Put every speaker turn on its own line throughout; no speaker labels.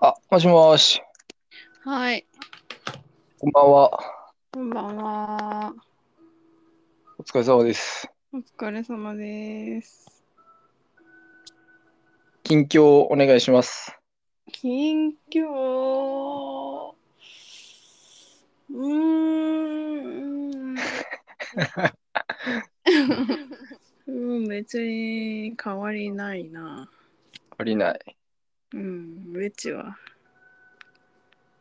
あ、もしもし、
はい、
こんばんは。
こんばんは。
お疲れ様です。
お疲れ様です。
近況をお願いします。
近況。うーん。うん、別に変わりないな。
ありない。
うん、うちは。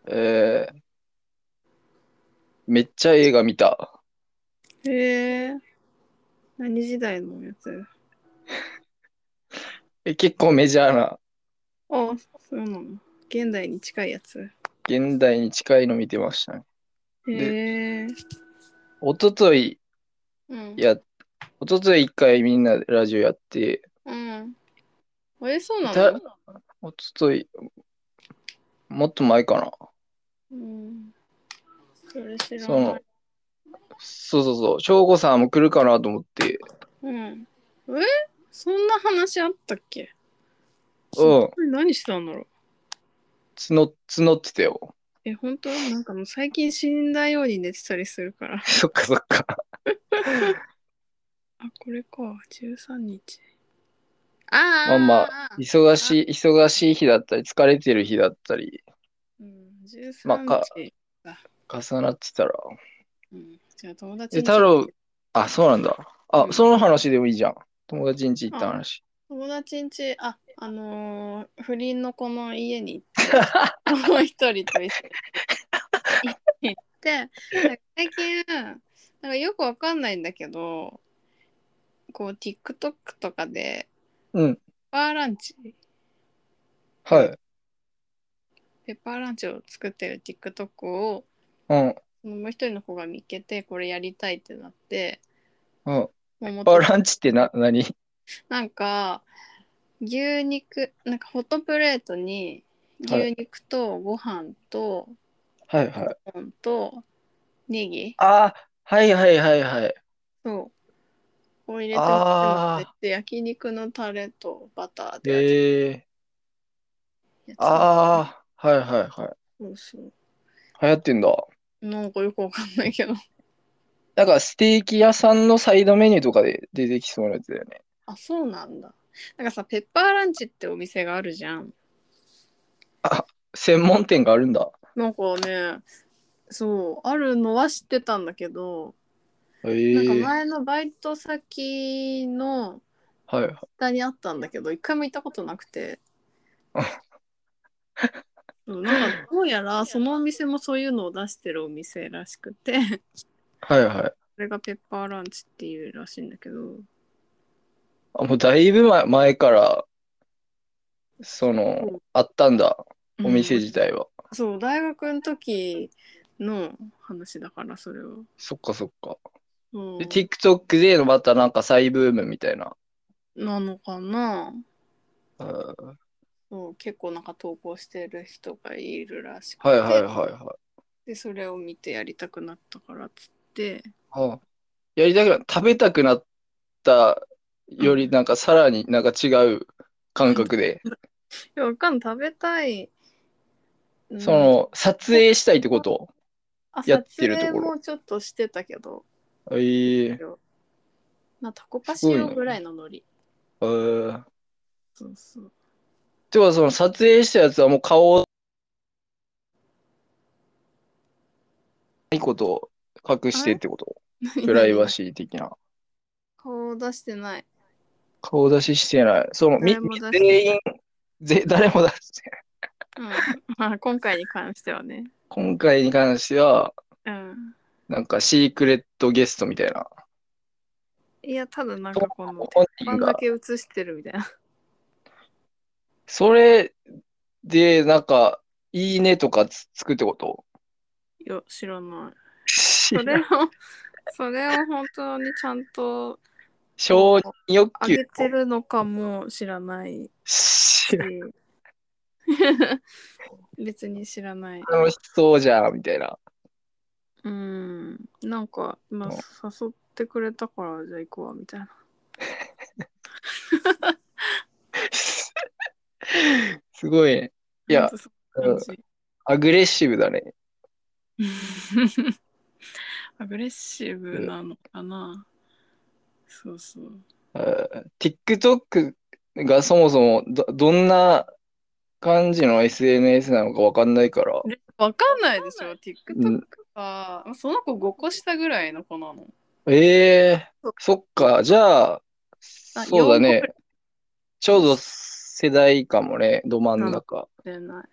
えー、めっちゃ映画見た。
へえ。何時代のやつ
え、結構メジャーな、
あ、そうなの。現代に近いやつ。
現代に近いの見てましたね。
へえ。
一昨日
うん。
や、一昨日一回みんなでラジオやって、
うん。え、そうな
た
の
一昨日もっと前かな。
うん。それ知ら
そ
な
の
い。
そうそうそう、省吾さんも来るかなと思って、
うん。えそんな話あったっけ
うん、
何してたんだろう
募募ってたよ。
え、本当なんかもう最近死んだように寝てたりするから。
そっかそっか。
あ、これか。13日。あ
ま
あ
あま忙しい、忙しい日だったり、疲れてる日だったり、
うん、
まあ
13
か
日。
重なってたら。
うん、じゃあ友達
で、
に
太郎、あ、そうなんだ。あ、
うん
その話でもいいじゃん。友達ん家行った話。
友達んち、あ、あのー不倫の子の家に行って、もう一人と一緒に行って、なんか最近、なんかよくわかんないんだけど、こう TikTok とかで、
うん、
ペッパーランチ、
はい。
ペッパーランチを作ってる TikTok を、
うん、
そのもう一人の子が見っけて、これやりたいってなって、
うん。
もう元
バランチってな、何
なんか牛肉なんかホットプレートに
はい
牛肉とご飯と
はいはい。
コーンとネギ
あ、はいはいはいはい。
そうを入れて
あー
持ってって焼肉のタレとバターでやつ
えー、
やつ
あー、はいはいは
そうそう
い。流行ってんだ。
なんかよくわかんないけど
なんかステーキ屋さんのサイドメニューとかで出てきそうなやつだよね。
あそうなんだなんかさペッパーランチってお店があるじゃん
専門店があるんだ。
なんかねそうあるのは知ってたんだけど、
え
なん
ー、
か前のバイト先の
はい。
下にあったんだけど一回も行ったことなく て
あ
うんなんかどうやらそのお店もそういうのを出してるお店らしくてそ
はいはい。
れがペッパーランチっていうらしいんだけど
あ、もうだいぶ前、前から、その、あったんだ、お店
うん
自体は。
そう大学の時の話だからそれは、
そっかそっか。
うん
で、TikTok でのまたなんか再ブームみたいな。
なのかな
うんは
そう結構なんか投稿してる人がいるらしくて、
いはいはいは
でそれを見てやりたくなったからっつって
い。はあやりたくな、食べたくなったより、なんかさらになんか違う感覚で、
いやわかんない食べたい、うん
その、撮影したいってこと
あ
やってるところ
撮影もちょっとしてたけど
ええ
なタコパしようぐらいのノリ。
うん。
そうそう。
てか、その撮影したやつはもう顔を、ないことを隠してってことプライバシー的な。
顔を出してない。
顔出ししてない。その、み
誰も出してない
全員、ぜ 誰も出してない。
うん。 まあ今回に関してはね。
今回に関しては、
うん。
なんかシークレットゲストみたいな。
いや、ただなんかこの、
本
あ
人
んだ
が。
け映してるみたいな。
それで、なんか、いいねとかつつくってこと
いや、知らない。それを、 それを本当にちゃんと
承認欲求
上げてるのかも知らないし。 別に知らない。
楽しそうじゃん、みたいな。
うん。なんか、まあ、誘ってくれたから、じゃあ行こうわみたいな。
すごいね。いや
ほんとそん感じ。
アグレッシブだね。
アグレッシブなのかな、そうそう。
うん TikTok がそもそもど、どんな感じの SNS なのかわかんないから。
わかんないでしょ、
う
TikTok
ん
は。その子5個下ぐらいの子なの。
ええそっか。じゃあ、そうだね。ちょうど世代かもね、ど真ん中。
4個ぐらいない。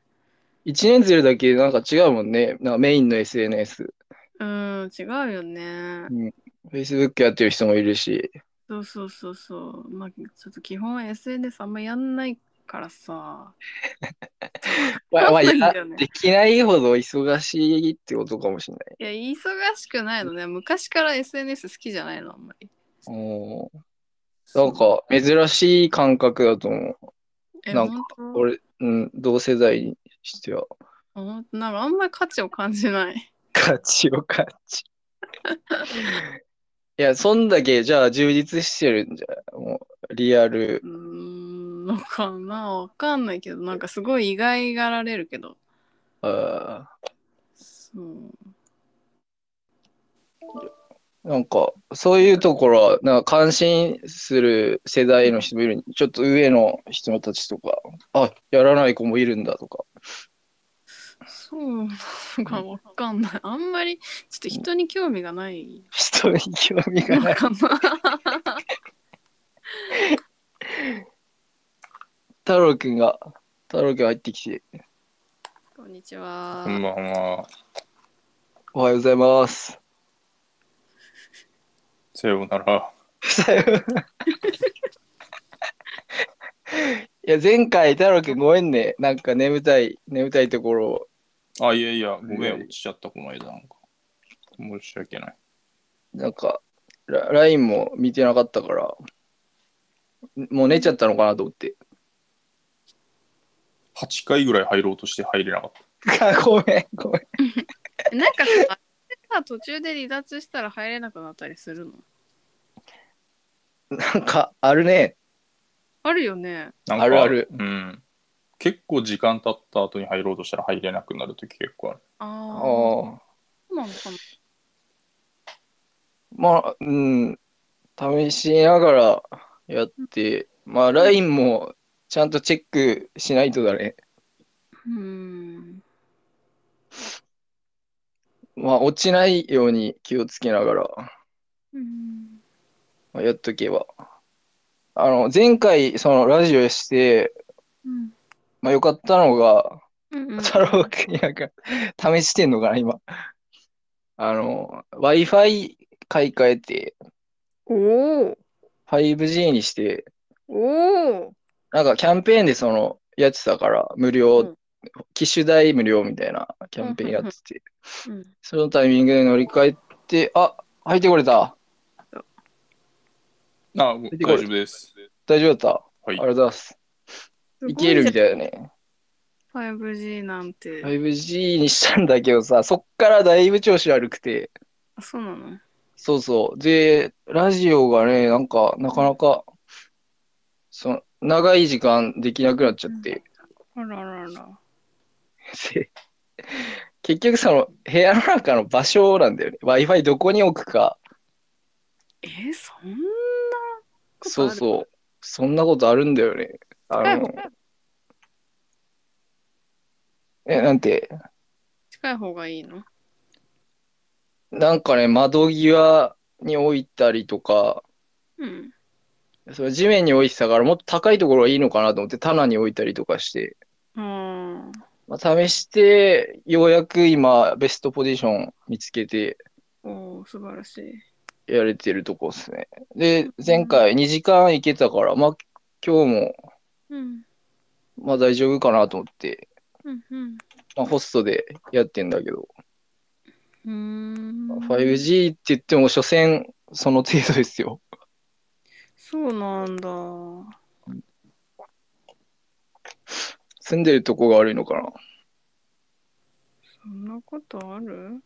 一年ずれだけなんか違うもんね。なんかメインの SNS。
うん、違うよね。
Facebook やってる人もいるし。
そうそうそうそう。まあ、ちょっと基本 SNS あんまやんないからさ。
まあ、まあ、
そうなん
や
だよね
できないほど忙しいってことかもしれない。
いや、忙しくないのね。昔から SNS 好きじゃないの、あんまり。
おーなんか珍しい感覚だと思う。
え、
なん
本当
俺、うん、同世代にしては。
ほんとなんかあんまり価値を感じない。
ガチよ、ガチ。 いや、そんだけ、じゃあ充実してるんじゃないもう、リアル。
うーん、のかなわかんないけど、なんかすごい意外がられるけど。
あ
そう。
ーなんか、そういうところは、なんか感心する世代の人もいる。ちょっと上の人たちとか、あ、やらない子もいるんだとか。
そうなのかわかんない。あんまり、ちょっと人に興味がない
人に興味がな
の
い。
かな。
太郎くんが、太郎くん入ってきて、
こんにちは。
こんばんは。
おはようございます。
さようなら。
さようならいや前回太郎くんごめんねなんか眠たい眠たいところを
あ、いやいや、ごめ
うん
ん、落ちちゃった、この間なんか。申し訳ない。
なんかラ LINE も見てなかったからもう寝ちゃったのかなと思って
8回ぐらい入ろうとして入れなかった。
あごめんごめん
なんかさ、さ途中で離脱したら入れなくなったりするの
なんかあるね
あるよね。
なんか
あるある。
うん。結構時間経った後に入ろうとしたら入れなくなるとき結構ある。
あ
ああ。そ
ー
うなのかな。
まあうん試しながらやってまあ LINE もちゃんとチェックしないとだね
うーん。
まあ落ちないように気をつけながら
うん。
まあやっとけば。あの、前回、その、ラジオして、
うん。
まあ、良かったのが、
うん
太郎君なんか、試してんのかな、今。あの、Wi-Fi 買い替えて、
おお。
5G にして、
おお。
なんか、キャンペーンで、その、やってたから、無料、
うん
機種代無料みたいなキャンペーンやってて、
うん。
そのタイミングで乗り換えて、あ、入ってこれた。
あ、もう大丈夫です。
大丈夫だった。
はい
ありがとうございます。いけるみたいだね。
い。5G なんて。
5G にしたんだけどさ、そっからだいぶ調子悪くて、
あそうなの
そうそう。で、ラジオがね、なんか、なかなか、その、長い時間できなくなっちゃって、
あららら。
で結局その、部屋の中の場所なんだよね。Wi-Fi どこに置くか、
えー、そんなこと
そ
あ
う
る
そう。そんなことあるんだよね。あの、え、なんて、
近い方がいいの
なんかね、窓際に置いたりとか、
うん。
それ地面に置いてたからもっと高いところがいいのかなと思って棚に置いたりとかして、
あ
まあ、試してようやく今ベストポジション見つけて
あ。おお、素晴らしい。
やれてるとこですねで前回2時間行けたからまあ今日も
うん。
まあ大丈夫かなと思って、
うん。うん。
まあ、ホストでやってんだけど、
うーん
まあ 5G って言っても所詮その程度ですよ
そうなんだ。
住んでるとこが悪いのかな
そんなことある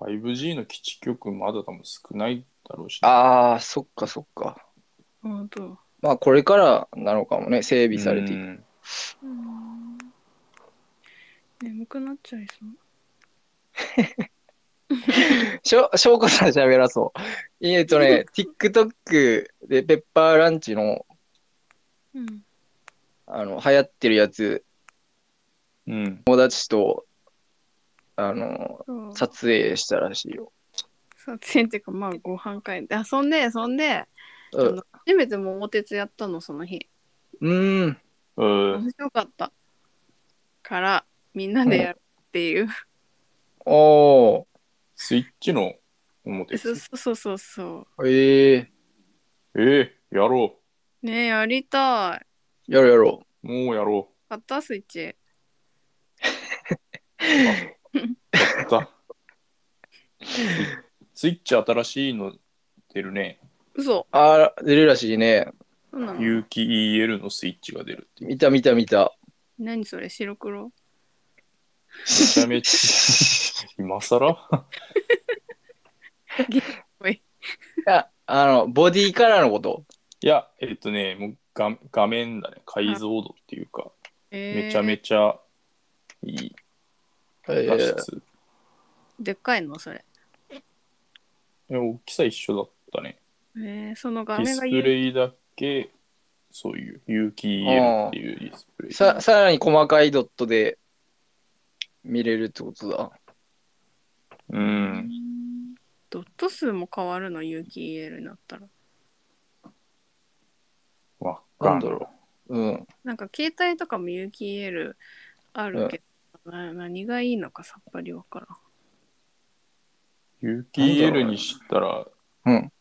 5G の基地局まだ多分少ないだろうし、
あーそっかそっか
本当。
まあこれからなのかもね整備
うん、
されていく
うん眠くなっちゃいそう。
しょ、しょうこさん喋らそう。 えっとね、TikTok でペッパーランチの、
うん。
あの、流行ってるやつ、
うん。
友達と、あの、
そう撮
撮影したらしいよ。
影っていうか、まあ、ご飯会で。遊んで、遊んで、
う
あ
ん
の初めて桃鉄やったの、その日。
うーん。
うん。
面白かった。から、みんなでやるっていう。
お
スイッチの 表
そうそうそうそう。
ー。ええ
ええやろ
ねえ、やりたい。
やろうやろ
う。もうやろ
買ったスイッチ。
う。やった。スイッチ新しいの出るね。
嘘。
う。あー、出るらしいね。
そうなの
有機 EL のスイッチが出るって。
見た見た見た。
何それ、白黒。
ちゃめち今更
あ、あの、ボディカラーのこと。
いや、えっとね、もう画画面だね。解像度っていうか、
えー、
めちゃめちゃいい
え
画
ー、
質。
でっかいの、それ。
え大きさ一緒だったね。
えー、その
デ
画
ィ
面
ス
が
プ
いい。
レイだけ、そういう、有機 EL っていうディスプレイ。
さ、さらに細かいドットで見れるってことだ。
うん。
ドット数も変わるの、有機 EL になったら。
わ
な
か
ん
ん
だろう。うん。
なんか携帯とかも有機 EL あるけど、な何がいいのかさっぱりわからん。
有機 EL にしたら、
うん。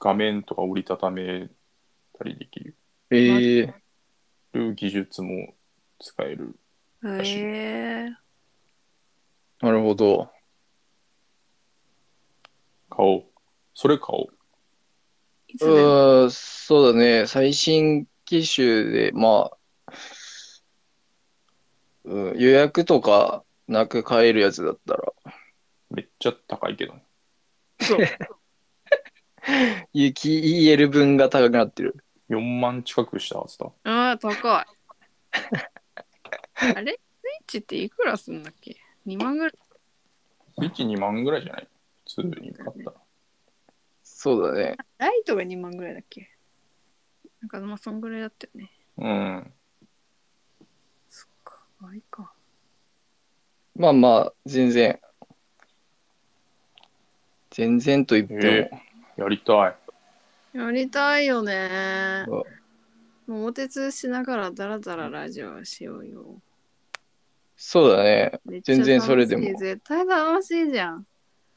画面とか折りたためたりできる
ええ
技術も使える。
へえー、
なるほど。
顔。それ顔。
いつでも
うーん、そうだね。最新機種で、まあ、うん、予約とかなく買えるやつだったら、
めっちゃ高いけどね。
そう
雪 EL 分が高くなってる。
4万近くしたはずだ。
ああ、高 い。あれスイッチっていくらすんだっけ ?2 万ぐらい。
スイッチ2万ぐらいじゃない普通に買ったら。
そうだね。
ライトが2万ぐらいだっけなんかまあそんぐらいだったよね。
うん。
そっか、あいか。
まあまあ、全然。全然と言っても。
えやりたい。
やりたいよね。
うん
桃鉄しながらダラダララジオしようよ。
そうだね。
めっちゃ
全然それでも
楽しい絶対楽しいじゃん。
う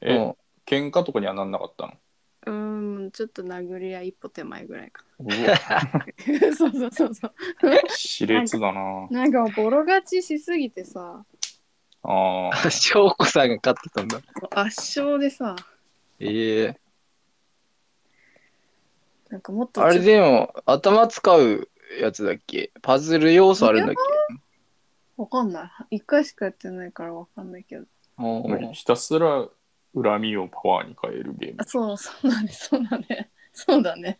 え、
ん。
喧嘩とかにはなんなかったの
うーん、ちょっと殴り合い一歩手前ぐらいか
うわ、
な。そうそうそうそう。
熾烈だな。
なんかボロ勝ちしすぎてさ、
あ あ。
翔子さんが勝ってたんだ。
圧勝でさ、
ええ
なんかもっと
あれでも、頭使うやつだっけパズル要素あるんだっけ
わかんない。一回しかやってないからわかんないけど。
うん
ひたすら恨みをパワーに変えるゲーム
あ、。そう、そうだね、そうだね。そうだね。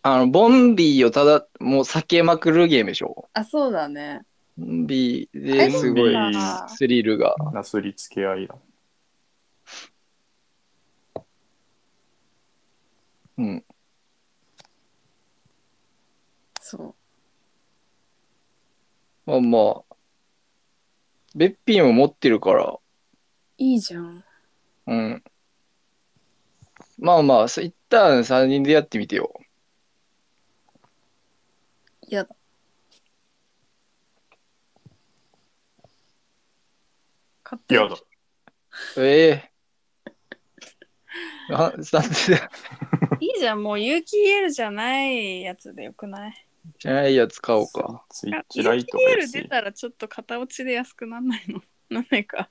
あの、ボンビーをただ、もう避けまくるゲームでしょ。
あ、そうだね。
ボンビー
え
ですごい
ボンビ
ー
スリルが。
なすりつけ合いだ。
うん。
そ
まあまあ。べっぴんも持ってるから、
う。いいじゃん。
うん。まあまあ、そ一旦3人でやってみてよ。
やだ。勝手に
やだ。
ええななんで、
いいじゃん、もう有機 EL じゃないやつでよくない
じゃないやつ買おうか。
スイッ
あ
チ
有
ライ
機
トが
EL
安
出
い。
たらちょっと片落ちで安くなんないの なんないか。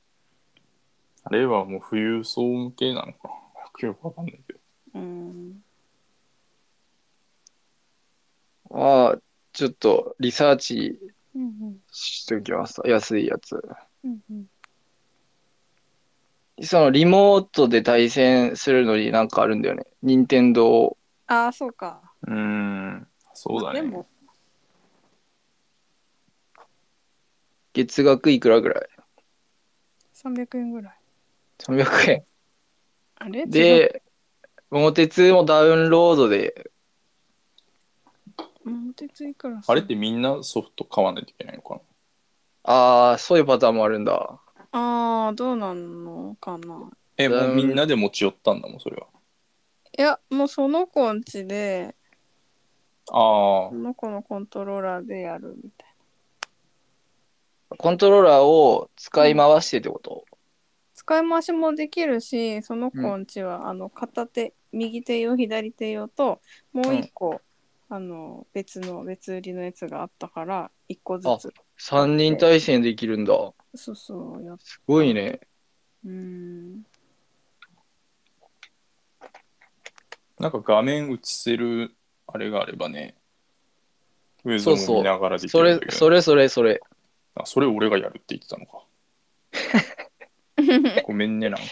あれはもう富裕層向けなのかなよくわかんないけど。
うん。
ああ、ちょっとリサーチ
うんうん
しておきます。安いやつ。
うんうん。
そのリモートで対戦するのになんかあるんだよね。任天堂
ああ、そうか。
うーん。そうだ
まあで
ね。
も、
月額いくらぐらい
300円ぐらい。
300円。
あれ、違う
で、桃鉄もダウンロードで、
桃鉄いくら
あれってみんなソフト買わないといけないのかな
ああ、そういうパターンもあるんだ。
ああ、どうなんのかな。
え、も
う
うんみんなで持ち寄ったんだもん、それは。
いや、もうその子んちで、そ
あ
の子のコントローラーでやるみたいな。
コントローラーを使い回してってこと、
使い回しもできるし、その子んちは、あの、片手、右手用、左手用と、もう一個、あの、別の、別売りのやつがあったから、一個ずつ。
三 ?3 人対戦できるんだ。
そうそう、やっ
すごいね。
うーん。
あ、なんか画面映せるあれがあればね、ウェザ
そう
ー
そう
も見ながらでき
そ
るん
れ
だけど、、
それ、それ、それ。
あ、それ俺がやるって言ってた のか。ごめんね、なんか。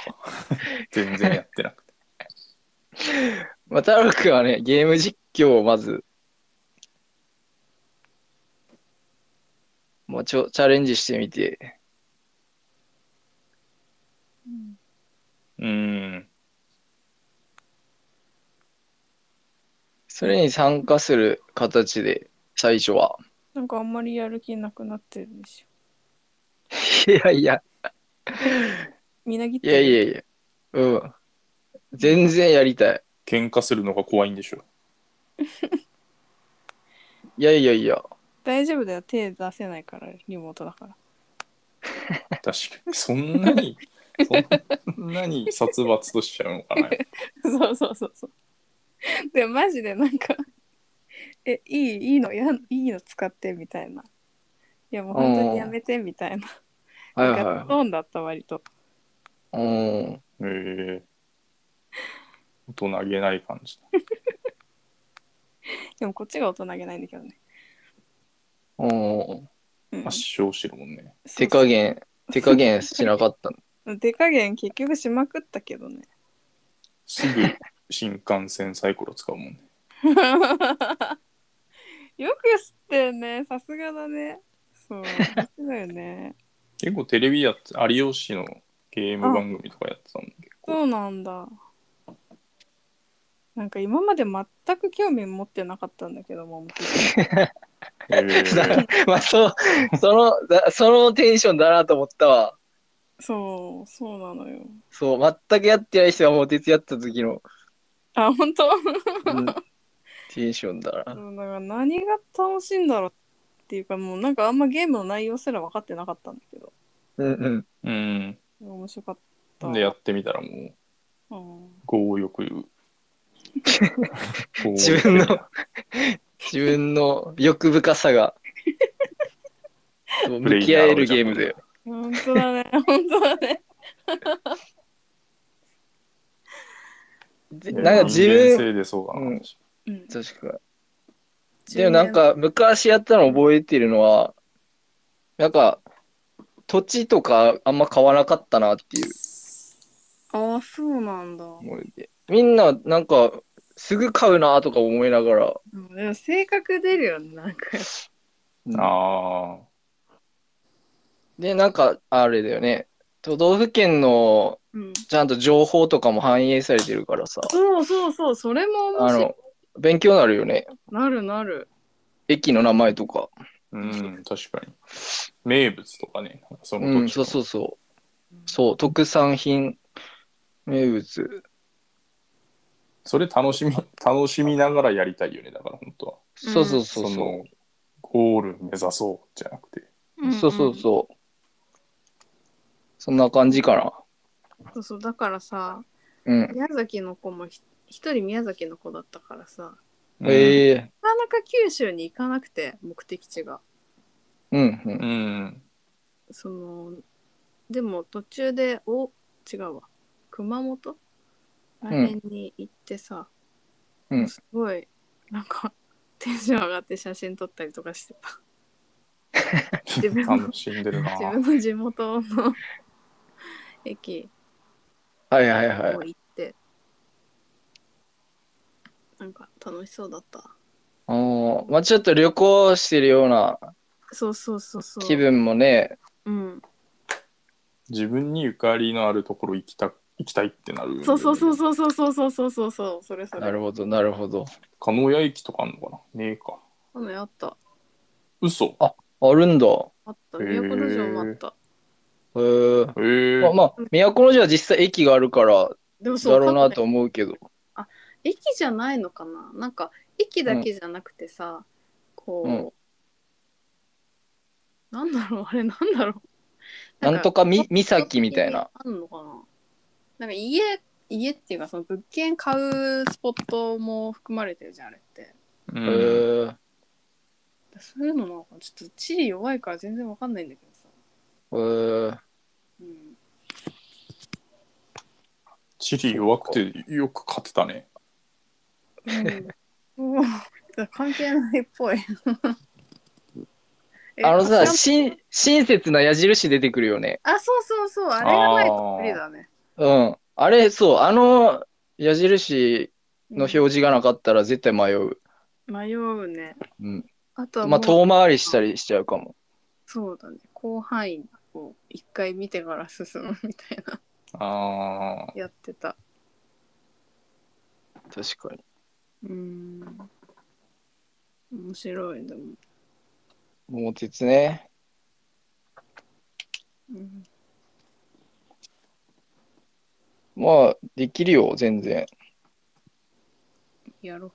全然やってなくて。
まあ、太郎くんはね、ゲーム実況をまず、もうちょ、チャレンジしてみて、
うん
うーん。
それに参加する形で、最初は。
なんかあんまりやる気なくなってるでしょ。
いやいや、
みなぎっ
い
て
や
る
いやいや、うん。全然やりたい。
喧嘩するのが怖いんでしょ。
いやいやいや、
大丈夫だよ。手出せな いから、リモートだから。
確かに。そん なに、そんなに殺伐としちゃうのか な。
そうそうそうそう。でもマジでなんか えいいいいのやいいの使ってみたいな。いやもう本当にやめてみたいな。
はいは
なん
い
か
は
トーンだった割と。
い。うん。
へえ大人げない感じ。
でもこっちが大人げないんだけどね。
うん。
うん、
圧勝してるもんね。
手加減、手加減しなかった の。
そうそう 手加減結局しまくったけどね。
すぐ新幹線サイコロ使うもんね。
よく知ってるね。さすがだね。そう。そうだよね。
結構テレビやって、有吉のゲーム番組とかやってた んだけど、
そうなんだ。なんか今まで全く興味持ってなかったんだけども。
へえ
まあ、そう、その、だそのテンションだなと思ったわ。
そう、そうなのよ。
そう、全くやってない人がもう徹やった時の、
あ、本当
うんテンションだ
そ
な。
うだから何が楽しいんだろうっていうか、もうなんかあんまゲームの内容すら分かってなかったんだけど。
うんうん。
うん。
面白かった。
で、やってみたらもう、
うん
強 欲。強欲
自分の自分の欲深さが、そう
プレイ
向き合
ヤー
えるゲームだよ。
本当だね、本当だね。
でなんか自
人間
分、
性でそうだな、
うん
うん、
確かでもなんか昔やったの覚えてるのは、なんか土地とかあんま買わなかったなっていう
ああ、そうなんだ。
思いで。みんななんかすぐ買うなとか思いながら、
うんでも性格出るよね、なんか。
ああ。
で、なんかあれだよね、都道府県の
うん、
ちゃんと情報とかも反映されてるからさ、
そうそうそう、それも面
あ
白い。
の、勉強になるよね。
なるなる。
駅の名前とか。
うん、確かに。名物とかね、なんかその
うん、
時
そ
の
うそうそう。そう、特産品、名物。
それ楽しみ、 楽しみながらやりたいよね、だから本当は。
そうそうそうそ
そのゴール目指そうじゃなくて。
う。そうそうそう。そんな感じかな。
うん。そうそう、だからさ、
うん。
宮崎の子もひ一人宮崎の子だったからさ、
ええ
なかなか九州に行かなくて、目的地が。
うんう。
うんん。
その、でも途中で、お、違うわ、熊本ら辺に行ってさ、
うん
すごい、なんか、テンション上がって写真撮ったりとかしてた。自分の
楽しんでるな。
自分の地元の 駅
はいはいはい
を。行って、なんか楽しそうだった
あーまあちょっと旅行してるような
そうそうそうそう
気分もね、
うん
自分にゆかりのあるところ行きた行きたいってなるんだよね、
そうそうそうそうそうそうそうそうそうそうそれそれ
なるほど、なるほど。
鹿屋駅とかあんのかなねえか
あのやった
嘘
あるんだ。
あった
へー
都の城もあった
へえ。
へえ
まあ、まあ、都の城は実際駅があるから
でもそう
だろうな
過去ね
と思うけど。
駅じゃないのかななんか駅だけじゃなくてさ、こう、なんだろうあ れなんだろう
なんとかみ岬みたいな。
あんのかななんか家家っていうかその物件買うスポットも含まれてるじゃんあれって
うん
へえ。
そういうのなんかちょっと地理弱いから全然わかんないんだけどさ、
へえ。
うん、
チリ弱くてよく勝てたね
うん、 もう関係ないっぽい え
あのさ、
散
親親切な矢印出てくるよね。
歩あそうそうそうあれがないと無理だね
うん。あれ、そう、あの矢印の表示がなかったら絶対迷う。
うん迷うね
うん。
あとはも
まあ、
う
遠回りしたりしちゃうかも。
そうだね広範囲にこう一回見てから進むみたいな
ああ
やってた
確かに。
うん面白いでも、
桃鉄ね。
うん、
まあ、できるよ、全然。
やろ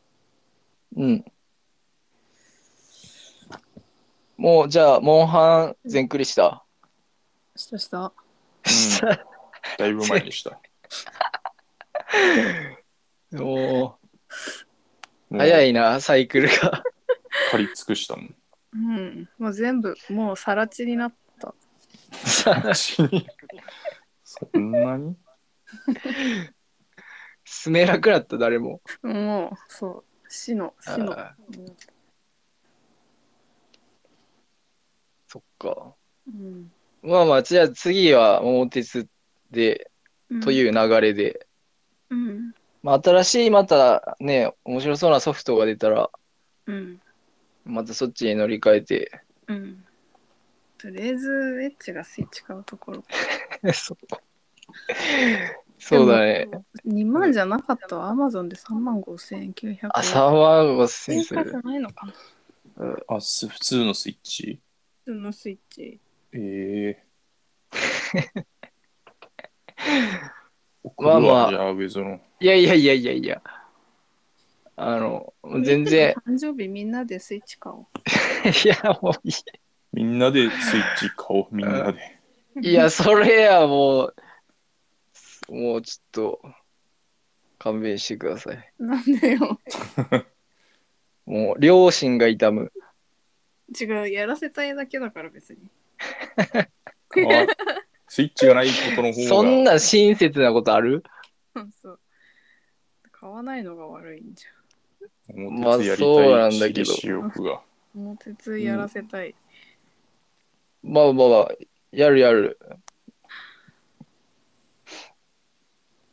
う
うん。もう、じゃあ、モンハン全クリした。
したした
した。
だいぶ前にした
おー
い
早いな、サイクルが。
借り尽くしたもん。
うんもう全部もうさら地になった
そんなに
進めなくなった、誰も。
もうそう死の死の
あそっか。
うん
まあまあ、じゃあ次は桃鉄で、
うん
という流れで。
うん
まあ、新しい、またね、面白そうなソフトが出たら、
うん
またそっちに乗り換えて。
うんとりあえずエッチがスイッチ買うところ
そっか。そうだね。
2万じゃなかったわアマゾンで3万5千円900円
あ、3万5000円す
円じ
る。
ゃないのかな普
あ、す普通のスイッチ
通のスイッチ
ええ
まあまあ
じゃあ、別の。
いやいやいやいやいや。あの、全然、
誕生日みんなでスイッチ買おう
いや、もういい。
みんなでスイッチ買おう、みん なで。
いや、それや、もう、もうちょっと、勘弁してください。
なんでよ
もう、両親が痛む。
違うやらせたいだけだから 別に
あスイッチがないことの方が。
そんな親切なことある
そうそう買わないのが悪いんじ
まあ
表やり
そうな
たい
んだけど
私利私欲が。
ゃんもう鉄やらせたい、
まあまあまあ、やるやる。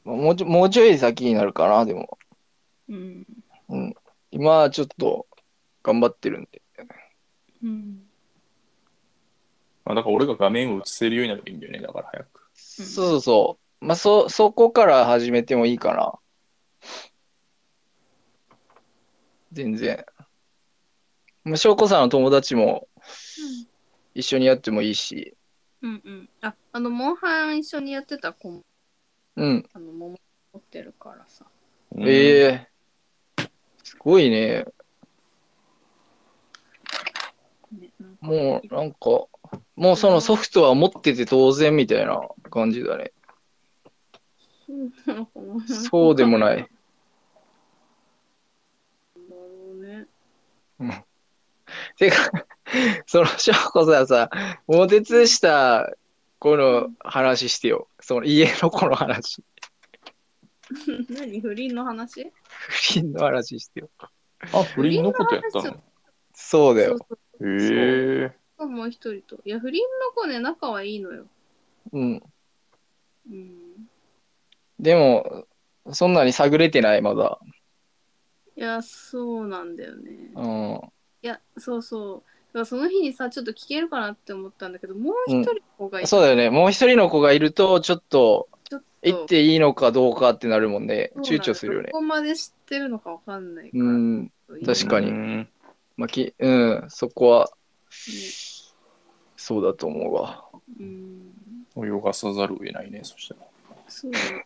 まあもうちょもうちょい先になるかな、でも。
うん
うん、今はちょっと、頑張ってるんで。
うん、
まあ、だから俺が画面を映せるようになればいいんだよね、だから早く。
そうそうそう。まあ、そ、そこから始めてもいいかな。全然。まあ、翔子さんの友達も一緒にやってもいいし。
うんうんああのモンハン一緒にやってた子も
うん。
あの桃持ってるからさ
うん
ええすごいね。
ねなんか
もう、なんか、もうそのソフトは持ってて当然みたいな感じだね。
そうなのかな
そうでも ない。
なんだろうね
てか、 その翔子さんさ、モテツした子の話してよ。その家の子の話。
何不倫の話
不倫の話してよ。
あ、不倫のことやったの
不倫
そうだよ。
そう
ええ
そうもう一人といや不倫の子ね仲はいいのよ
うん。
うん
でも、そんなに探れてない、まだ。
いやそうなんだよね
うん。
いやそうそうからその日にさちょっと聞けるかなって思ったんだけどもう一人の子がい
そうだよね。もう一人の子がいると、ちょっと、
ちょっと
行っていいのかどうかってなるもんね。躊躇するよね
ど。こまで知ってるのかわかんないから、
うん。確かに
に。
まあき、うん、そこは、そうだと思うわ。
に、うん、
泳がさざるを得ないね、そしたら。
そうだね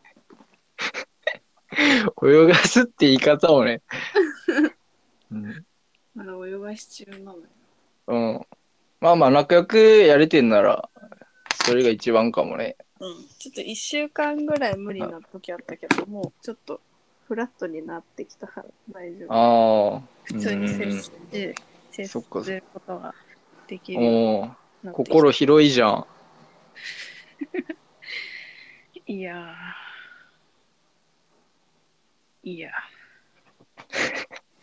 泳がすって言い方をね。うん
まだ泳がし中なのよ
うん。まあまあ、仲良くやれてんなら、それが一番かもね。
うん、ちょっと1週間ぐらい無理な時あったけどもうちょっとフラットになってきたから大丈夫
ああ。
普通に接して接することができるよう
おー
になってきた
心広いじゃん。
いやーいや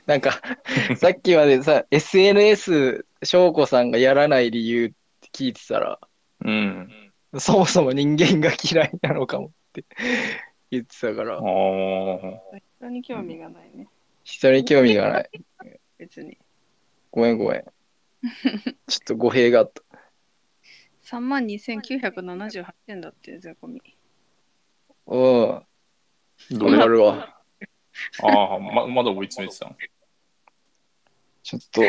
なん か、さっきまでさ、SNS、翔子さんがやらない理由って聞いてたら、
うん。
そもそも人間が嫌いなのかもって 言ってたから
あ、あ。
人に興味がないね
人に興味がない。
別に
ごめんごめん。ちょっと語弊があった。
3万2978円だって税込み
うん。
ど
わ
れ
か
だ
るわ。
ああ、ままだ追い詰めてたの。
ちょっと、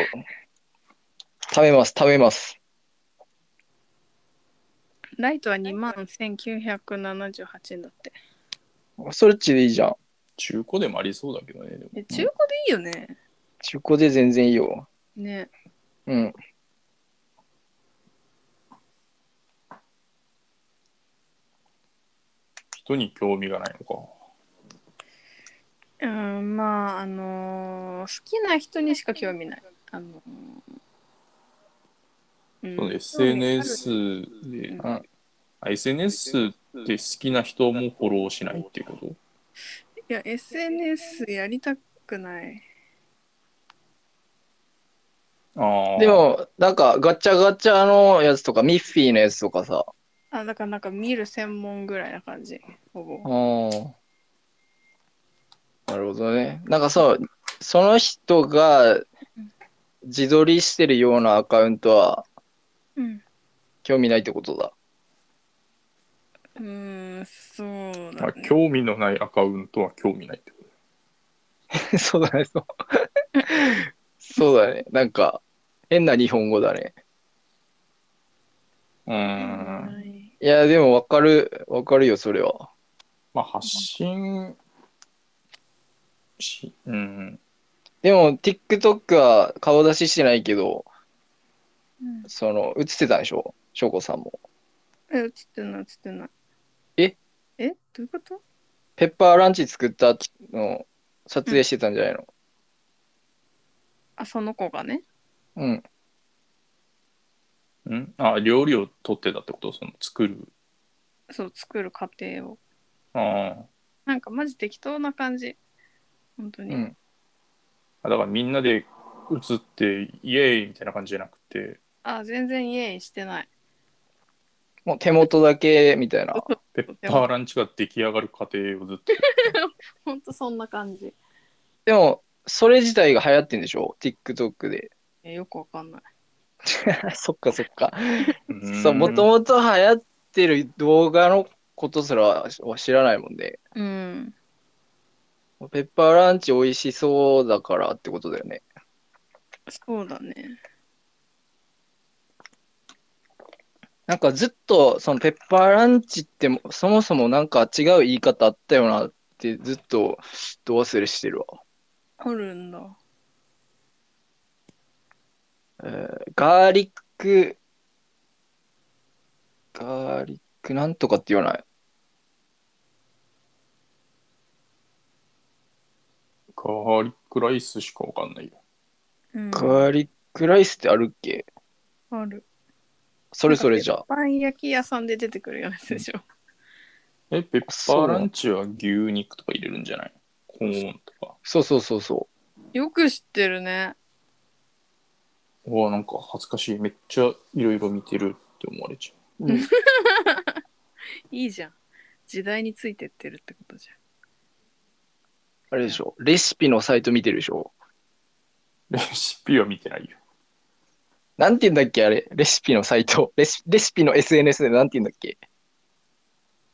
食べます、食べます。
ライトは2万1978円だって
それっちでいいじゃん。
中古でもありそうだけどね。でも
え中古でいいよね
中古で全然いいよ。
ね
うん。
人に興味がないのか。
うんまああのー好きな人にしか興味ないあのーうん
その SNS で、
うん
あ SNS って好きな人もフォローしないっていうこと
いや SNS やりたくない
ああ。
で、も、なんか、ガチャガチャのやつとか、ミッフィーのやつとかさ、
あだからなんか見る専門ぐらいな感じほぼ
ああ。なるほどね。なんかそう、その人が自撮りしてるようなアカウントは
うん
興味ないってことだ。
うーんそうだ
あ
ね
興味のないアカウントは興味ないってこ
そうだね、そう。 そうだね。なんか、変な日本語だね。
と。うーん。
はい
いや、でもわかる、わかるよ、それは。
まあ、発信し、うん。
でも、TikTok は顔出ししてないけど、
うん
その、映ってたでしょ翔子さんも。
え、映ってない、映ってない。
え
えどういうこと
ペッパーランチ作ったのを撮影してたんじゃないの
あ、その子がね。
うん。
うんあ、料理を取ってたってことその作る。
そう、作る過程を。
あ
なんか、マジ適当な感じ。本当
う
に。
ん。
あ。だからみんなで映って、イエーイみたいな感じじゃなくて、
あ、全然イエイしてない。
もう手元だけみたいな。
ペッパーランチが出来上がる過程をずっと。
本当そんな感じ。
でも、それ自体が流行ってんでしょ ?TikTok で。
えよくわかんない。
そっかそっか。
うん
そう、もともと流行ってる動画のことすら知らないもんで。
うん。
ペッパーランチ美味しそうだからってことだよね。
そうだね。
なんかずっと、そのペッパーランチってもそもそもなんか違う言い方あったよなってずっとど忘れしてるわ。
おるんだ。
えーガーリック、ガーリックなんとかって言わない。
ガーリックライスしかわかんないよ。
うん。
ガーリックライスってあるっけ
ある。
それそれじゃあ。
パン焼き屋さんで出てくるようなやつでしょ。
え、ペッパーランチは牛肉とか入れるんじゃないコーンとか。
そうそうそうそ
よく知ってるね。
うわ、なんか恥ずかしい。めっちゃいろいろ見てるって思われちゃ
う。うん、
いいじゃん。時代についてってるってことじ
あれでしょ。レシピのサイト見てるでしょ。
う。レシピは見てないよ。
なんて言うんだっけあれ、レシピのサイト。レシレシピの SNS でなんて言うんだっけ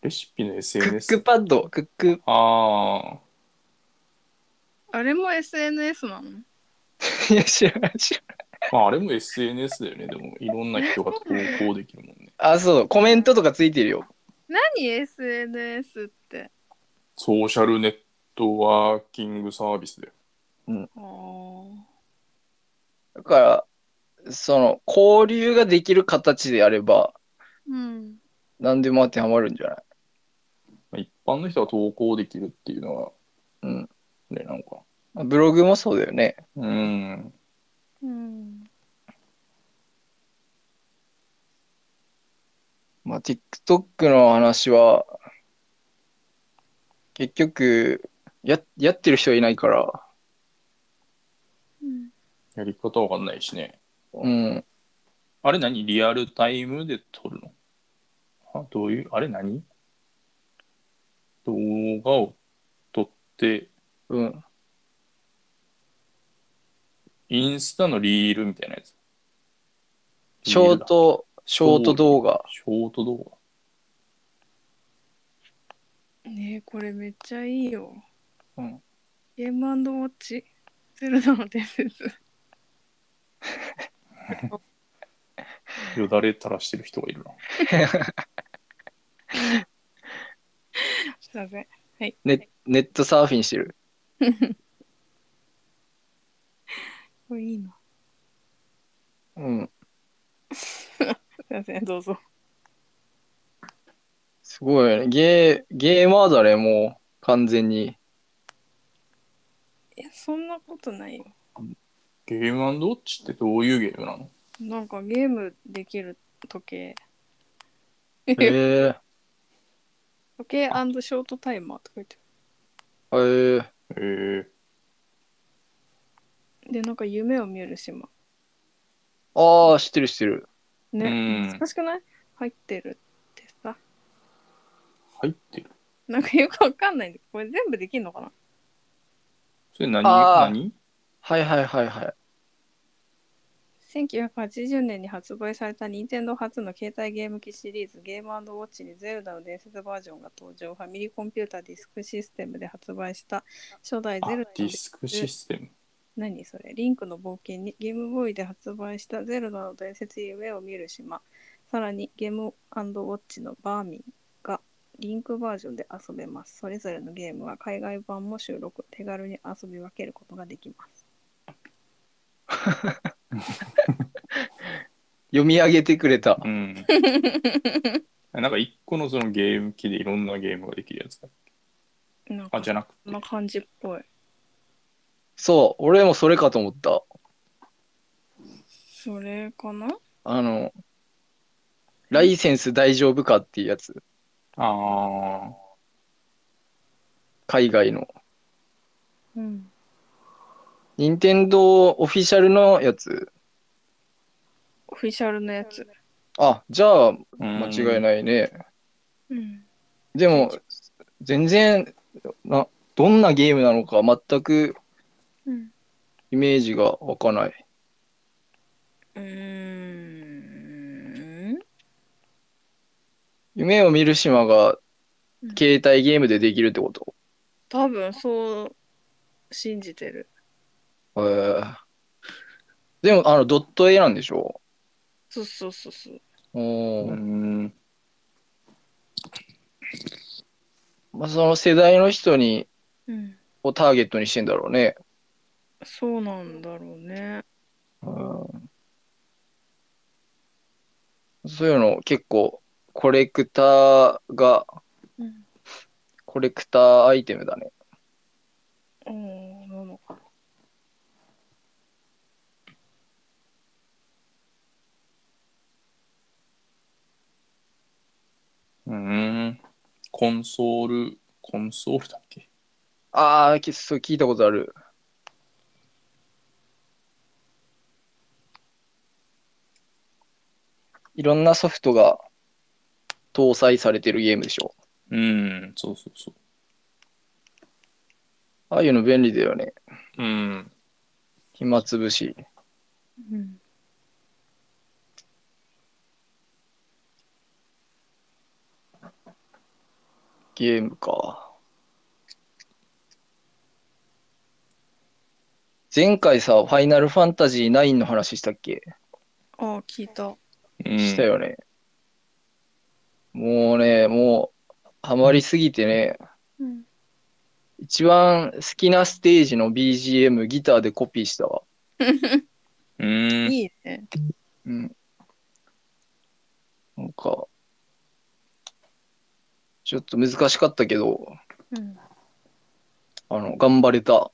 レシピの
クッ
SNS
クパッド、クック、
ああ
あれも SNS なの
いや、知らない、知らない。
まああれも SNS だよねでもいろんな人が投稿できるもんね
あ、そう、コメントとかついてるよ。
何 SNS って
ソーシャルネットワーキングサービスで
あ
だから、その、交流ができる形であれば、
うん
何でも当てはまるんじゃない
まあ一般の人が投稿できるっていうのは
うん
ねなんか
まあブログもそうだよね。
うん
うん
まあ、TikTok の話は、結局、や、やってる人はいないから、
うん
やり方わかんないしね
うん。
あれ何リアルタイムで撮るのあどういうあれ何動画を撮って
うん。
インスタのリールみたいなやつ
ショート、ショート動画。
ショート動画
ねえこれめっちゃいいよ
うん
ゲームウォッチゼルダの伝説
よだれ垂らしてる人がいるな
すいません
ネ、ネットサーフィンしてる。
これいいな
うん。
すいませんどうぞ
すごいよね。ゲー、ゲーマーだね、もう、完全に。
えそんなことないよ
ゲームウォッチってどういうゲームなの
なんかゲームできる時計
へえ
時計ショートタイマーとか言って
ー、へえ
へえ
るでなんか夢を見る島
ああ、知ってる知ってる。
う
ね
ん
懐かしくない入ってるってさ
入ってる
なんかよくわかんないんだけどこれ全部できんのかな
それ何
あー
何
はいはいはいはい。
1980年に発売された任天堂初の携帯ゲーム機シリーズゲームウォッチにゼルダの伝説バージョンが登場ファミリーコンピュータディスクシステムで発売した初代
あ
ゼル
デ
ダの
ィスクシステム
何それリンクの冒険にゲームボーイで発売したゼルダの伝説夢を見る島さらにゲームウォッチのバーミンがリンクバージョンで遊べますそれぞれのゲームは海外版も収録手軽に遊び分けることができます
読み上げてくれた。
うん なんか一個のそのゲーム機でいろんなゲームができるやつだ
なん
あ
か
じゃなく
そ
て
んな感じっぽい
そう、俺もそれかと思った。
それかな
あの、ライセンス大丈夫かっていうやつ。
ああ
海外の。
うん
任天堂オフィシャルのやつ。
オフィシャルのやつ
あ、じゃあ、
間
間違いないね。
うん
でも、全然、な、どんなゲームなのか全く
うん
イメージが湧かない。
うーん
夢を見る島が携帯ゲームでできるってこと。
多分そう信じてる
えーでも、あの、ドット絵なんでしょ
そうそうそうそう
うおー
うん
まあ、その世代の人に、
うん
をターゲットにしてんだろうね。
そうなんだろうね。
そういうの結構コレクターが、
うん。
コレクターアイテムだね。
うん、なのかな。
うんコンソールコンソールだっけ
ああ、きそう聞いたことある。いろんなソフトが搭載されてるゲームでしょ。
うんそうそうそ
ああいうの便利だよね。
ううん
暇つぶし。
うん。
ゲームか。前回さ、ファイナルファンタジー9の話したっけ、
おー聞いた。
うん
したよね。もうね、もう、ハマりすぎてね、
うん。
一番好きなステージの BGM ギターでコピーしたわ。
うん。
いいね。
うん。なんか、ちょっと難しかったけど、
うん。
あの、頑張れた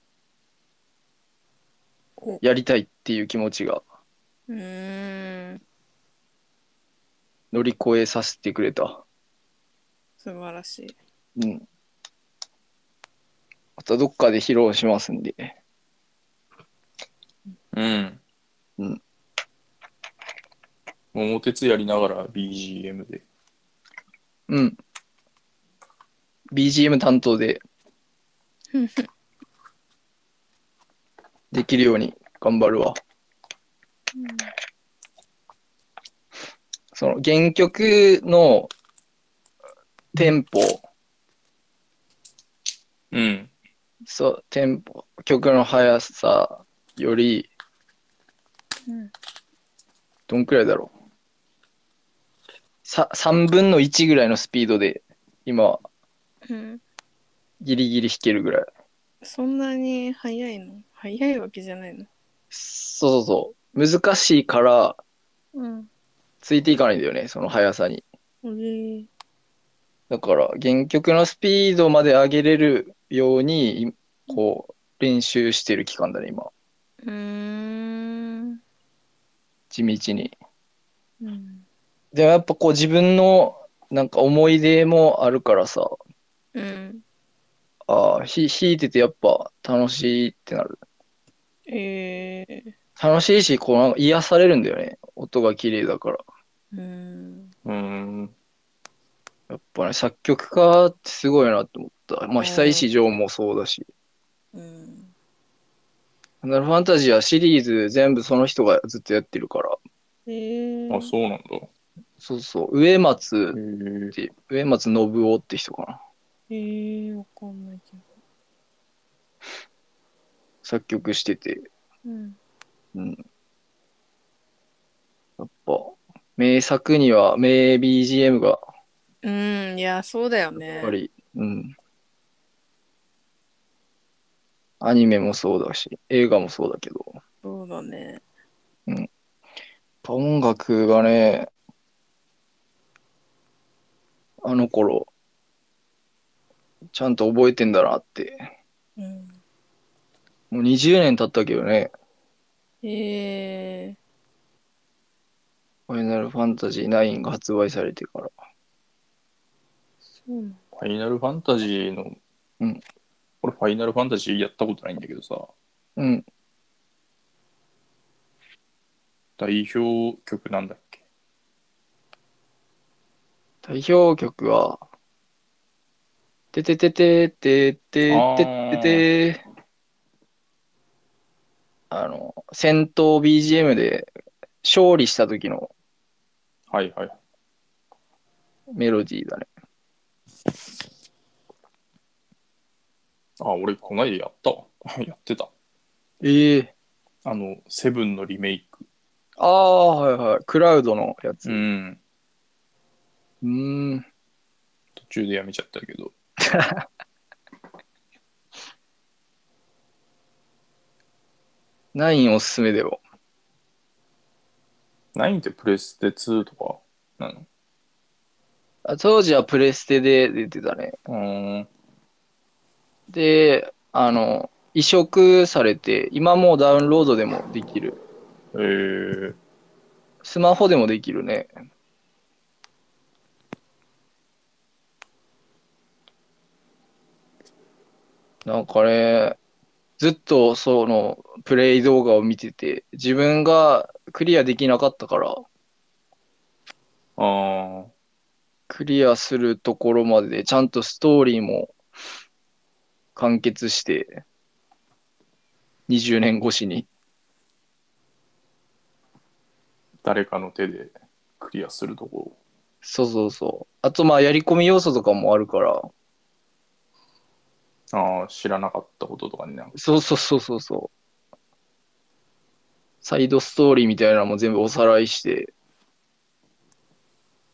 お。
やりたいっていう気持ちが
うーん。
乗り越えさせてくれた。
素晴らしい。
うん。またどっかで披露しますんで。
うん。
うん。
桃鉄やりながら BGM で。
うん。BGM 担当で
ふんふん
できるように頑張るわ。その原曲のテンポ、
うん。
そう、テンポ、曲の速さより、
うん。
どんくらいだろう。さ、3分の1ぐらいのスピードで、今、
うん。
ギリギリ弾けるぐらい。
そんなに早いの早いわけじゃないの。
そうそうそう。難しいから、
うん。
ついていかないんだよね、その速さに。
おれ
だから、原曲のスピードまで上げれるように、いこう、練習してる期間だね、今。
うーん。
地道に。
うん。
でもやっぱこう、自分の、なんか思い出もあるからさ、
うん。
ああ、ひ弾いててやっぱ楽しいってなる。
えー。
楽しいし、こうなんか癒されるんだよね。音が綺麗だから。
うん。
うん。
やっぱね、作曲家ってすごいなって思った。ま
う
あ、
ん
久石譲もそうだし。
うん。
ファイナルファンタジーはシリーズ全部その人がずっとやってるから。
えー。
あ、そうなんだ。
そうそう。植松
へ
っ
ー
て、植松信夫って人かな。
えー、わかんないけど。
作曲してて。
うん。
やっぱ、名作には名 BGM が
うん、いや、そうだよ
や
ね
っぱ。り、うん。アニメもそうだし、映画もそうだけど、やっ
そうだね。
ぱ音楽がね、あの頃、ちゃんと覚えてんだなって。
うん。
もう20年経ったけどね、
え
ファイナルファンタジー9が発売されてから。
そうなの
ファイナルファンタジーの、
うん
俺ファイナルファンタジーやったことないんだけどさ、
うん。
代表曲なんだっけ
代表曲は、ててててててててて、あの、戦闘 BGM で勝利した時の
はいはい。
メロディーだね。
あ、俺こないでやったわ。 やってた。
ええ
あの、セブンのリメイク。
ああ、はいはい。クラウドのやつ。
う。
うんーん。
途中でやめちゃったけど。
ナインおすすめだよ。
ナインってプレステ2とかなの
あ当時はプレステで出てたね。
うーん。
で、あの、移植されて、今もうダウンロードでもできる。
えー、
スマホでもできるね。なんかね、ずっとそのプレイ動画を見てて、自分がクリアできなかったから、
あー
クリアするところまでちゃんとストーリーも完結して、20年越しに。
誰かの手でクリアするとこ
そうそうそう。あとまあやり込み要素とかもあるから、
ああ、知らなかったこととかになんか。
そうそうそうそうそう。サイドストーリーみたいなのも全部おさらいして、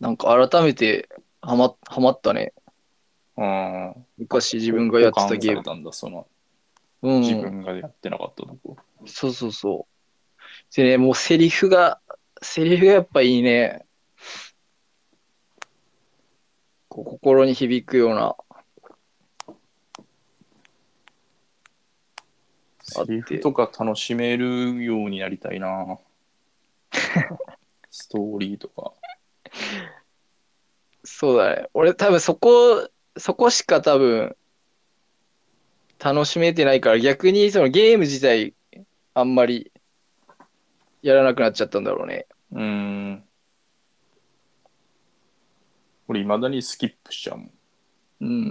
なんか改めてハマハマったね。
うん。
昔自分がやってたゲーム。
保管されたんだ、その、
うん。
自分がやってなかったとこ。
そうそうそう。でね、もうセリフが、セリフがやっぱいいね。こう心に響くような。あっ
セ
て
リフとか楽しめるようになりた いな。ストーリーとか。
そうだね。俺多分そこ、そこしか多分、楽しめてないから、逆にそのゲーム自体、あんまり、やらなくなっちゃったんだろうね。
うーん。俺、いまだにスキップしちゃうもん。
うん。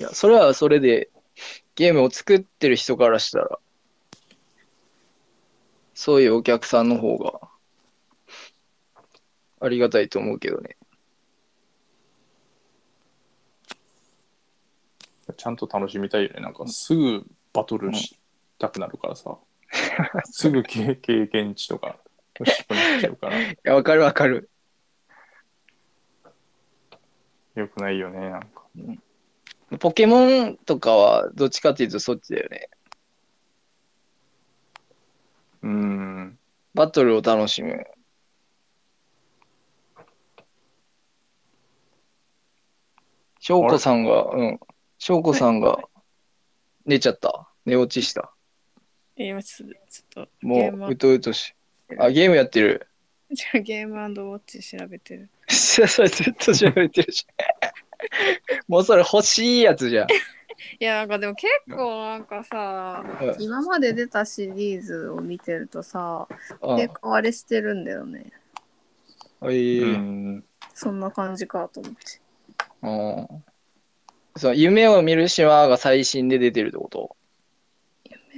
いや、それはそれで、ゲームを作ってる人からしたら、そういうお客さんの方が、ありがたいと思うけどね。
ちゃんと楽しみたいよね。なんか、すぐバトルしたくなるか らさ。すぐ経経験値とか欲しくなっちゃうから。
いや、わかるわかる。
よくないよね、なんか。
ポケモンとかは、どっちかっていうとそっちだよね。
うーん。
バトルを楽しむ。翔子さんが、うん。翔子さんが寝ちゃった。寝落ちした。
え今ちょっとちょっと ゲ
も
ーム
う、うとうとし。あ、ゲームやってる。
じゃあゲームウォッチ調べてる
それずっと調べてるし。 もうそれ欲しいやつじ ゃん。
いやなんかでも結構なんかさ
うん
今まで出たシリーズを見てるとさ
うん
結構あれしてるんだよね
あ
う
いい
ーん。
そんな感じかと思って
うんそう夢を見る島が最新で出てるってこと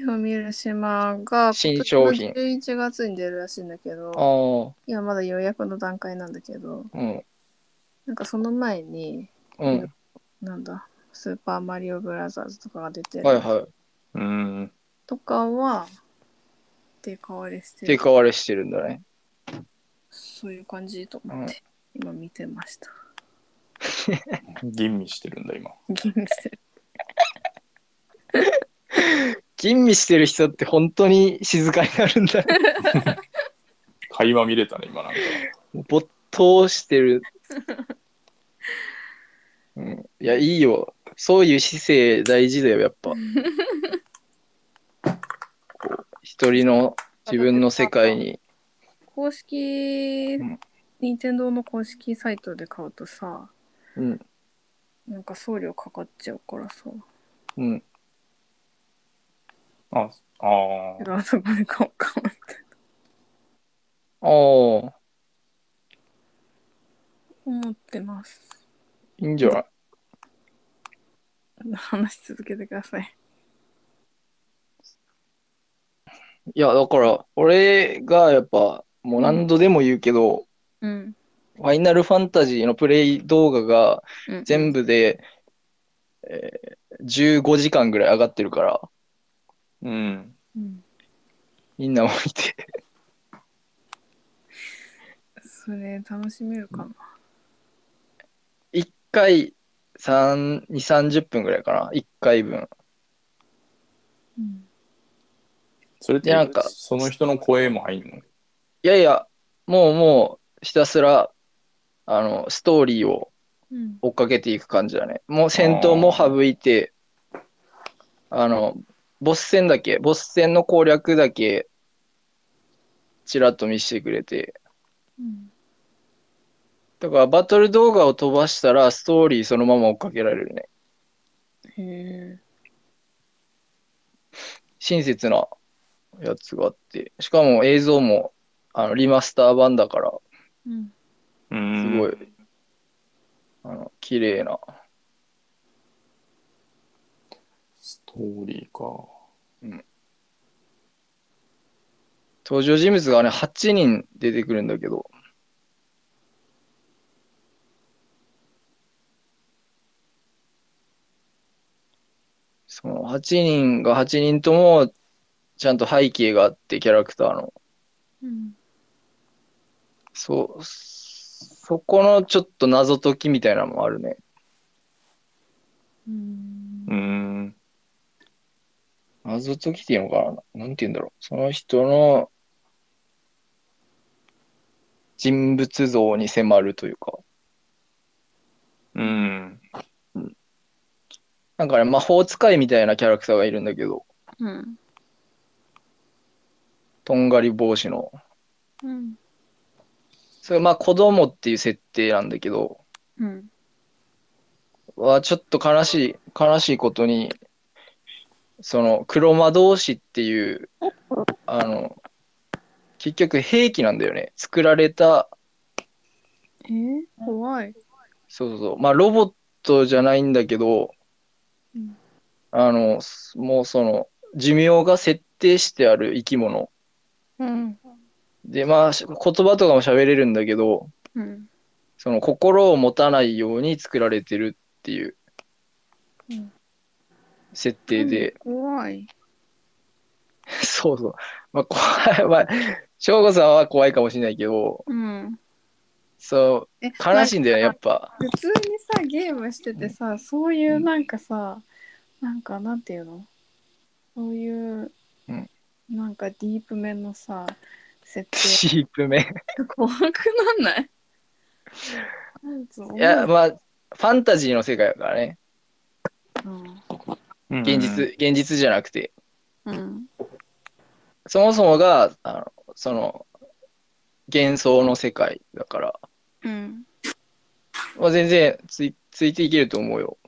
目を見る島が
新商品
今年の11月に出るらしいんだけど
あ
今まだ予約の段階なんだけど
あ、うん。
なんかその前に
うん。
なんだスーパーマリオブラザーズとかが出てる、
はいは
うーん。
とかは手変わりし
い。
て
手
る
変わりしてるんだね。
そういう感じと思って、今見てました
吟味してるんだ、今。
ゲームしてる
吟味してる人って本当に静かになるんだ ね。
会話見れたね、今なんか。
没頭して る。うん、いや、いいよ。そういう姿勢大事だよ、やっぱ。こう一人の自分の世界に。
公式
うん
任天堂の公式サイトで買うとさ
うん。
なんか送料かかっちゃうからさ
うん。
あ、あ
あそこで買おうかなって
ああ、
思ってます
いいんじゃない
話し続けてください
いや、だから、俺がやっぱ、もう何度でも言うけど、
うん
ファイナルファンタジーのプレイ動画が全部で、えー15時間ぐらい上がってるから、
ーうん。
うん
みんなも見て。
それ楽しめるかな
1回3、2、30分ぐらいかな。1回分。
うん
それって、
でなんか
その人の声も入んの
いやいや、もうもう、ひたすら、あの、ストーリーを
うん
追っかけていく感じだね。もう戦闘も省いて、あの、ボス戦だけ、ボス戦の攻略だけ、ちらっと見せてくれて。
うん
だから、バトル動画を飛ばしたら、ストーリーそのまま追っかけられるね。
へえ
親切なやつがあって。しかも映像も、あの、リマスター版だから、
うん
う
す
ん。
ごい。、あの、綺麗な。
ストーリーか。
登場人物がね、8人出てくるんだけど、その8人が8人ともちゃんと背景があってキャラクターの
うん
そうそこのちょっと謎解きみたいなのもあるね
うん
うーん。
謎解きっていうのかななんて言うんだろうその人の人物像に迫るというか
うん。
なんかね魔法使いみたいなキャラクターがいるんだけど
うん
とんがり帽子の
うん
それまあ子供っていう設定なんだけど
うん
はちょっと悲しい悲しいことにその黒魔道士っていうあの結局兵器なんだよね作られた
えー、怖い
そうそうそうまあロボットじゃないんだけど、
うん
あのすもうその寿命が設定してある生き物
うん
でまあし言葉とかも喋れるんだけど
うん
その心を持たないように作られてるっていう
うん
設定で、
怖い
そうそう。まあ、怖い。まあ、省吾さんは怖いかもしれないけど、
うん
そう、
え
悲しいんだよね、やっぱ。
普通にさゲームしててさそういうなんかさ、なんかなんていうのそういう、
うん
なんかディープめのさ設定
シープめ。
怖くなんないなんつうの
いや、まあ、ファンタジーの世界だからね。
うん
現実、。現実じゃなくて。
うん
そもそもが、あのその、幻想の世界だから、
うん
まあ、全然ついついていけると思うよ。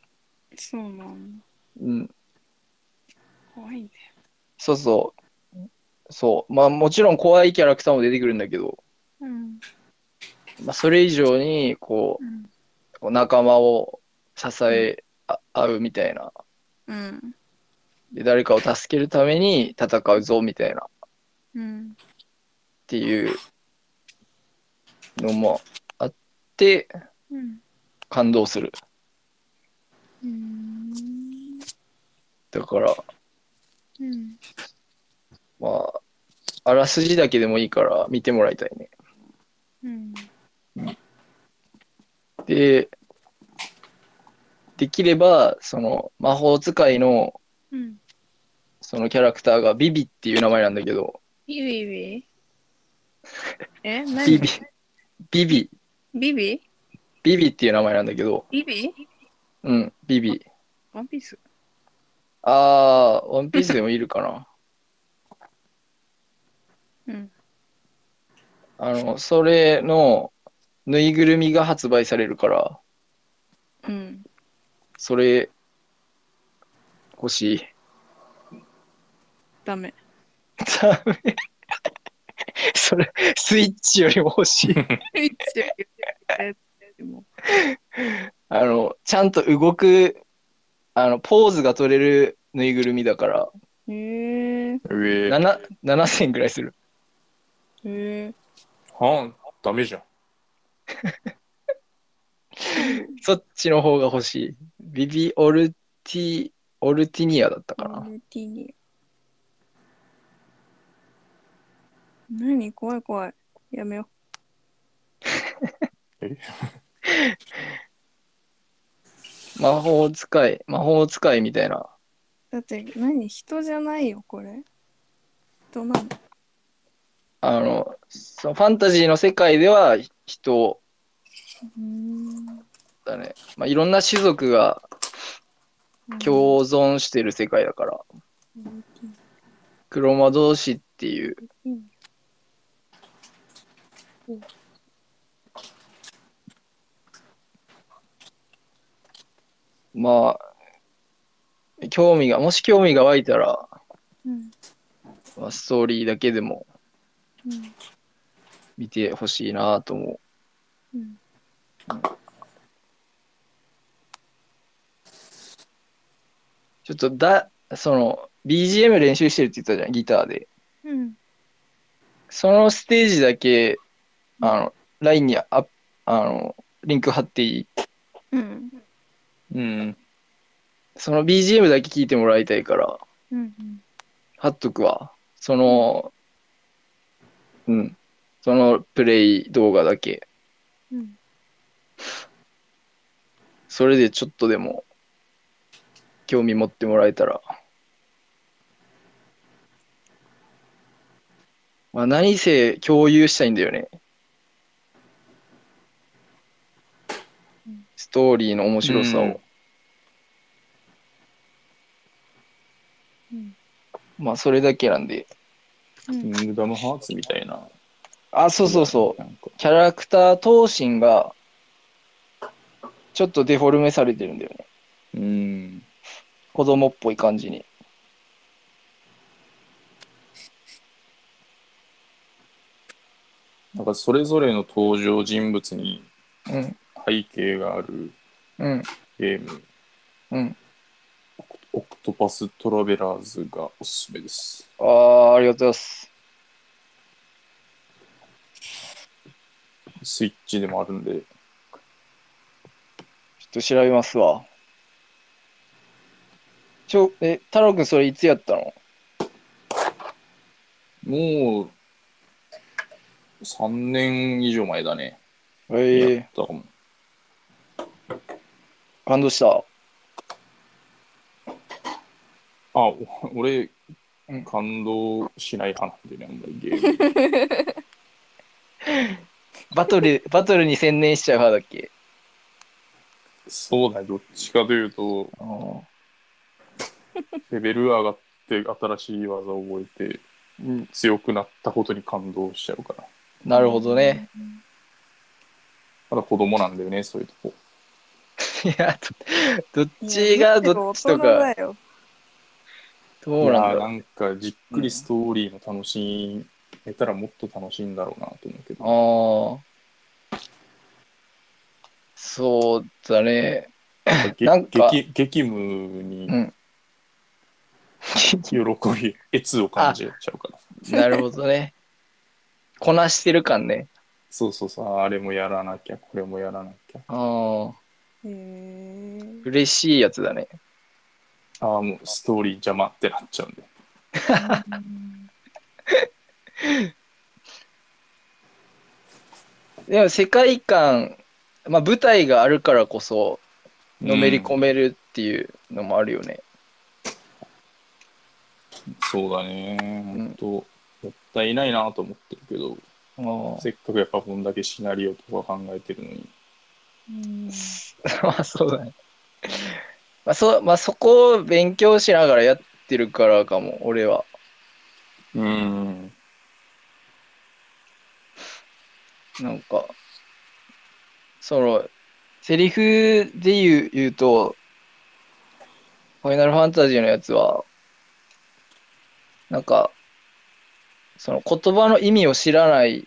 そうなんだ
うん。
怖いね
そうそう。そう。まあ、もちろん怖いキャラクターも出てくるんだけど、
うん
まあ、それ以上に、こう、
うん
こう仲間を支えあ合うみたいな
うん
で誰かを助けるために戦うぞみたいなっ
うん
ていうのもあって
うん
感動する
うん
だから
うん
まああらすじだけでもいいから見てもらいたいね
うん
でできればその魔法使いの
うん
そのキャラクターがビビっていう名前なんだけど
ビビビえ何
ビビビビ
ビビ
ビビっていう名前なんだけど
ビビ
うんビビ
ワンピース
あー、ワンピースでもいるかな。
うん
あの、それのぬいぐるみが発売されるから、
うん
それ欲しい。
ダメ
ダメ。 それ、スイッチよりも欲しい。
でも
あの、ちゃんと動く、あの、ポーズが取れるぬいぐるみだから、
へえ
ええ。
7 7000円くらいする。
へえ
はあ、ダメじゃん。
そっちの方が欲しい。ビビオルティ、オルティニアだったかな。
ティニ何怖い怖いやめよ
魔法使い、魔法使いみたいな。
うだって何人じゃないよこれ人なの
あの、そのファンタジーの世界ではひ人
うん
だね。まあ、いろんな種族が共存してる世界だから、黒魔同士っていう
うん。うん
まあ、興味が、もし興味が湧いたら、
うん
まあストーリーだけでも
うん
見てほしいなと思う。
うん
ちょっとだ、その、BGM 練習してるって言ったじゃん、ギターで。
うん
そのステージだけ、あの、LINE にアップあの、リンク貼っていい
うん
うん。
その BGM だけ聞いてもらいたいから、
うんうん
貼っとくわ。その、うん。そのプレイ動画だけ。
うん
それでちょっとでも、興味持ってもらえたら。まあ、何せ共有したいんだよね
うん。
ストーリーの面白さを。
うん
うん
まあ、それだけなんで。
うん
キングダムハーツみたいな。
あ、そうそうそう。
なんか
キャラクター闘神がちょっとデフォルメされてるんだよね
うん。
子供っぽい感じに
なんかそれぞれの登場人物に
うん
背景がある
うん
ゲーム、
うん
オクトパストラベラーズがおすすめです。
ああありがとうございます
スイッチでもあるんで、
ちょっと調べますわちょえ太郎くんそれいつやったの
もう3年以上前だね。
え
や
え
ったかも。
感動した
あ、お俺
うん、
感動しない派なんでね、あんまりゲーム。
バトルバトルに専念しちゃう派だっけ
そうだね、どっちかというと、
あー
レベル上がって新しい技を覚えて
うん
強くなったことに感動しちゃうから。
なるほどね。
まだ子供なんだよね、そういうとこ。
いやどどっちがどっちとかどうないん
や
だろう
なんかじっくりストーリーも楽しめたらもっと楽しいんだろうなと思うけど、
ああそうだねな
なんん
か
かげ激激務に
うん
喜び、悦を感じちゃうから。
なるほどね。こなしてる感ね。
そうそうそう、あれもやらなきゃ、これもやらなきゃ。
ああ、
へえ
嬉しいやつだね。
ああ、もうストーリー邪魔ってなっちゃうんで。
でも世界観、まあ舞台があるからこそ、のめり込
む。
めるっていうのもあるよね。
そうだね、本当もったいないなと思ってるけど、
あ
せっかくやっぱこんだけシナリオとか考えてるのに。
あ まあそうだね。まあそまあ、そこを勉強しながらやってるからかも、俺は。
うん。
なんか、その、セリフで言う言うと、ファイナルファンタジーのやつは、なんか、その言葉の意味を知らない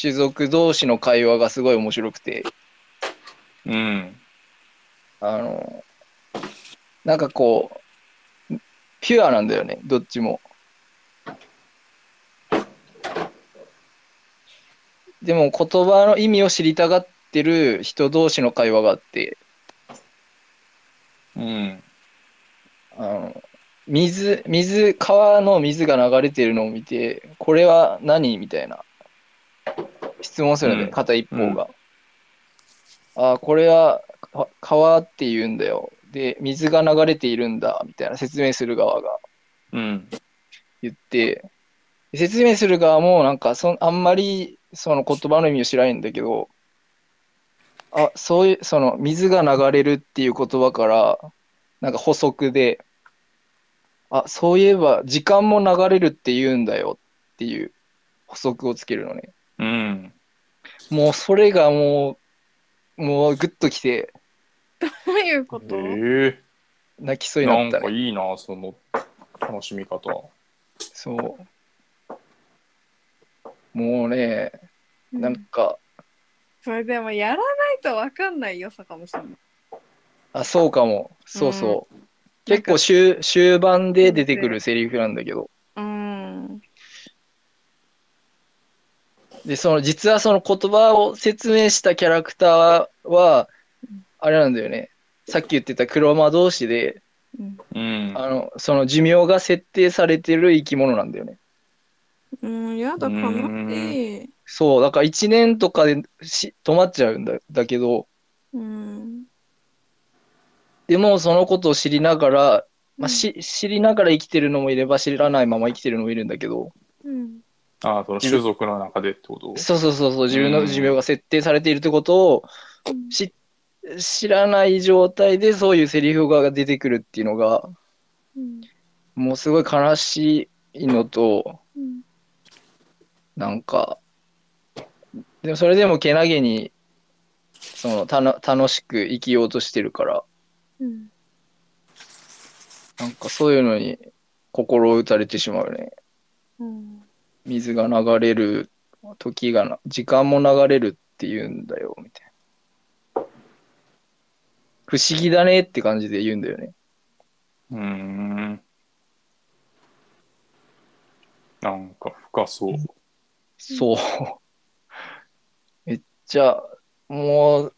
種族同士の会話がすごい面白くて、
うん。
あの、なんかこう、ピュアなんだよね、どっちも。でも言葉の意味を知りたがってる人同士の会話があって、
うん。
あの、水、水、川の水が流れてるのを見て、これは何みたいな質問するんだよ、
うん
片一方が。ああ、これはか川って言うんだよ。で、水が流れているんだ、みたいな説明する側が
うん。
言って、説明する側もなんかそん、あんまりその言葉の意味を知らないんだけど、あ、そういう、その水が流れるっていう言葉から、なんか補足で、あ、そういえば時間も流れるって言うんだよっていう補足をつけるのね。
うん。
もうそれがもう、もうグッときて
どういうこと、
え
泣きそう
え
にな
な
っ
ん
た
か
ね。
いいな、その楽しみ方。
そう。もうね、なんか、
それでもやらないとわかんない良さかもしれない。
あ、そうかも。そうそう。結
なん
構
か
終、終盤で出てくるセリフなんだけど。
うん。
で、その、実はその言葉を説明したキャラクターは、あれなんだよね。さっき言ってた黒魔同士で、
うん
うん。
あのその寿命が設定されてる生き物なんだよね。
うん、やだ、悲しい。
そう、だから1年とかでし止まっちゃうんだだけど、
うん。
でもそのことを知りながら、
う
まあ
ん
し知りながら生きてるのもいれば知らないまま生きてるのもいるんだけど、
うん。
ああ、その種族の中でってこと
そうそうそうそう、自分
う
の
ん
寿命が設定されているってことを
うん
し知らない状態でそういうセリフが出てくるっていうのが、
うん。
もうすごい悲しいのと、
うん
なんか、でもそれでもけなげに、そのたの楽しく生きようとしてるから、
うん。
なんかそういうのに心を打たれてしまうね。
うん。
水が流れる、時がな、時間も流れるって言うんだよ、みたいな。不思議だねって感じで言うんだよね。
うーん。なんか深そう。
そう。 めっちゃ、もう、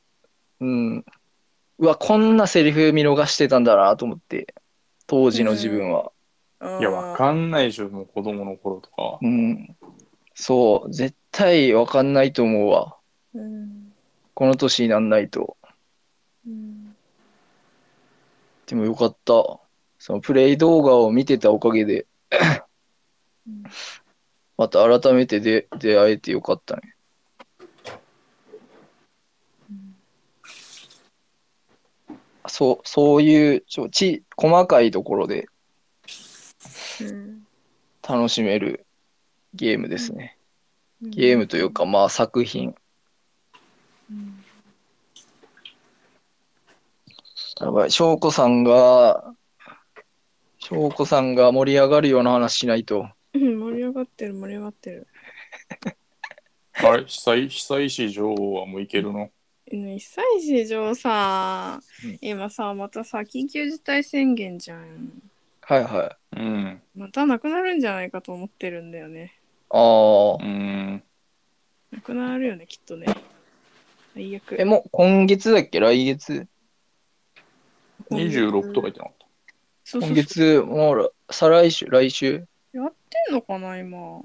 うん。うわ、こんなセリフ見逃してたんだなと思って、当時の自分は。
いや、わかんないでしょ、もう子供の頃とか。
うん。そう、絶対わかんないと思うわ。
うん。
この年になんないと。
うん。
でもよかった。そのプレイ動画を見てたおかげで、
うん
また改めてで出会えてよかったね。そう、そういう、ちょ、ち、細かいところで
うん
楽しめるゲームですね。ゲームというか、まあ作品。
うん
やばい、翔子さんが、翔子さんが盛り上がるような話しないと。
うん盛り上がってる盛り上がってる。
あれ、久い久石女王はもういけるの
ね久石譲さ
うん、
今さ、またさ、緊急事態宣言じゃん。
はいはい。あ
うん。
またなくなるんじゃないかと思ってるんだよね。
あー
う。ーん。
なくなるよね、きっとね。最悪。
え、もう今月だっけ来月
26とか言ってなかっ
そうそうそう
今月、もうら再来週、来週。
やってんのかな、今。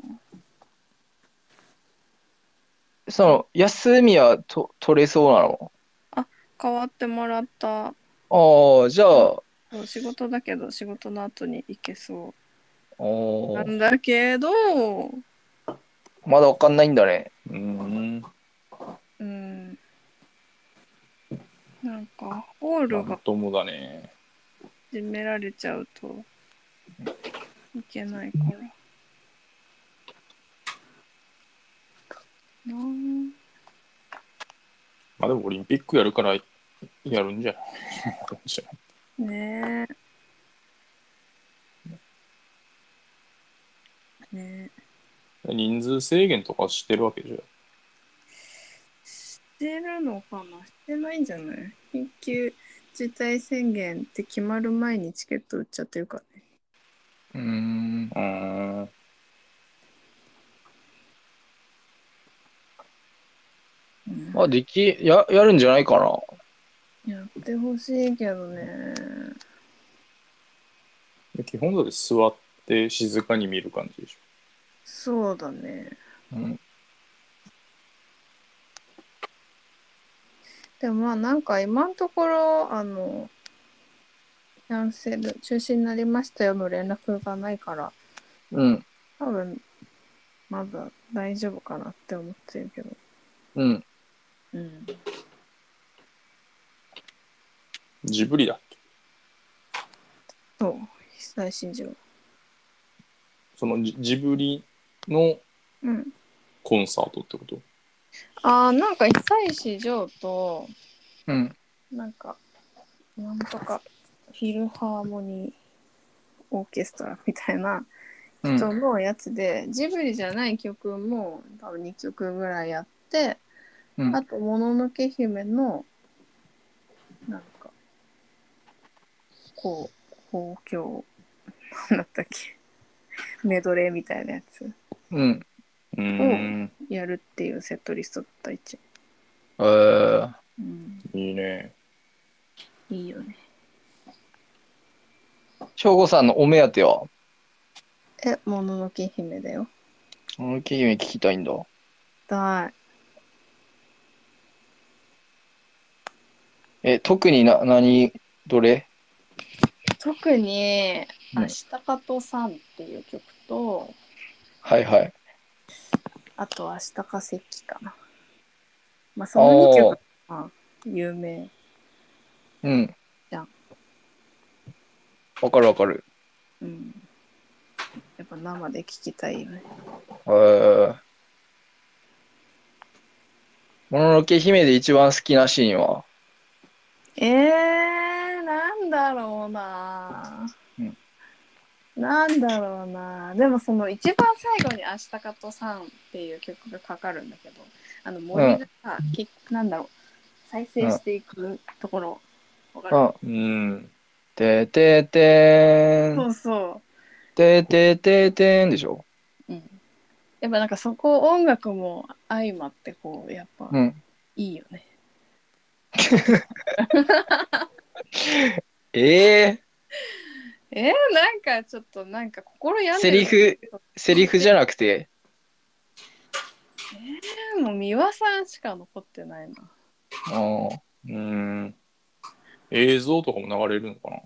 その、休みはと取れそうなの
変わってもらった。
ああ、じゃあ、
そう仕事だけど、仕事の後に行けそ
あ
う。な
ー
んだけど、
まだわかんないんだね。
た。うーん。
うん。なんか、ホー
な
ル
ん
が
ともだね。
始められちゃうといけないから。なあ
まあでもオリンピックやるからやるんじゃないやるんじゃない
ねえ。ねえ。
人数制限とかしてるわけじゃん。
してるのかなしてないんじゃない緊急事態宣言って決まる前にチケット売っちゃってるからね。
うーん。
うーん。
うん
まあ、でき、や、やるんじゃないかな。
やってほしいけどね。
で基本だって座って静かに見る感じでし
そうだね。
うん。
でもまあなんか今のところあのキャンセル中止になりましたよの連絡がないから
うん。
多分まだ大丈夫かなって思ってるけど、
うん。
うん、
ょ。ジブリだっけ
そう久石慎二郎
そのジジブリの
うん
コンサートってこと
あーなんか久石譲と
うん。
なんかなんとかフィルハーモニーオーケストラみたいな
う
人
ん。
のやつで、ジブリじゃない曲も多分2曲ぐらいやって、
うん
あと「もののけ姫」のなんかこう公共なんだったっけメドレーみたいなやつ
うん。
うーん。
やるっていうセットリストだった一
え
応、
ー、
うん、
いいね。
いいよね。
省吾さんのお目当ては
え、もののけ姫だよ。
もののけ姫聞きたいんだ。
だ
え、特にな、何、どれ
い。特に、
うん
明日かとさんっていう曲と、
はいはい。
あと明日か石器かな。まあ、その2曲がまあ有名。
うん
じゃん。
わかるわかる。
うん。やっぱ生で聴きたいよね。
えー。もののけ姫で一番好きなシーンは
えー、なんだろうな、
うん
なんだろうなでもその一番最後に「明日かとさん」っていう曲がかかるんだけどあの森がさ、きなんだろう再生していくところ、わかる、
うん。
うん。
てててーん。
そうそ
ててててーんでしょ
う、うん、やっぱなんかそこ音楽も相まってこうやっぱ
うん。
いいよね、
ええ
えー、なんかちょっとなんか心病んで
セリフセリフじゃなくて、
もう美輪さんしか残ってないな
うん。
うん。映像とかも流れるのかな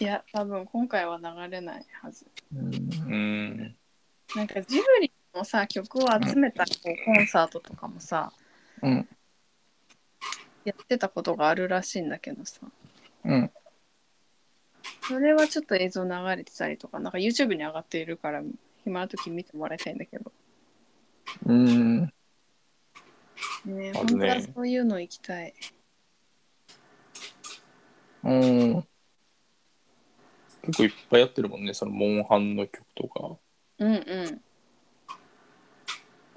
い
や多分今回は流れないはず
うん。
なんかジブリのさ曲を集めたこうコンサートとかもさ
うん。
やってたことがあるらしいんだけどさ
うん。
それはちょっと映像流れてたりとかなんか YouTube に上がっているから暇な時見てもらいたいんだけど
うん。
ね
ま
本
ず
当
ね
はそういうの行きたい
うん。
結構いっぱいやってるもんね。そのモンハンの曲とか、
うんう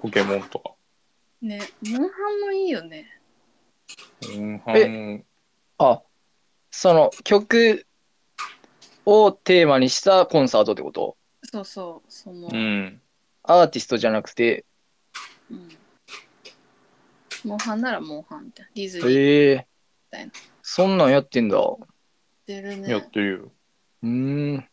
ポケモンとか。
んねモンハンもいいよね
モンハン、
あ、その曲をテーマにしたコンサートってこと
そうそうその、
うん。
アーティストじゃなくて、
うんモンハンならモンハンみたいなディズニーやっ
ええ
たいな
そんなんやってんだ。
てる
や
ね
ってるよ。
うん。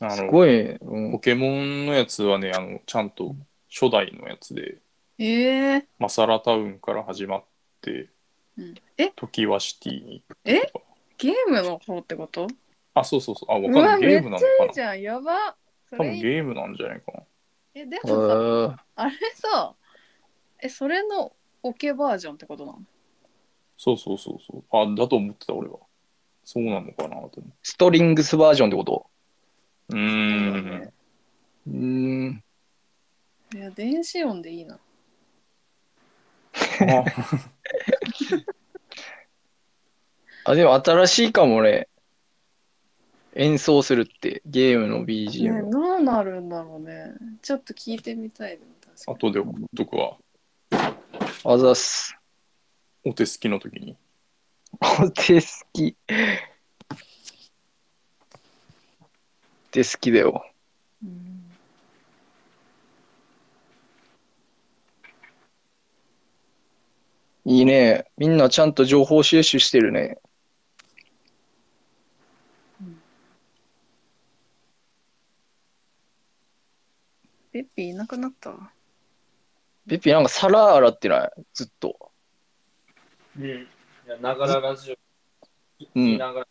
あ
す
の、
ごい、うん
ポケモンのやつはね、あの、ちゃんと初代のやつで、
えー
マサラタウンから始まって、
うん、え
トキワシティに。
えゲームの方ってこと
あ、そうそうそう。あ、わ
うわ
かんない。
めっ
ゲー
ち
ム
ゃ
ないのか
いじゃんやばそ
な多分
れいい
ゲームなんじゃないかな。
えで
へ
もさ
ー
あれさえそれのオケバージョンってことなの
そうそうそうそう。あ、だと思ってた俺は。そうなのかなと思って。
ストリングスバージョンってこと
う
そうだ
ん
ね。
うん。
いや電子音でいいな
あ
あ、でも新しいかもね。演奏するって、ゲームの
ね
BGM。
どうなるんだろうねちょっと聞いてみたいでも確か
あ
に
とで送っとくわ。
あざっす。
お手すきの時に。
お手すき。手好きだよ。
うん
いいね。みんなちゃんと情報収集してるね。
ペッピーいなくなったわ
ピッピなんか皿洗ってないずっと。
うん。いや、ながらラジオ
う
聞き
ん。
ながら、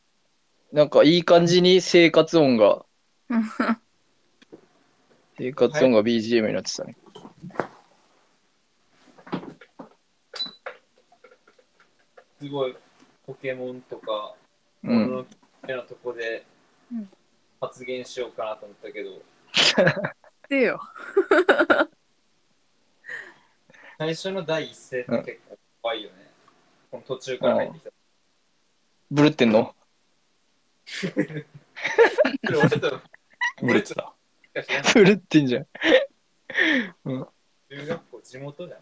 なんかいい感じに生活音が、 生活音が BGM になってたね。
すごいポケモンとか、
う
こ
ん。
の目のとこで
うん
発言しようかなと思ったけど、
でよ
最初の第一声って結構怖いよね。この途中から入ってきた。
ブルってん の
これ俺と、
ブレてた。
しかし、
ブルってんじゃん。
中学校地元じゃん。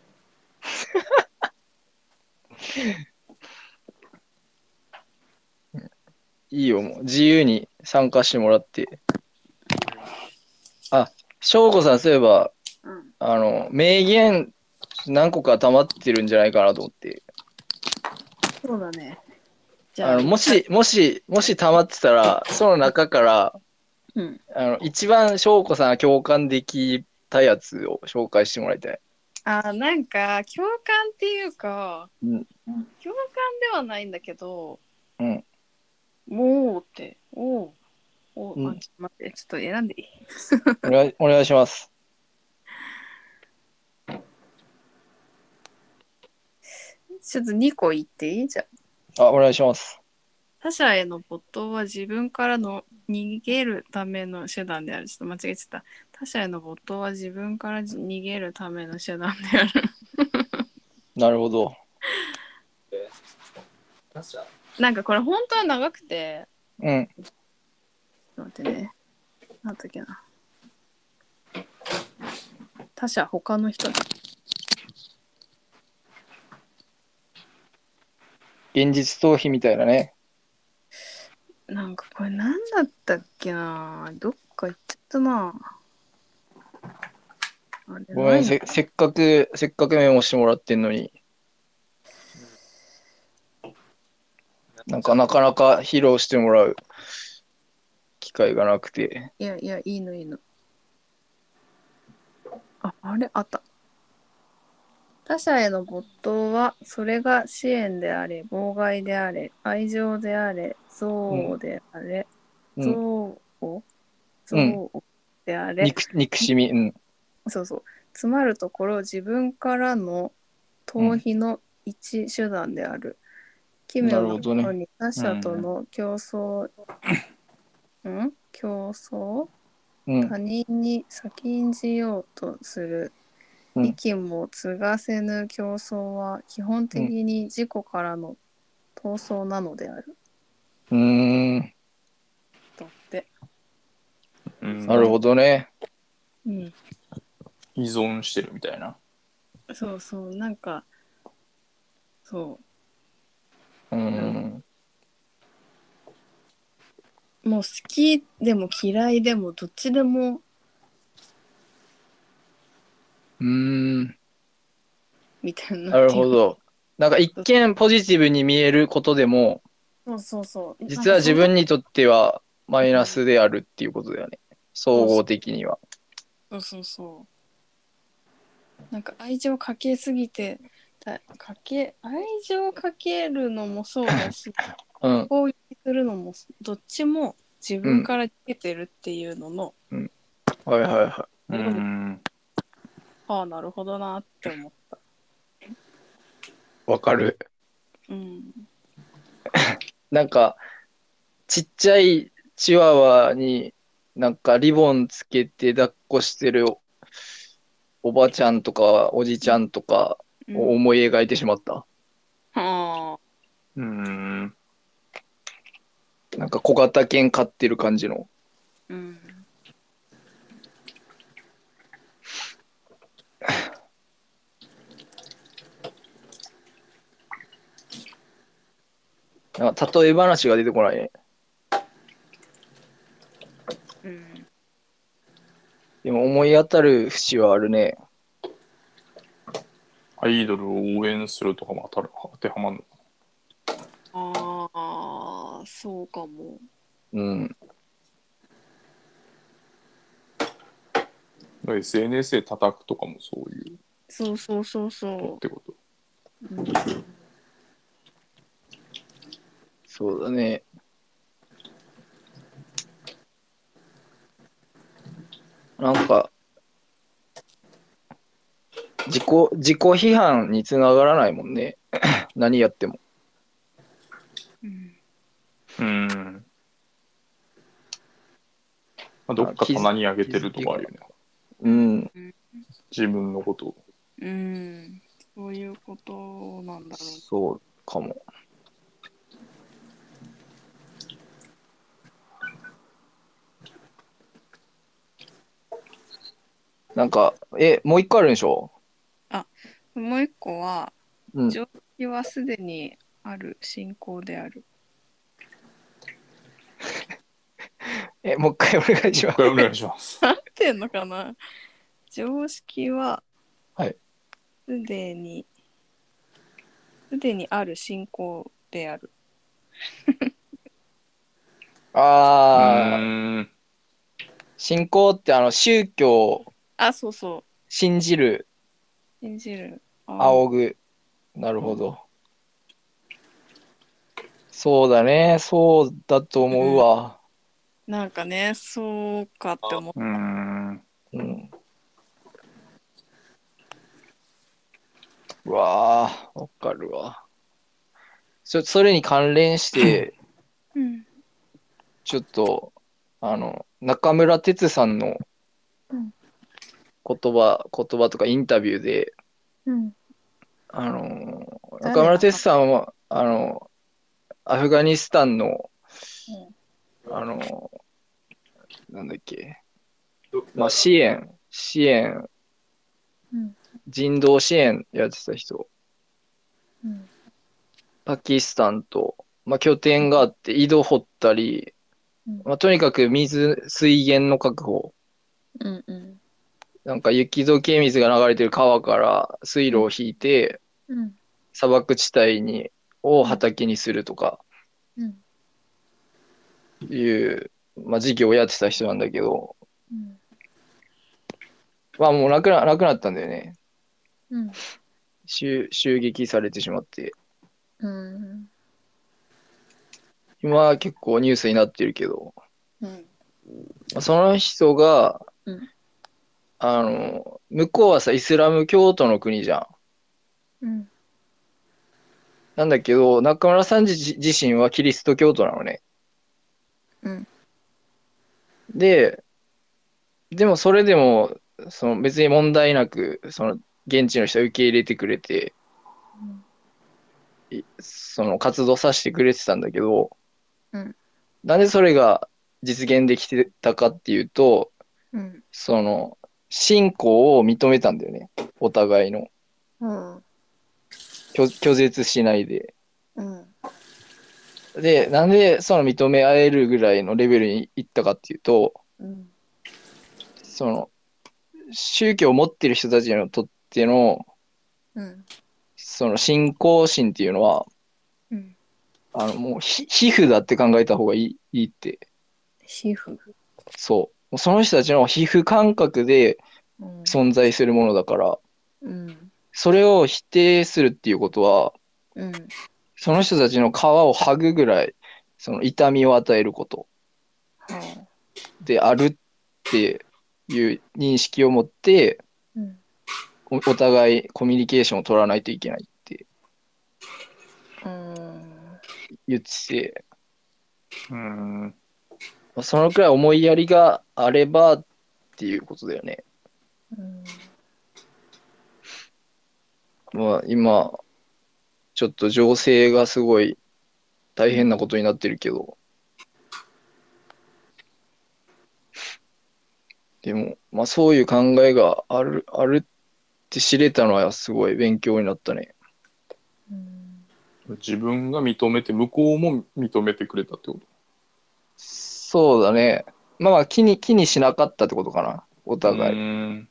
いいよ、もう。自由に参加してもらって。あ、翔子さん、そういえば、
うん
あの、名言何個か溜まってるんじゃないかなと思って。
そうだね。じゃ
あ
あ、
のもし、もし、もし溜まってたら、その中から、
うん、
あの一番翔子さんが共感できたやつを紹介してもらいたい。
あーなんか共感っていうか、
うん
共感ではないんだけど、
うん
もうって、おうおう、
うん
あちょっと待って、ちょっと選んでいい
お願いお願いします。
ちょっと2個言っていいじゃん。
あ、お願いします。
他者への没頭は自分からの逃げるための手段である。ちょっと間違えちゃった。他者への没頭は自分から逃げるための手段である。
なるほど。
他者
なんかこれ本当は長くて、
うん。
ちょっと待ってね。なんだっけな。他者、他の人。
現実逃避みたいなね。
なんかこれ何だったっけなどっか行っちゃったなあれ
ごめん、
何
せせっかく、せっかくメモしてもらってんのに、なんかなかなか披露してもらう機会がなくて。
いやいや、いいのいいの。あ、あれあった。他者への没頭は、それが支援であれ、妨害であれ、愛情であれ、憎悪であれ、
うん
憎悪
うん
憎悪であれ、
憎憎しみ、うん。
そうそう。つまるところ自分からの逃避の一手段である。奇妙なこと
なるほど
に他者との競争、ん競争
うん
他。人に先んじようとする
うん
息も継がせぬ競争は基本的に自己からの闘争なのである。
うーん。
だって。
うん
なるほどね。
うん。
依存してるみたいな。
そうそう。なんか、そう。
うん。
もう好きでも嫌いでもどっちでも
うーん。
みたいな。
なるほ。ど。なんか一見ポジティブに見えることでも、
そうそうそう。
実は自分にとってはマイナスであるっていうことだよね。総合的には。
そうそうそう。なんか愛情かけすぎて、だかけ、愛情かけるのもそうだし、
うん。
攻撃するのも、どっちも自分からつけてるっていうのの、
はいはいは
うん。
ああ、なるほどなって思った。
い。わかる。
うん。
なんか、ちっちゃいチワワになんかリボンつけて抱っこしてるおおばちゃんとかおじちゃんとかを
うん
思い描いてしまった。
ああ、
うん。
なんか小型犬飼ってる感じの。
うん。
なんか例え話が出てこないね。
うん。
でも思い当たる節はあるね。
アイドルを応援するとかも当たる当てはまるのか
ああ、そうかも。
うん。
な。SNS で叩くとかもそういう
そうそうそう
のっ
そ
てこと。
う。うん
そうだね。なんか、自己、自己批判につながらないもんね。 何やっても。
うん
うん。まあ、どっか棚にあげてるとかあるよね。
うん。
自分のことを。
うん、そういうことなんだろ
そうかも。なんか、え、もう一個あるんでしょ
う。もう一個は、
うん。
常識はすでにある信仰である。
え、もう一回お願いします
こ。れお願いします。
合ってんのかな常識は
はい
すでに、
すでにある信仰である。
う
ああ、
ーん。
信仰ってあの宗教、
あ、そうそ
信じる、
う。信じる。あ
仰ぐ。なるほど。そうだね、そうだと思うわ。
なんかね、そうかって思っ
うーん。
うん。うわあ、わかるわ。そそれに関連して、
た。うん。
ちょっと、あの、中村哲さんの
うん
言葉、言葉とかインタビューで、
うん。
あの、
誰
中村哲さんは、あの、アフガニスタンの、あの、なんだっけ、
ドクター
まあ、支援、支援
うん、
人道支援やってた人、
うん。
パキスタンと、まあ、拠点があって、井戸掘ったり
うん、
まあ、とにかく水、水源の確保、
うん。うん。
なんか雪解け水が流れてる川から水路を引いて
うん。
砂漠地帯にを畑にするとか
うん。
いう、まあ、事業をやってた人なんだけど、
うん。
まあ、もうなくななくなったんだよね
うん。
襲襲撃されてしまって
うん。
今は結構ニュースになってるけど、
うん。
まあ、その人が、
うん
あの向こうはさイスラム教徒の国じゃん
うん。
なんだけど、中村さん自自身はキリスト教徒なのね。
うん
で、でもそれでも、その別に問題なく、その現地の人は受け入れてくれて、いその活動させてくれてたんだけど、
うん
なんでそれが実現できてたかっていうと、
うん。
その信仰を認めたんだよね。お互いの。
うん。
拒拒絶しないで。
うん。
で、なんでその認め合えるぐらいのレベルに行ったかっていうと、
うん。
その宗教を持ってる人たちにとっての
うん。
その信仰心っていうのは、
うん。
あのもうひ皮膚だって考えた方がいいいいって、
皮膚。
そう。もうその人たちの皮膚感覚で
うん。
存在するものだから、
うん。
それを否定するっていうことは、
うん。
その人たちの皮を剥ぐぐらい、その痛みを与えること。
はい。
であるっていう認識を持って
うん。
おお互いコミュニケーションを取らないといけないって
うん。
言ってて
うーん。
まあそのくらい思いやりがあればっていうことだよね。
うん。
まあ、今ちょっと情勢がすごい大変なことになってるけどでも、まあ、そういう考えがあるあるって知れたのはすごい勉強になったね。
うん。
自分が認めて、向こうも認めてくれたってこと
そうだね。まあまあ気に、気にしなかったってことかな。お互い。
い。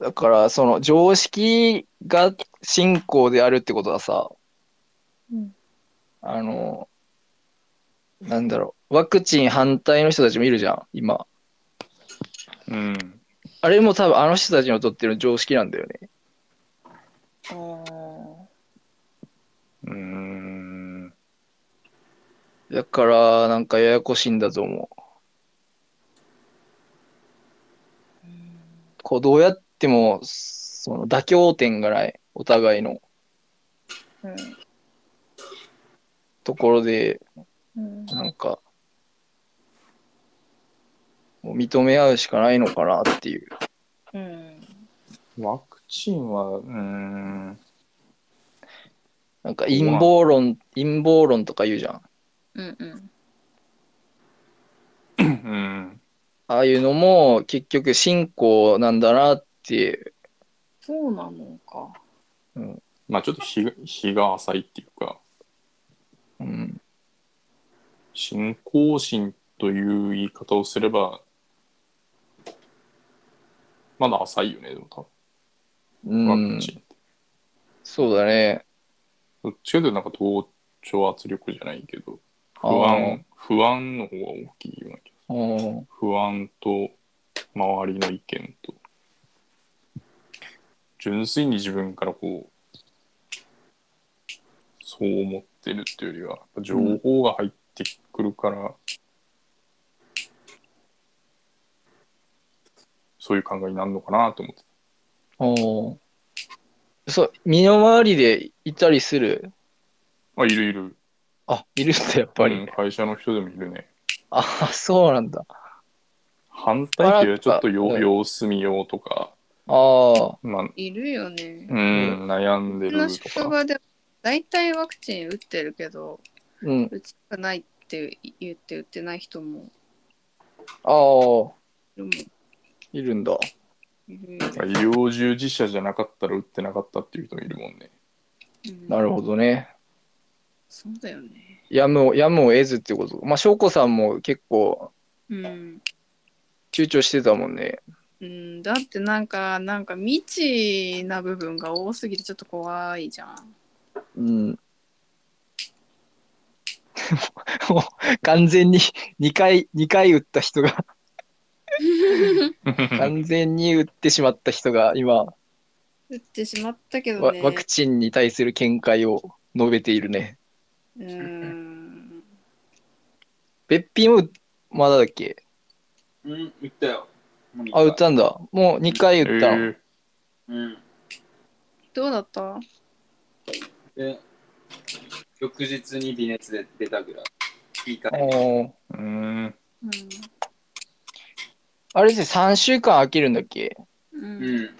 だから、その常識が信仰であるってことはさ、
うん
あの、なんだろう、ワクチン反対の人たちもいるじゃん、今。
うん。
あれも多分あの人たちのとっての常識なんだよね。
あー
うーん。
だから、なんかややこしいんだと思う。こう、どうやっても、その妥協点がない、お互いの
うん。
ところで、
うん。
なんか、もう認め合うしかないのかなっていう。
うん。
ワクチンは、うーん。
なんか陰謀論、陰謀論とか言うじゃん。
うん。うん。
うん。
ああいうのも結局信仰なんだなって、
そうなのか。
まあちょっと日が日が浅いっていうか、
うん、
信仰心という言い方をすれば、まだ浅いよね、でも多
う
分。ワ
ん
クチンって。
そうだね。
どっちかというとなんか同調圧力じゃないけど、不
あ
安、不安の方が大きいような気が
あ。うん。
する。不安と周りの意見と、純粋に自分からこう、そう思ってるっていうよりは、やっぱ情報が入ってくるから、そういう考えになるのかなと思って。
おそう、身の回りでいたりする。
あ、いるいる。やっ
あ、いるんだ、やっぱり。
会社の人でもいるね。
あ、そうなんだ。
反対っていうよりはちょっとよ
うん
様子見ようとか、
ああ。
まあ、
いるよね
う。ん、悩んで
うちの
ると
職
か。
場で大体ワクチン打ってるけど、
うん。
打ちたくないって言って打ってない人も
ああ。
いるもん
いるんだ。
いる
まあ医療従事者じゃなかったら打ってなかったっていう人もいるもんね。
うん
なるほどね。
そうだよね。
やむを、やむを得ずってこと。まあ、翔子さんも結構
うん。
躊躇してたもんね。
うん、だってなんか、なんか未知な部分が多すぎてちょっと怖いじゃん。
うん。 もう完全に2回、2回打った人が、完全に打ってしまった人が今、
打ってしまったけど
ワ
ね。
ワクチンに対する見解を述べているね。
うん。
べっぴんもまだだっけ
うん、打ったよ。
あ、打っ。たんだ。もう2回
え
打ったの。
ー
うん。
どうだった
で、翌日に微熱で出たぐらい。いいかい。
おー
うーん。
うん。
あれですね、3週間空けるんだっけ
うん
うん。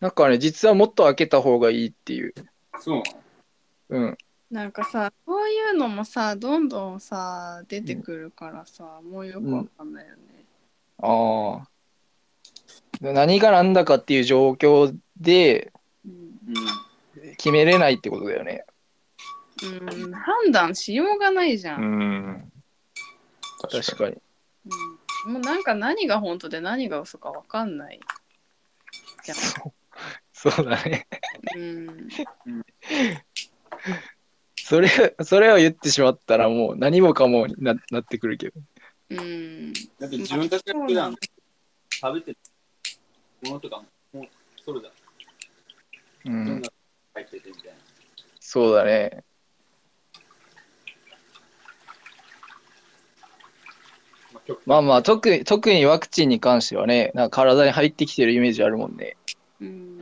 なんかね、実はもっと空けた方がいいっていう。
そう
うん。
なんかさこういうのもさどんどんさ出てくるからさ、もうよくわかんないよね、
ああ。何が何だかっていう状況で
うん
決めれないってことだよね。
うん判断しようがないじゃ、
うんん。確
確
か
かに。
うんもうなんか何が本当で何が嘘かわかんないじゃん
そうだね。
うん
それ、それを言ってしまったらもう何もかもにななってくるけど。
うん
だって自分たちが普段食べてるものとかも、もう、それだ。
に。う
どん
ん
なの入っててみたいな。
そうだね。
まあ、曲
まあまあ、特に特にワクチンに関してはね、なんか体に入ってきてるイメージあるもんね。
うん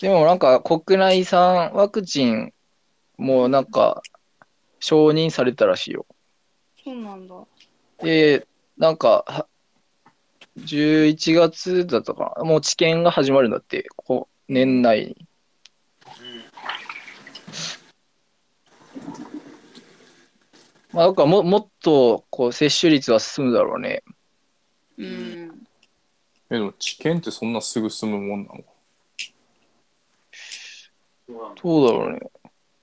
でもなんか国内産ワクチンもなんか承認されたらしいよ。
そうなんだ
で、なんか、は11月だったかな。もう治験が始まるんだって、こう年内に。まあ、だからももっとこう接種率は進むだろうね。
うん
え、でも治験ってそんなすぐ進むもんなの
そうなんだ
どうだろうね。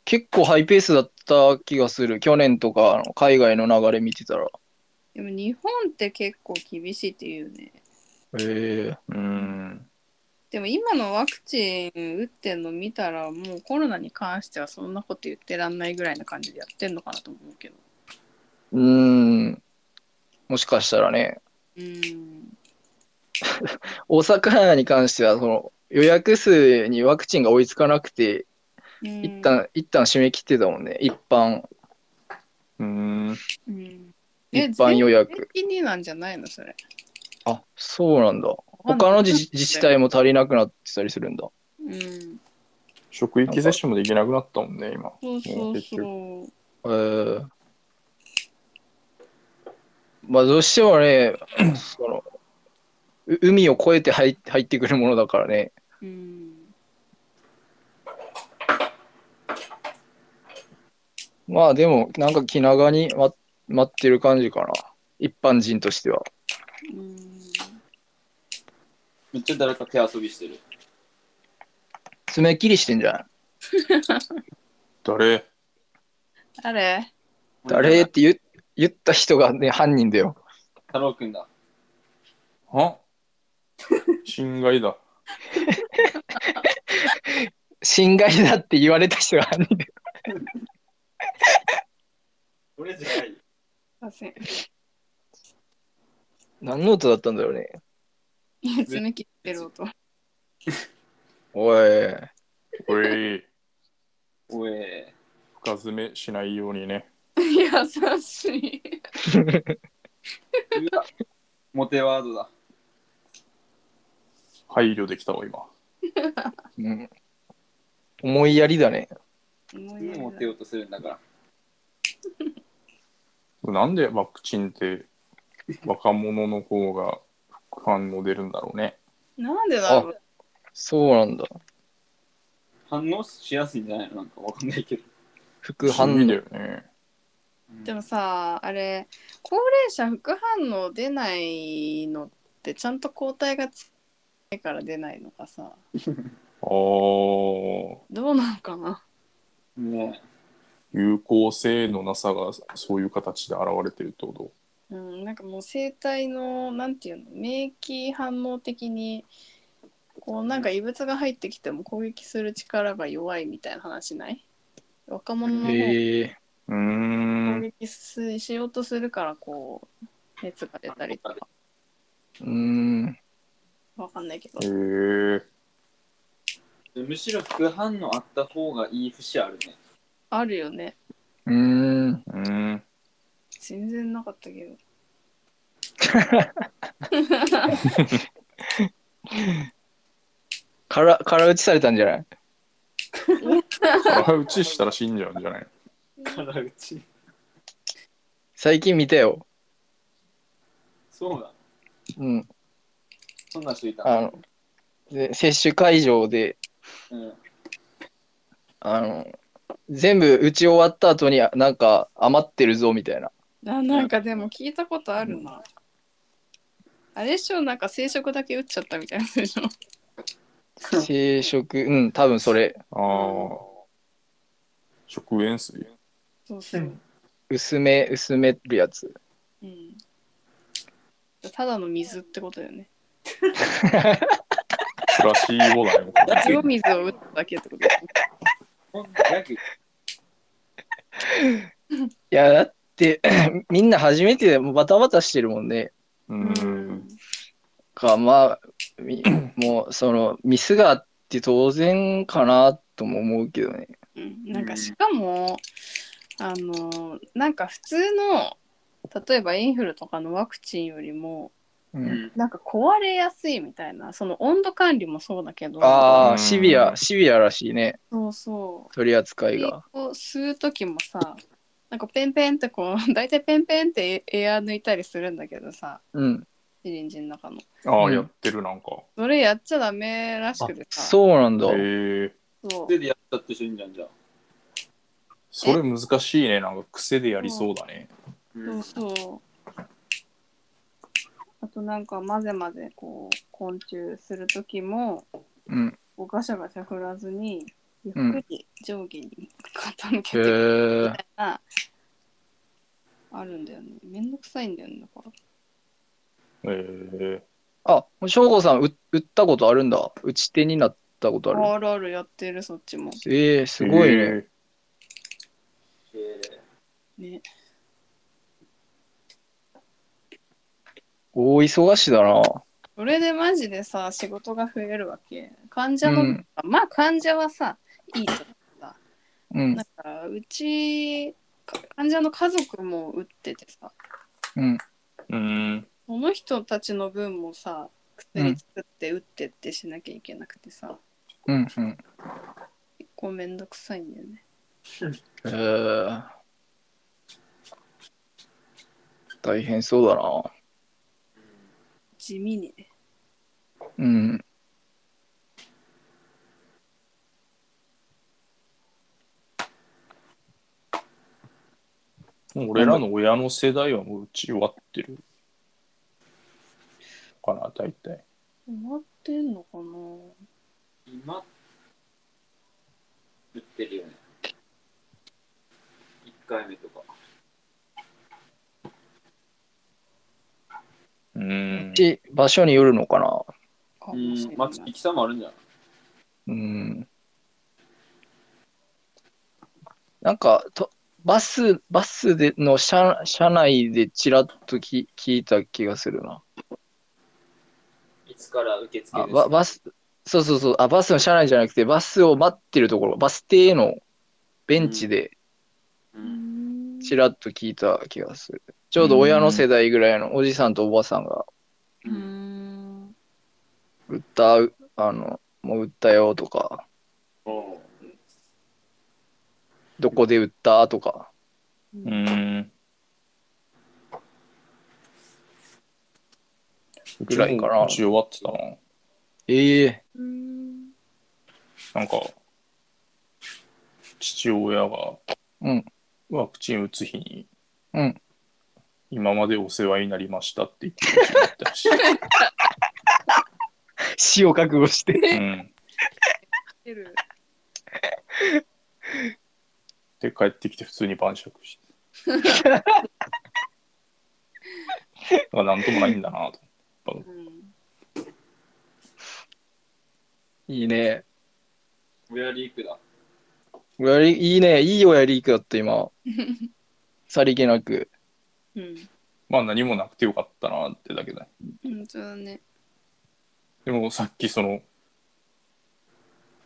結構ハイペースだった気がする。去年とかあの海外の流れ見てたら。
でも日本って結構厳しいって言うよね
へえ。
うーん。
でも今のワクチン打ってんの見たらもうコロナに関してはそんなこと言ってらんないぐらいな感じでやってんのかなと思うけど
うーん。もしかしたらね。
うん
大阪に関してはその予約数にワクチンが追いつかなくて、
うん
一旦、一旦締め切ってたもんね。一般、
うーん。
うん、
一
え
般予約。
全域になんじゃないのそれ
あ、そうなんだ。
わかんない
他の自自治体も足りなくなってたりするんだ。
うん
職域接種もできなくなったもんね、今。
そう
も
そう
結
そ
局
う
えー、まあどうしてもね、そのう海を越えて入っ入ってくるものだからね。
うん
まあでも、なんか気長に待待ってる感じかな。一般人としては。
うん
めっちゃ誰か手遊びしてる。
爪切りしてんじゃん。
誰
誰
誰って言言った人がね、犯人だよ。
太郎くんだ。
あ侵害だ。
侵害だって言われた人が犯人で
俺じゃない。
ません。
何の音だったんだろうね
爪切ってる音。
おい
おい、
おえ。
深爪しないようにね。
優しい。
うわモテワードだ。
配慮できたわ、今。
うん思いやりだね
思いやりだ
モテようとするんだから。
なんでワクチンって若者の方が副反応出るんだろうね。
なんでだろう
そうなんだ
反応しやすいんじゃないのなんかわかんないけど。
副反
不思議だ
応
よね。
でもさあれ高齢者副反応出ないのってちゃんと抗体がつかないから出ないのかさ
あー
どうなのかな
ね
有効性のなさがそういう形で現れてるってこと
うん、なんかもう生体のなんていうの免疫反応的にこうなんか異物が入ってきても攻撃する力が弱いみたいな話ない若者の方が
へえ
うー
攻
ん。
撃すしようとするからこう熱が出たりとか
うーん
わかんないけど
えー、
え。むしろ副反応あった方がいい節あるね。
あるよね
うーん
うん。
全然なかったけど
から空打ちされたんじゃない
腹打ちしたら死んじゃうんじゃない
からうち。
最近見たよ
そうだ。
うん
そんな人いた
あので接種会場で
うん。
あの全部打ち終わった後にあなんか余ってるぞみたいな
ななんかでも聞いたことあるな、あれでしょなんか生殖だけ打っちゃったみたいなやつでしょ
生殖うん多分それ
ああ。食塩水
そうそう、
薄め薄めるやつ
うん、ただの水ってことだよね
プラシーボだよ。
いちご水を打っただけってことですね
ほんとギャグ
いやだって みんな初めてでもうバタバタしてるもんね
うん。
かまあみ もうそのミスがあって当然かなとも思うけどね
うんなんかしかも、あのなんか普通の例えばインフルとかのワクチンよりも
う
うんん。
なんか壊れやすいみたいなその温度管理もそうだけど
あ
う
あ
ん
シビアシビアらしいね
そうそう
取り扱い
吸
が
を吸う時もさなんかペンペンってこう 大体ペンペンってエアー抜いたりするんだけどさ
うん
シリンジの中の
あ
う
あ、
ん
やってるなんか。
それやっちゃダメらしくてさ
そうなんだ
へえ。
そう
手でやったって人いんじゃんじゃあ。
それ難しいね。なんか癖でやりそうだね。
う
そ
ん
う。そう。あとなんか混ぜ混ぜこう昆虫する時も
うん
こうガシャガシャ振らずにゆ
うん
っくり上下に傾け
へ
てる
え
みたいな、あるんだよね。めんどくさいんだよねだから。
へえ。
あ翔吾さんう打ったことあるんだ打ち手になったことある
あるあるやってるそっちも。
ええすごいね、
へえ。
えー
ね。
大忙しだな
それでマジでさ仕事が増えるわけ。患者の、
うん
まあ患者はさいいと思うさ。
うん
だからうちか患者の家族も打っててさ。
うん
うん。
その人たちの分もさ薬作って打ってってしなきゃいけなくてさ、
うんうん
結構めんどくさいんだよね
えー、大変そうだな
地味にね
うん
もう俺らの親の世代はもううち終わってる。かな、大体。
埋まってんのかな
今打ってるよね1回目とか
うん。
ち場所によるのかな。
か
う
もしれ
ん、
な
まあ、
い
行きさもあるんじゃない
うん。なんかと、バス、バスでの車車内でちらっとき聞いた気がするな。
いつから受付です
あババス、そうそうそうあ、バスの車内じゃなくて、バスを待ってるところ、バス停のベンチで
うん
ちらっと聞いた気がする。ちょうど親の世代ぐらいのおじさんとおばさんが
う
うんん
歌う、あの、もう売ったよとか、
おう
どこで売ったとか、
うん。
ぐらいかな
うちもうち終わってたな。
え え
うん
なんか、父親が
うん
ワクチン打つ日に、
うん
今までお世話になりましたって言ってたって 話
死を覚悟して。
うん。
出る
で、帰ってきて普通に晩酌 して。だからなんともないんだなと。
うん
いいね。
親リークだ。
親リいいね、いい親リークだった、 今。さりげなく。
うん
まあ何もなくてよかったなってだけだね。
本当だね
でもさっきその、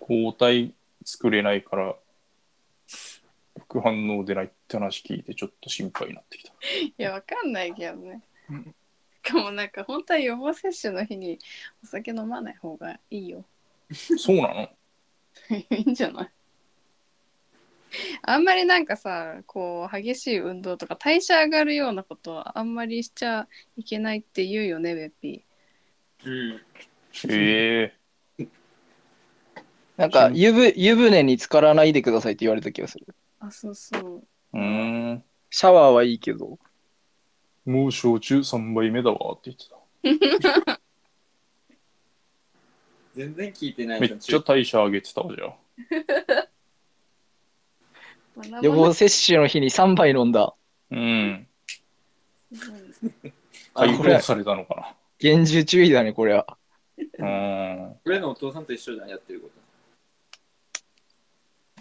抗体作れないから、副反応出ないって話聞いてちょっと心配になってきた。
いやわかんないけどね
うん
しかもなんか本当は予防接種の日にお酒飲まない方がいいよ
そうなの
いいんじゃないあんまりなんかさこう激しい運動とか代謝上がるようなことはあんまりしちゃいけないって言うよねベッピ
うん。
え
なんか湯ぶ、湯船に浸からないでくださいって言われた気がする。
ーあそうそう
えうん。
シャワーはいいけど。
もう焼酎3杯目だわって言ってた。
全然聞いてない
めっちゃ代謝上げてたわじゃあ。
学ばな
予防接種の日に3杯飲んだ。
うん。
うん
解放されたのか
厳重注意だね、これは。
な。うん。
俺のお父さんと一緒じゃん、やってるこ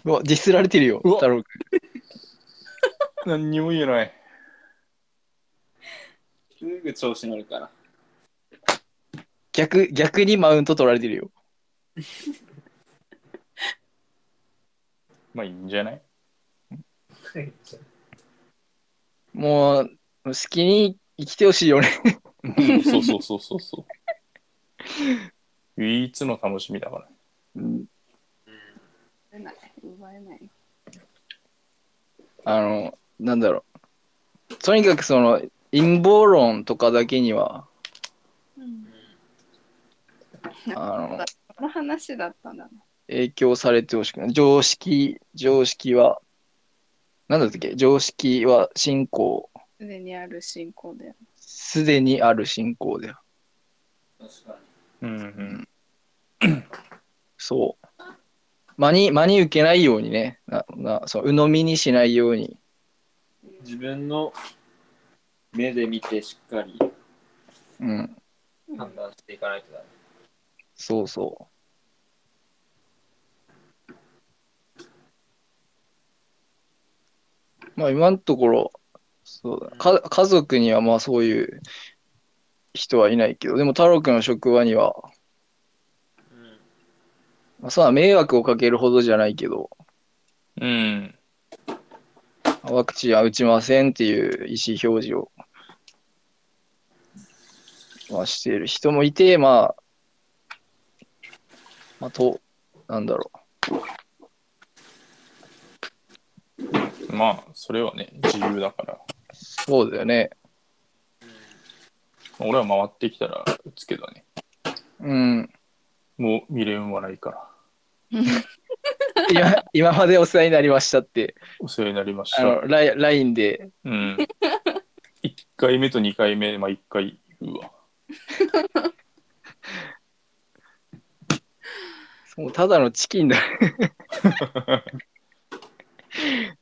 うわ、ディスられてるよ、
うわ
太郎くん
何にも言えない。
と。すぐ調子乗るから。
逆、逆にマウント取られてるよ。
まあいいんじゃない
もう、好きに生きてほしいよね。
うんそうそうそうそうそう。唯一の楽しみだから。
奪えない奪えない
あの、なんだろう。とにかくその、陰謀論とかだけには、あの、
この話だったんだね
影響されてほしくない。常識、常識は、なんだったっけ常識は信仰、
すでにある信仰だよ
すでにある信仰だよ。
確か
うんうん。
そう。真に、真に受けないようにね、な、な、そう、鵜呑みにしないように。
に。自分の目で見てしっかり
うん、
判断していかないとだね。
そうそう。まあ今のところ、そうだか家族にはまあそういう人はいないけど、でも太郎くんの職場には、
うん。
まあ、そんな迷惑をかけるほどじゃないけど、
うん。
ワクチンは打ちませんっていう意思表示を、まあ、している人もいて、まあ、まあ、と、なんだろ
まあ、それはね、自由だから。
う、そうだよね。
俺は回ってきたら打つけどね。
うん。
もう未練はないから。
今今までお世話になりましたって、
お世話になりまし
あ
た。
のライン LINE で、
うん。1回目と2回目、まあ1回言うわ。
もうただのチキン だ。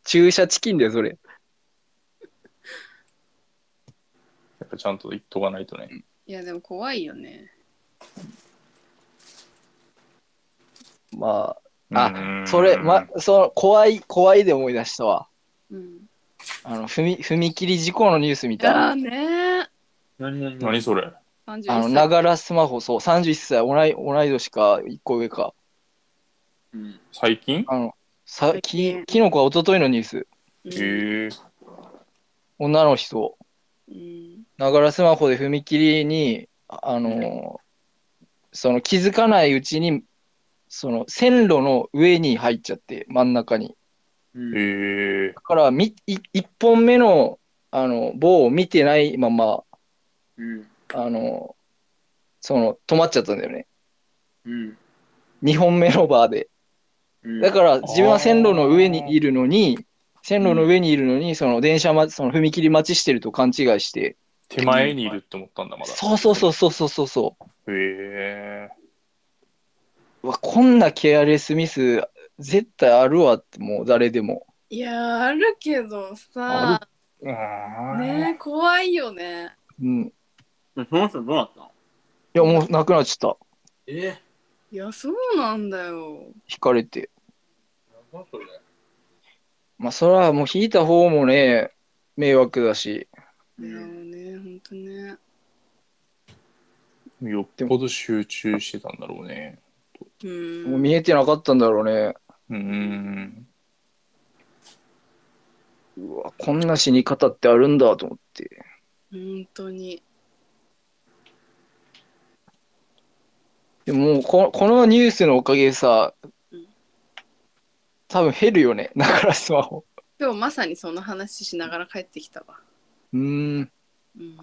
注射チキンだよ、それ。
やっぱちゃんと言っとかないとね。
いやでも怖いよね。
ま
う
あ、
ん
それ、ま、その、怖い、怖いで思い出したわ。
うん。
あの、踏み、踏切事故のニュースみたい
だ
な。
ね。
何何
何それ
三十
あの、ながらスマホ、そう、31歳、同い、同い年か、一個上か。
うん。
最近
あの、さ、
最
き
近、
きのこは一昨日のニュース。
へ
うん
え
女の人、
うん。
ながらスマホで踏切に、ああの、その気づかないうちに、その線路の上に入っちゃって、真ん中に。
うん
へえ
だからみい1本目のあの棒を見てないまま
うん。
あのその止まっちゃったんだよね
うん。
2本目のバーで
うん
だから自分は線路の上にいるのに線路の上にいるのにその電車、ま、その踏切待ちしてると勘違いして
手前にいるって思ったんだまだ
そうそうそうそうそうそうそ
へえ
ううわこんなケアレスミス絶対あるわってもう誰でも
いやあるけどさ、ねえ怖いよね。
うんい
えその人どうなったの
やもうなくなっちゃった
え
いやそうなんだよ。
引かれて
何それ
まあそれはもう引いた方もね迷惑だし
いやね本当ね。
よっぽど集中してたんだろうね
う。
もうん見えてなかったんだろうね。
うーん
うわ、こんな死に方ってあるんだと思って。
本当に。
でももうこ、このニュースのおかげでさ
うん、
多分減るよね、だ からスマホ。
今日まさにその話しながら帰ってきたわ。
うーん、
うん。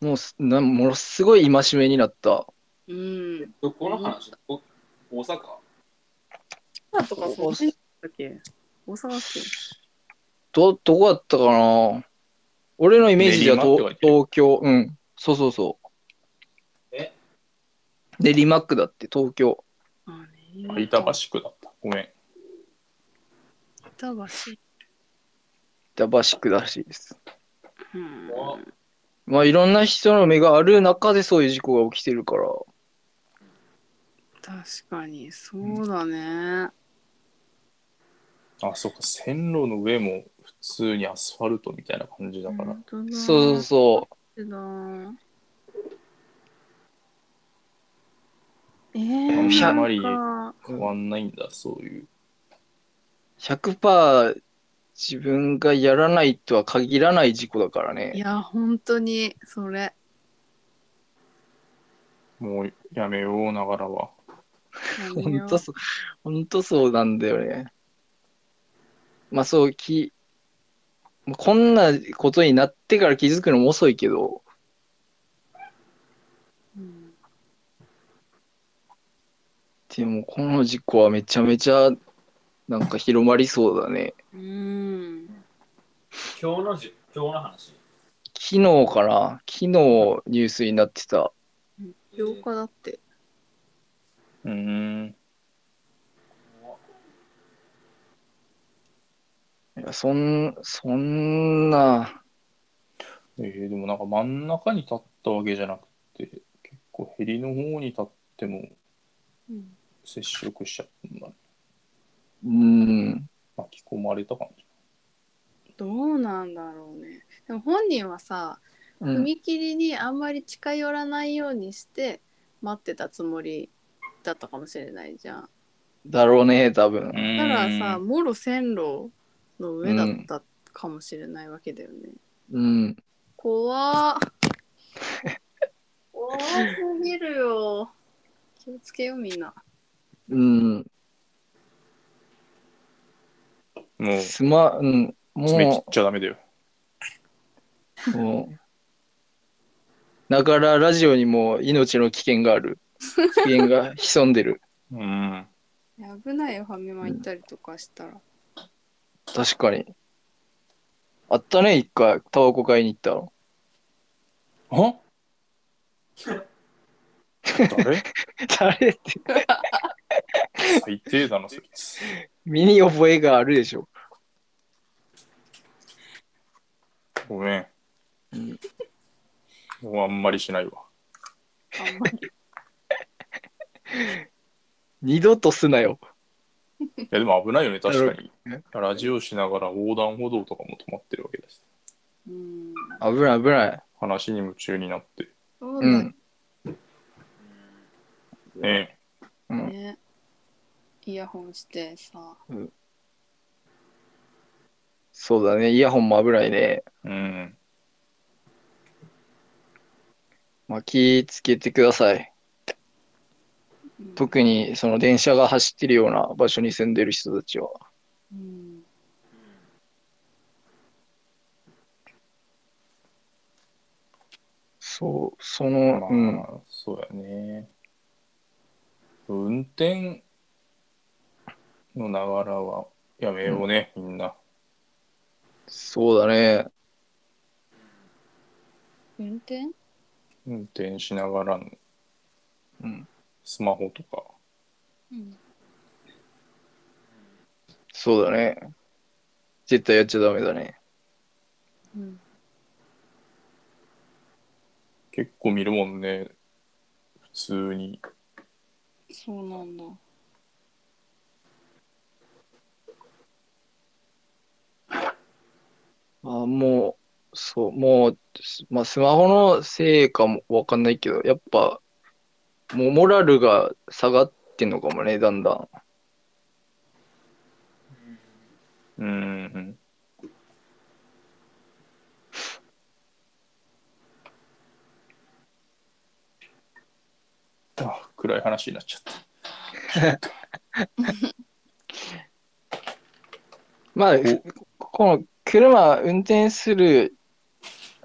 もうすな、ものすごい戒めになった。
うん。
どこの話お大阪
大阪とかそうだっけ大阪っけ
ど、どこだったかな俺のイメージじゃ
練馬って書い
東
てる
東京、うん、そうそうそう。
え
で、リマックだって、東京。
あ
あ
ね。
板橋区だったごめん
板橋。
板橋区だしいです。
うん。
怖っ
まあ、いろんな人の目がある中でそういう事故が起きてるから。
確かにそうだね。
あそっか線路の上も普通にアスファルトみたいな感じだから、
本当だ
そうそうそう。
だ。え
ひ
ー、
ゃ
なんか
変わんないんだそういう
100%自分がやらないとは限らない事故だから
い
ね。
や本当にそれ
もうやめようながらは
本当そう、本当そうなんだよね。まあそう、き、まあこんなことになってから気づくのも遅いけど、
うん
でもこの事故はめちゃめちゃなんか広まりそうだね。
うん
今日のじ今日の話
昨日かな昨日ニュースになってた。
8日だって
うーん
いやそん、そんな、
えーでもなんか真ん中に立ったわけじゃなくて結構ヘリの方に立っても
うん
接触しちゃったんだね
うん、
巻き込まれた感じ
どうなんだろうねでも本人はさ
うん、
踏切にあんまり近寄らないようにして待ってたつもりだったかもしれないじゃん
だろうね、多分。
だからさ
う
もろ線路の上だったかもしれないわけだよね、
うん。
怖っ怖すぎるよ気をつけようみんな
うん。
ーんもう
すま、うん、
爪切っ
も
ちゃダメだよ
う、もう、だからラジオにも命の危険がある。危険が潜んでる。
うん
危ないよファミマ行ったりとかしたら、
確かに。あったね、一回、タバコ買いに行ったの。
あ誰
誰って、
最低だなそいつ
身に覚えがあるでしょ。
ごめんもうあんまりしないわ。
あんまり。
二度とすなよ。
いやでも危ないよね、確かに
なる。
ラジオしながら横断歩道とかも止まってるわけだし、
うん。
危ない危ない。
話に夢中になって。
そう
う
だ
ん。
ね
うん
ね。
イヤホンしてさ。
そうだね。イヤホンも危ないね。
え。うん。
まあ、気つけてください。
うん
特に、その電車が走ってるような場所に住んでる人たちは。
うん。
そう、そ
ま
の、
あ、
うん。
そうやね。運転のながらはやめようね、みんな。
そうだね。
運転
運転しながらの
うん。
スマホとか。
うん。
そうだね。絶対やっちゃダメだね。
うん。
結構見るもんね普通に
そうなんだ。
あもう、そう、もう、すまあ、スマホのせいかもわかんないけど、やっぱ、もうモラルが下がってんのかもね、だんだん。
うんあ暗い話になっちゃった
まあ、ふこの車運転する、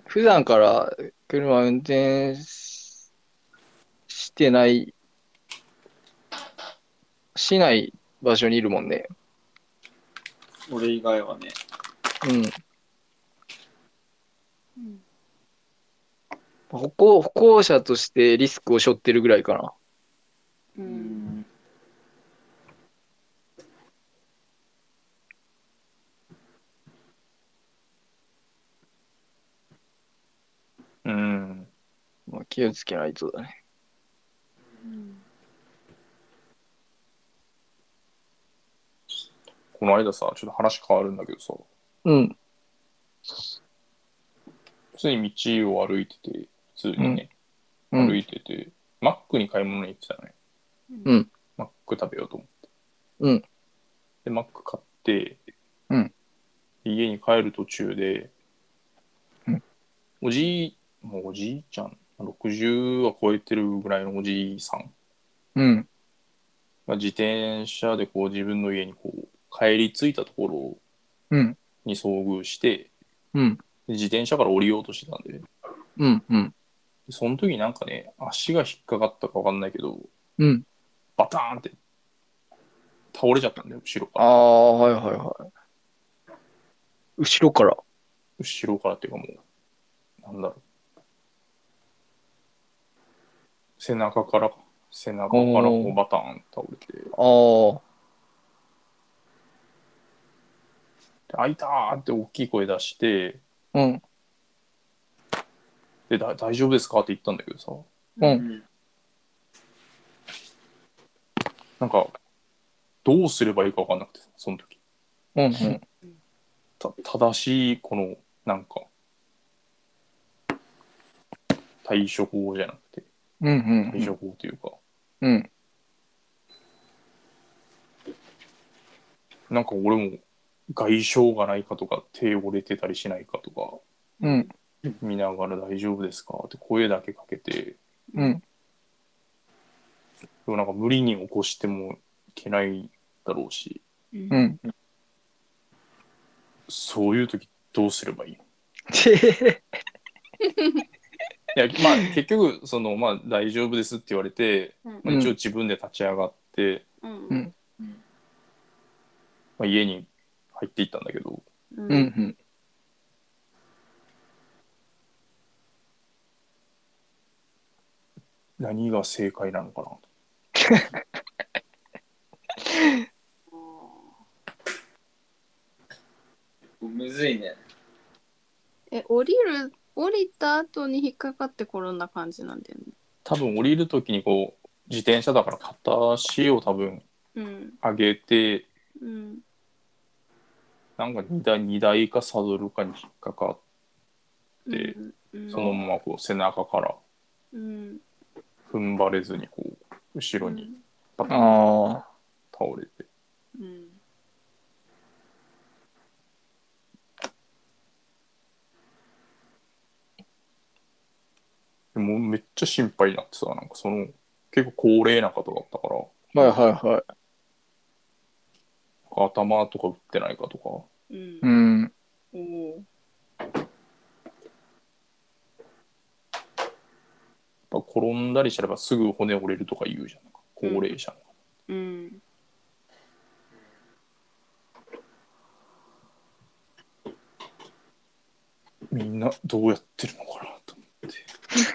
普段から車運転ししてない、しない場所にいるもんね。
俺以外はね。
う
う
ん。
ん。
歩行、歩行者としてリスクを背負ってるぐらいかな。
う。
うんん。
うん
まあ、気をつけないとだね。
この間さちょっと話変わるんだけどさ
うん。
普通に道を歩いてて普通にね、
うん
歩いててマックに買い物に行ってたのね
うん
マック食べようと思って
うん
でマック買って、
うん
家に帰る途中で、
うん
おじいもうおじいちゃん60は超えてるぐらいのおじいさん
うん。
が自転車でこう自分の家にこう帰り着いたところ
うん。
に遭遇して
うん。
で自転車から降りようとしてたんでね
うん。うん。
でその時になんかね足が引っかかったかわかんないけど
うん。
バターンって倒れちゃったんだよ後ろか
あ
ら
あ、はいはいはい。後ろから。
後ろからっていうかもうなんだろう背中から背中からこ
お
う
ー
バターン倒れてで
ああ。
「あいた!」って大きい声出して
うん。
「でだ大丈夫ですか?」って言ったんだけどさ
うん。
なんかどうすればいいか分かんなくてその時
うん。うん。
た正しいこのなんか対処法じゃなくて
うん。う
対
ん。
処法というか、
うん。
なんか俺も外傷がないかとか手折れてたりしないかとか
うん。
見ながら大丈夫ですかって声だけかけて、
うん。
でもなんか無理に起こしてもいけないだろうし、
う。
うん
そういう時どうすればいいの
で
いや、まあ結局、その、まあ大丈夫ですって言われて、まあ、一応自分で立ち上がって、
ん。
うん
まあ、家に入っていったんだけど、
うん
うん。うん。
何が正解なのかなと。
むずいね。
え、降りる降りた後に引っかかって転んだ感じなんだよね。
多分降りる時にこう自転車だから片足を多分
うん。
上げて
うん。
なんか荷台荷台かサドルかに引っかかっで
うん、うん
そのままこう背中から
うん。
踏ん張れずにこう後ろにパタン
あ
倒れて
うん。
でもうめっちゃ心配になってさなんかその結構高齢な方だったから
あ。はいはいはい。
頭とか打ってないかとか
うん
う。ん。
おお
やっぱ転んだりしたらばすぐ骨折れるとか言うじゃんなんか高齢者の、
ー。うん。
みんなどうやってるのかなと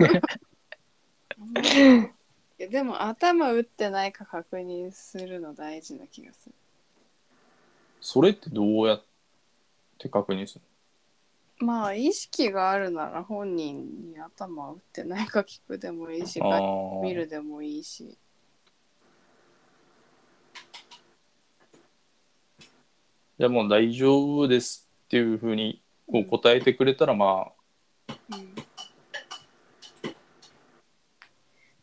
思って
いやでも頭打ってないか確認するの大事な気がする。
それってどうやって確認する
まあ意識があるなら本人に頭打ってないか聞くでもいいし、
のあ
外
ー
見るでもいいし。
じゃあもう大丈夫ですっていうふうにこう答えてくれたらまあ
うん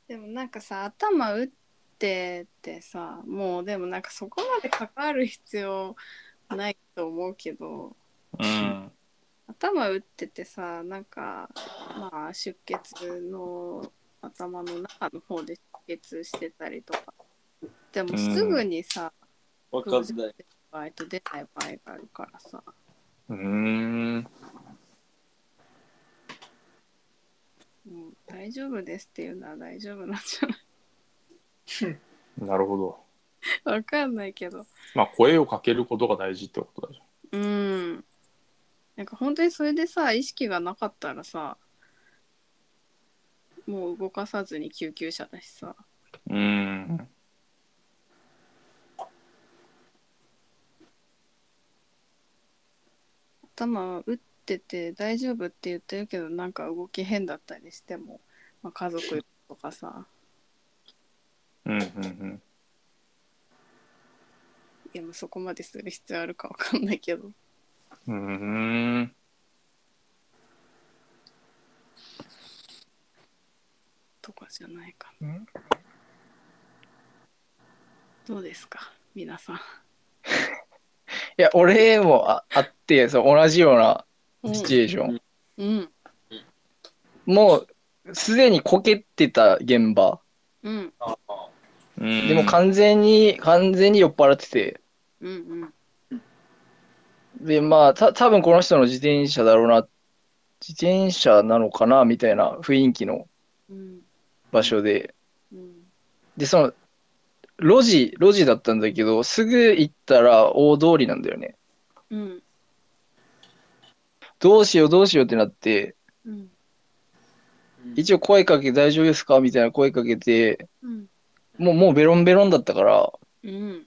でもなんかさ頭打ってってさもうでもなんかそこまで関わる必要ないと思うけど
うん
頭打っててさなんかまあ出血の頭の中の方で出血してたりとかでもすぐにさ、
わかんない。
バイト出ない場合があるからさ
うー
も
ん
う大丈夫ですっていうなら大丈夫なんじゃな
なるほど
い わかんないけど
まあ声をかけることが大事ってことだじ
うん。なんか本当にそれでさ、意識がなかったらさ、もう動かさずに救急車だしさ。
ゃんうん
頭打ってて大丈夫って言ってるけど、なんか動き変だったりしても、まあ、家族とかさ、
うんうんうん
でもそこまでする必要あるかわかんないけど。
うーん
とかじゃないかな。どうですか皆さん。
いや、俺もああって、そう同じような
うん
シチュエーション。
うん。
もう、すでにこけてた現場。
うん。
ああ
うん
でも完全に、完全に酔っ払ってて。
うん。うん。
で、まあ、た多分この人の自転車だろうな。自転車なのかなみたいな雰囲気の
うん。
場所で。
うん。
で、その、路地、路地だったんだけど、すぐ行ったら大通りなんだよね。
うん。
どうしようどうしようってなって、
うん。
一応声かけ大丈夫ですかみたいな声かけて、
うん。
もうもうベロンベロンだったから、
うん。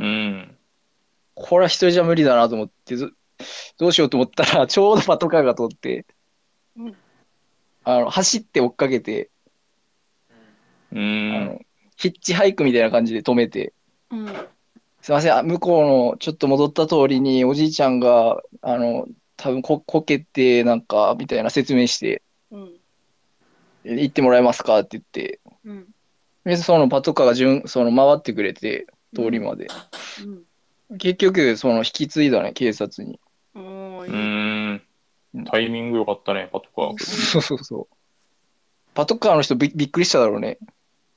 うん
これは一人じゃ無理だなと思って、ずどうしようと思ったら、 ちょうどパトカーが通って、
うん
あの走って追っかけて、
う
あ
ん
の、ヒッチハイクみたいな感じで止めて、
うん。
すいません、あ向こうのちょっと戻った通りに、おじいちゃんが、あの、多分ここけて、なんか、みたいな説明して、
うん。
え行ってもらえますかって言って、
うん。
でそのパトカーが順その回ってくれて、通りまで。
うん。
結局、その引き継いだね、警察に。
おお、いうい。
ーんタイミング良かったねパトカー
そうそうそう。パトカーの人びびっくりしただろうね。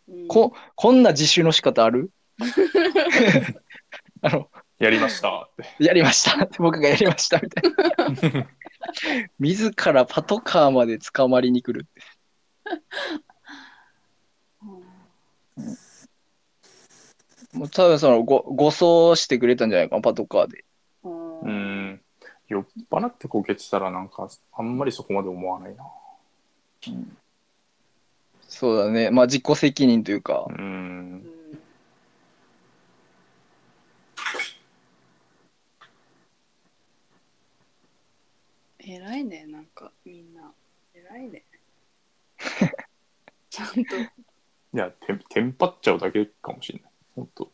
うん
こ、こんな自首の仕方あるあの、
やりましたって
やりました。僕がやりました。みたいな。自らパトカーまで捕まりに来る。もう多分そのご、護送してくれたんじゃないかな、パトカーで。
うん
う。ん酔っ払ってこけてたらなんかあんまりそこまで思わないな
そうだね。まあ、自己責任というか
う。ん
偉いね、なんかみんな。偉いね。ちゃんと。
いや、てんテンパっちゃうだけかもしれない。本当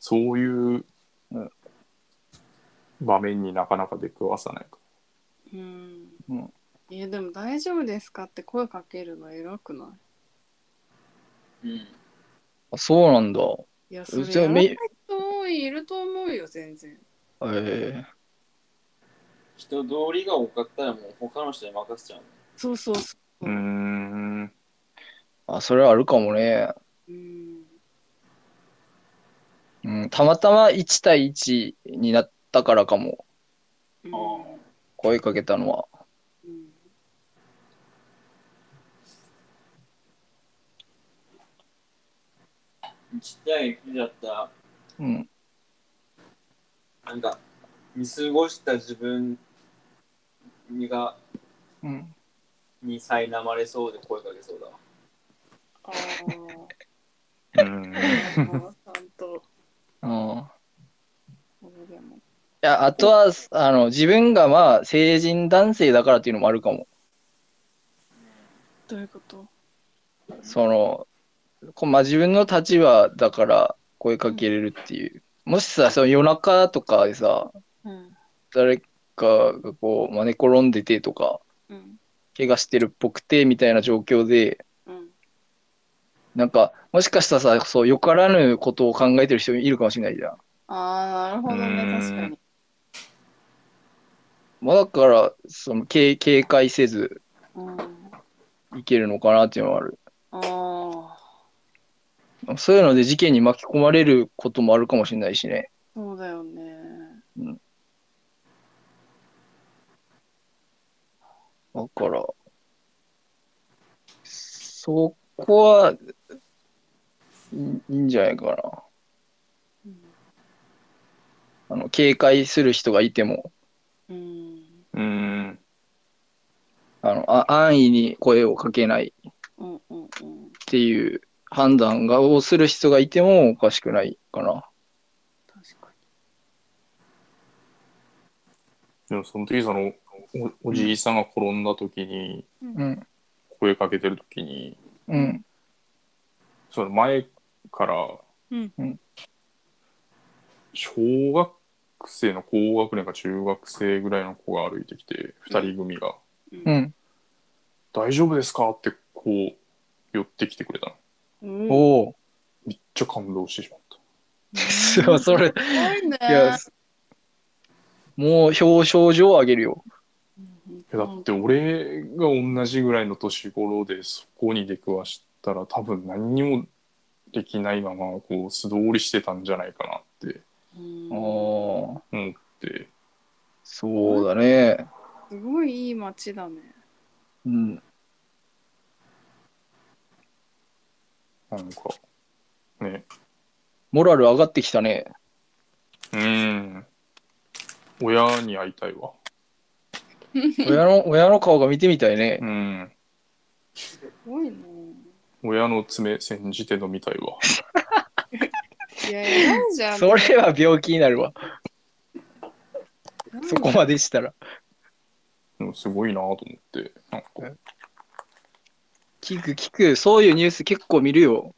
そういう
うん
場面になかなか出くわさないか
うん
うん。
いやでも大丈夫ですかって声かけるの偉くな
うん。
あそうなんだ。
いいやそれ
う
や
ちは
らな
め、
い
え
人いると思うよ全然。
ー、
人通りが多かったらもう他の人に任せちゃうね。
そうそうそ
ら。うーん。
あ、それはあるかもね。
う。うん。
うん、たまたま1対1になったからかも、
うん
あ
声かけたのは。
うん
あ。ちっちゃい国だったら、
うん。
なんか、見過ごした自分にが、
うん。
に苛まれそうで声かけそうだわ。
あー
うーん。
あー。ちゃんと
あ
これでも。
いや、あとは、あの、自分がまあ、成人男性だからっていうのもあるかも。
どういうこと？
その、こうまあ、自分の立場だから声かけれるっていう。もしさ、その夜中とかでさ、
うん
誰かがこう、まあ、寝転んでてとか、
うん
怪我してるっぽくてみたいな状況で、
うん。
なんか、もしかしたらさ、そう、よからぬことを考えてる人いるかもしれないじゃん。
ああなるほどね
うん
確かに。
まあ、だから、その、警警戒せず
うん。
いけるのかなっていうのはある。
ああ
そういうので事件に巻き込まれることもあるかもしれないしね。
そうだよね。
だから、そこはいいいいんじゃないかな。
うん
あの、警戒する人がいても、
うん
うーん。
あの、あ安易に声をかけないっ
うんうんうん。
ていう判断がをする人がいてもおかしくないかな。
確か
でもその時そのおおじいさんが転んだ時に
うん。
声かけてる時に
うん。
その前から
に。
小学生の高学年か中学生ぐらいの子が歩いてきて2人組が
うん
う。
うん
「大丈夫ですか?」ってこう寄ってきてくれたの
ん。お。
おお。
めっちゃ感動してしまっ
そ
た
う それ、
すごいね。
いや、もう表彰状をあげるよ。
うん
いやだって俺が同じぐらいの年頃でそこに出くわしたら多分何にもできないままこう素通りしてたんじゃないかなって
うん
ああ、
思って
そうだね。
すごいいい街だね。
うん。
なんかね
モラル上がってきたね。
うん親に会いたいわ
親 の、親の顔が見てみたいね
う。ん
すごいね。
親の爪煎じて飲みたいわ
いや、偉いじゃん。
それは病気になるわ。そこまでしたら。
でもすごいなと思ってなんか
聞く聞く、そういうニュース結構見るよ。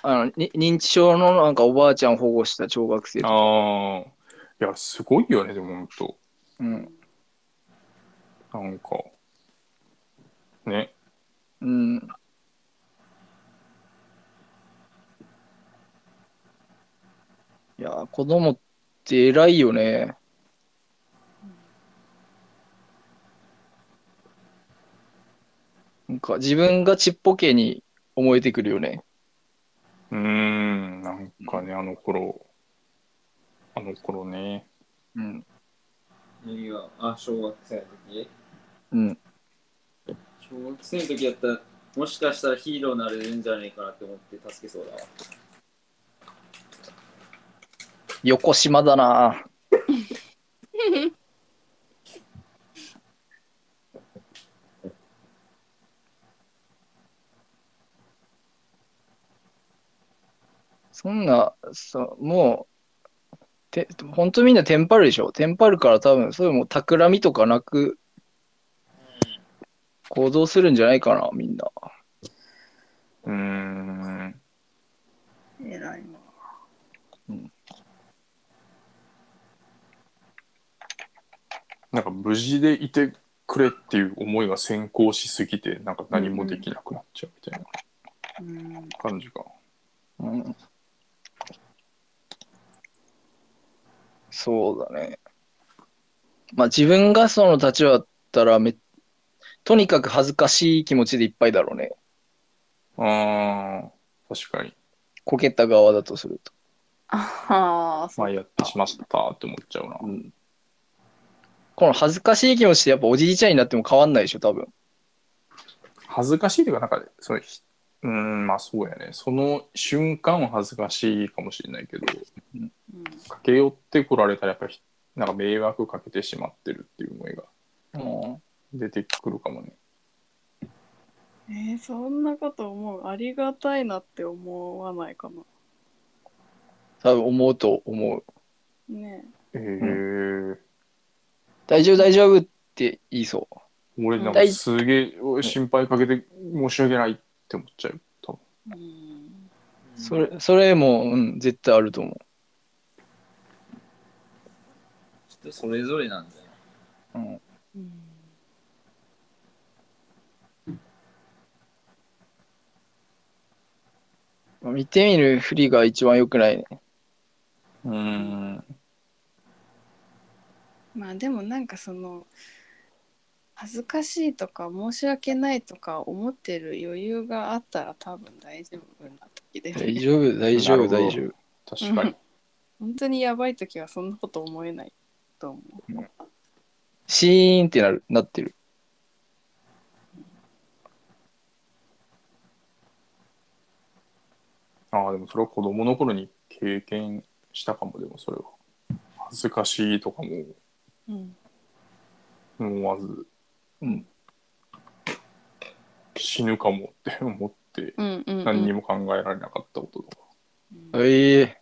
あの、に認知症のなんかおばあちゃん保護した小学生とか。
ああいやすごいよねでも本当
うん。
なんかね
うん。いやー、子供って偉いよね。なんか自分がちっぽけに思えてくるよね。
うーんなんかねあの頃あの頃ね
うん。
何が、あ、小学生の時
うん。
小学生の時やったら、もしかしたらヒーローになれるんじゃないかなって思って助けそうだわ。
横島だな。そんな、そもう、て本当みんなテンパるでしょ。テンパるから多分、そういうもう企みとかなく、行動するんじゃないかな、みんな。
うーん。
偉いな。
なんか無事でいてくれっていう思いが先行しすぎて、なんか何もできなくなっちゃうみたいな
うん。
感じか。
うん。そうだね。まあ自分がその立場だったらめ、とにかく恥ずかしい気持ちでいっぱいだろうね。
ああ、確かに。
こけた側だとすると。
ああ、そ
ま
う。
あやってしまったって思っちゃうな。
この恥ずかしい気持ちってやっぱおじいちゃんになっても変わんないでしょ、多分。
恥ずかしいというか、なんか、それ、ひうーん、まあそうやね。その瞬間は恥ずかしいかもしれないけど、
うん
駆け寄ってこられたらやっぱり、なんか迷惑かけてしまってるっていう思いが
うん。
出てくるかもね。
えー、そんなこと思う。ありがたいなって思わないかな。
多分思うと思う。
ね
ええ
大丈夫、大丈夫って言いそう。
俺なんかすげえ心配かけて申し訳ないって思っちゃう。
え。うん。
それ、それも、うん、絶対あると思う。
人それぞれなんだよ。
うん。
うん
まあ見てみるふりが一番良くないね。
うーん。
まあでもなんかその恥ずかしいとか申し訳ないとか思ってる余裕があったら多分大丈夫な時で、
大丈夫、大丈
なる
夫、
ほど
大丈夫。
確かに。
本当にやばい時はそんなこと思えないと思う。
シーンってなる、なってる。
ああ、でもそれは子供の頃に経験したかも、でもそれは。恥ずかしいとかも
うん、
思わず、
うん。
死ぬかもって思って、
うん、うん、
何にも考えられなかったこととか。
うん
ええ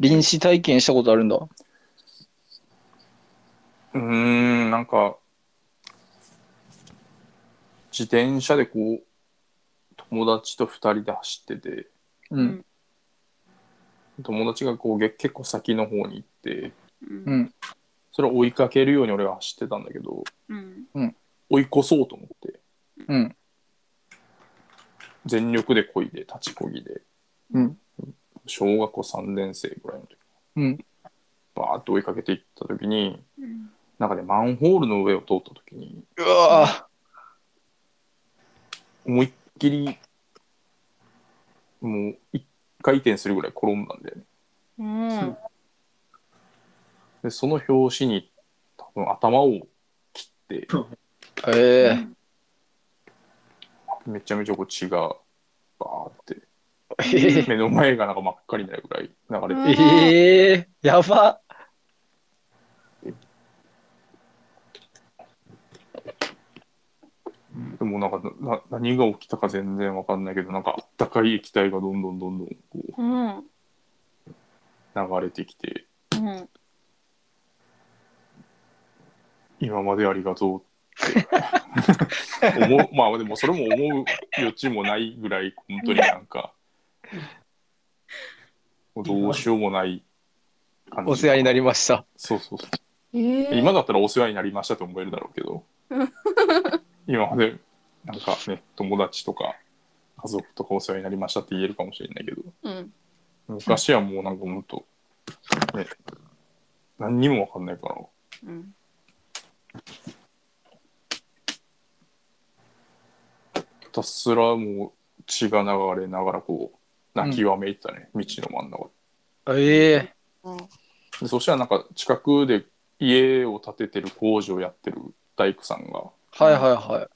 臨死体験したことあるんだ。
うーん、なんか、自転車でこう、友達と二人で走ってて、
うん。
友達がこうげ結構先の方に行って、
うん
う、ん。
それを追いかけるように俺が走ってたんだけど、
うん、
追い越そうと思って、
うん。
全力で漕いで、立ちこぎで、
うん。
小学校3年生ぐらいの時、
うん。
バーッと追いかけていった時に、
うん
なんかね、マンホールの上を通った時に、
うわぁ。
思いっきり、もう一回転するぐらい転んだんだよね。
うん、
で、その拍子に、多分頭を切って、
え
めちゃめちゃこう血が、バーって、
ええ
目の前がなんか真っ赤になるぐらい流れて、
ええやば。
でもなんかなな何が起きたか全然わかんないけど、なんかあったかい液体がどんどんどんどんこう
うん、
流れてきて、
うん、
今までありがとうって思う まあでもそれも思う余地もないぐらい本当にな んかもうどうしようもない感
お世話になりました。
そうそうそう
えー、
今だったらお世話になりましたと思えるだろうけど今までなんかね友達とか家族とかお世話になりましたって言えるかもしれないけど
うん、
昔はもうなんか本当ね何にも分かんないから
うん、
ひたすらもう血が流れながらこう泣きわめいてたね、道の真ん中
ええ
でそしたらなんか近くで家を建ててる工事をやってる大工さんが
はいはいはい。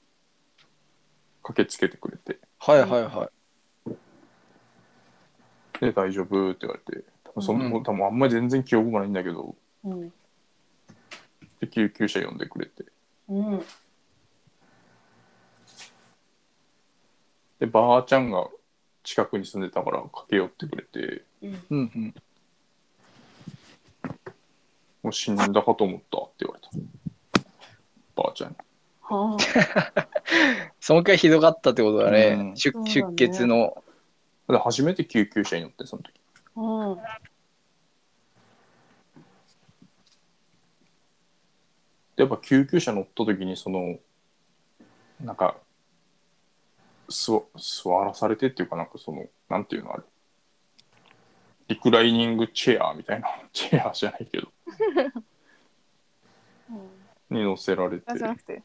駆けつけてくれて
はいはいはい。
「で大丈夫?」って言われて多分その、
うん
もう多分あんまり全然記憶もないんだけど
うん、
で救急車呼んでくれて
うん、
でばあちゃんが近くに住んでたから駆け寄ってくれて
うんうん。
「もう死んだかと思った」って言われたばあちゃんに
は
そのくらいひどかったってことだね。
うん
出
そうだね
出血の。
で初めて救急車に乗って、その時。
あ。は
でやっぱ救急車乗った時に、その、なんか、座座らされてっていうかなんかその、なんていうのあれ。リクライニングチェアみたいな、チェアじゃないけど、
あ。
に乗せられて。
あじゃなくて。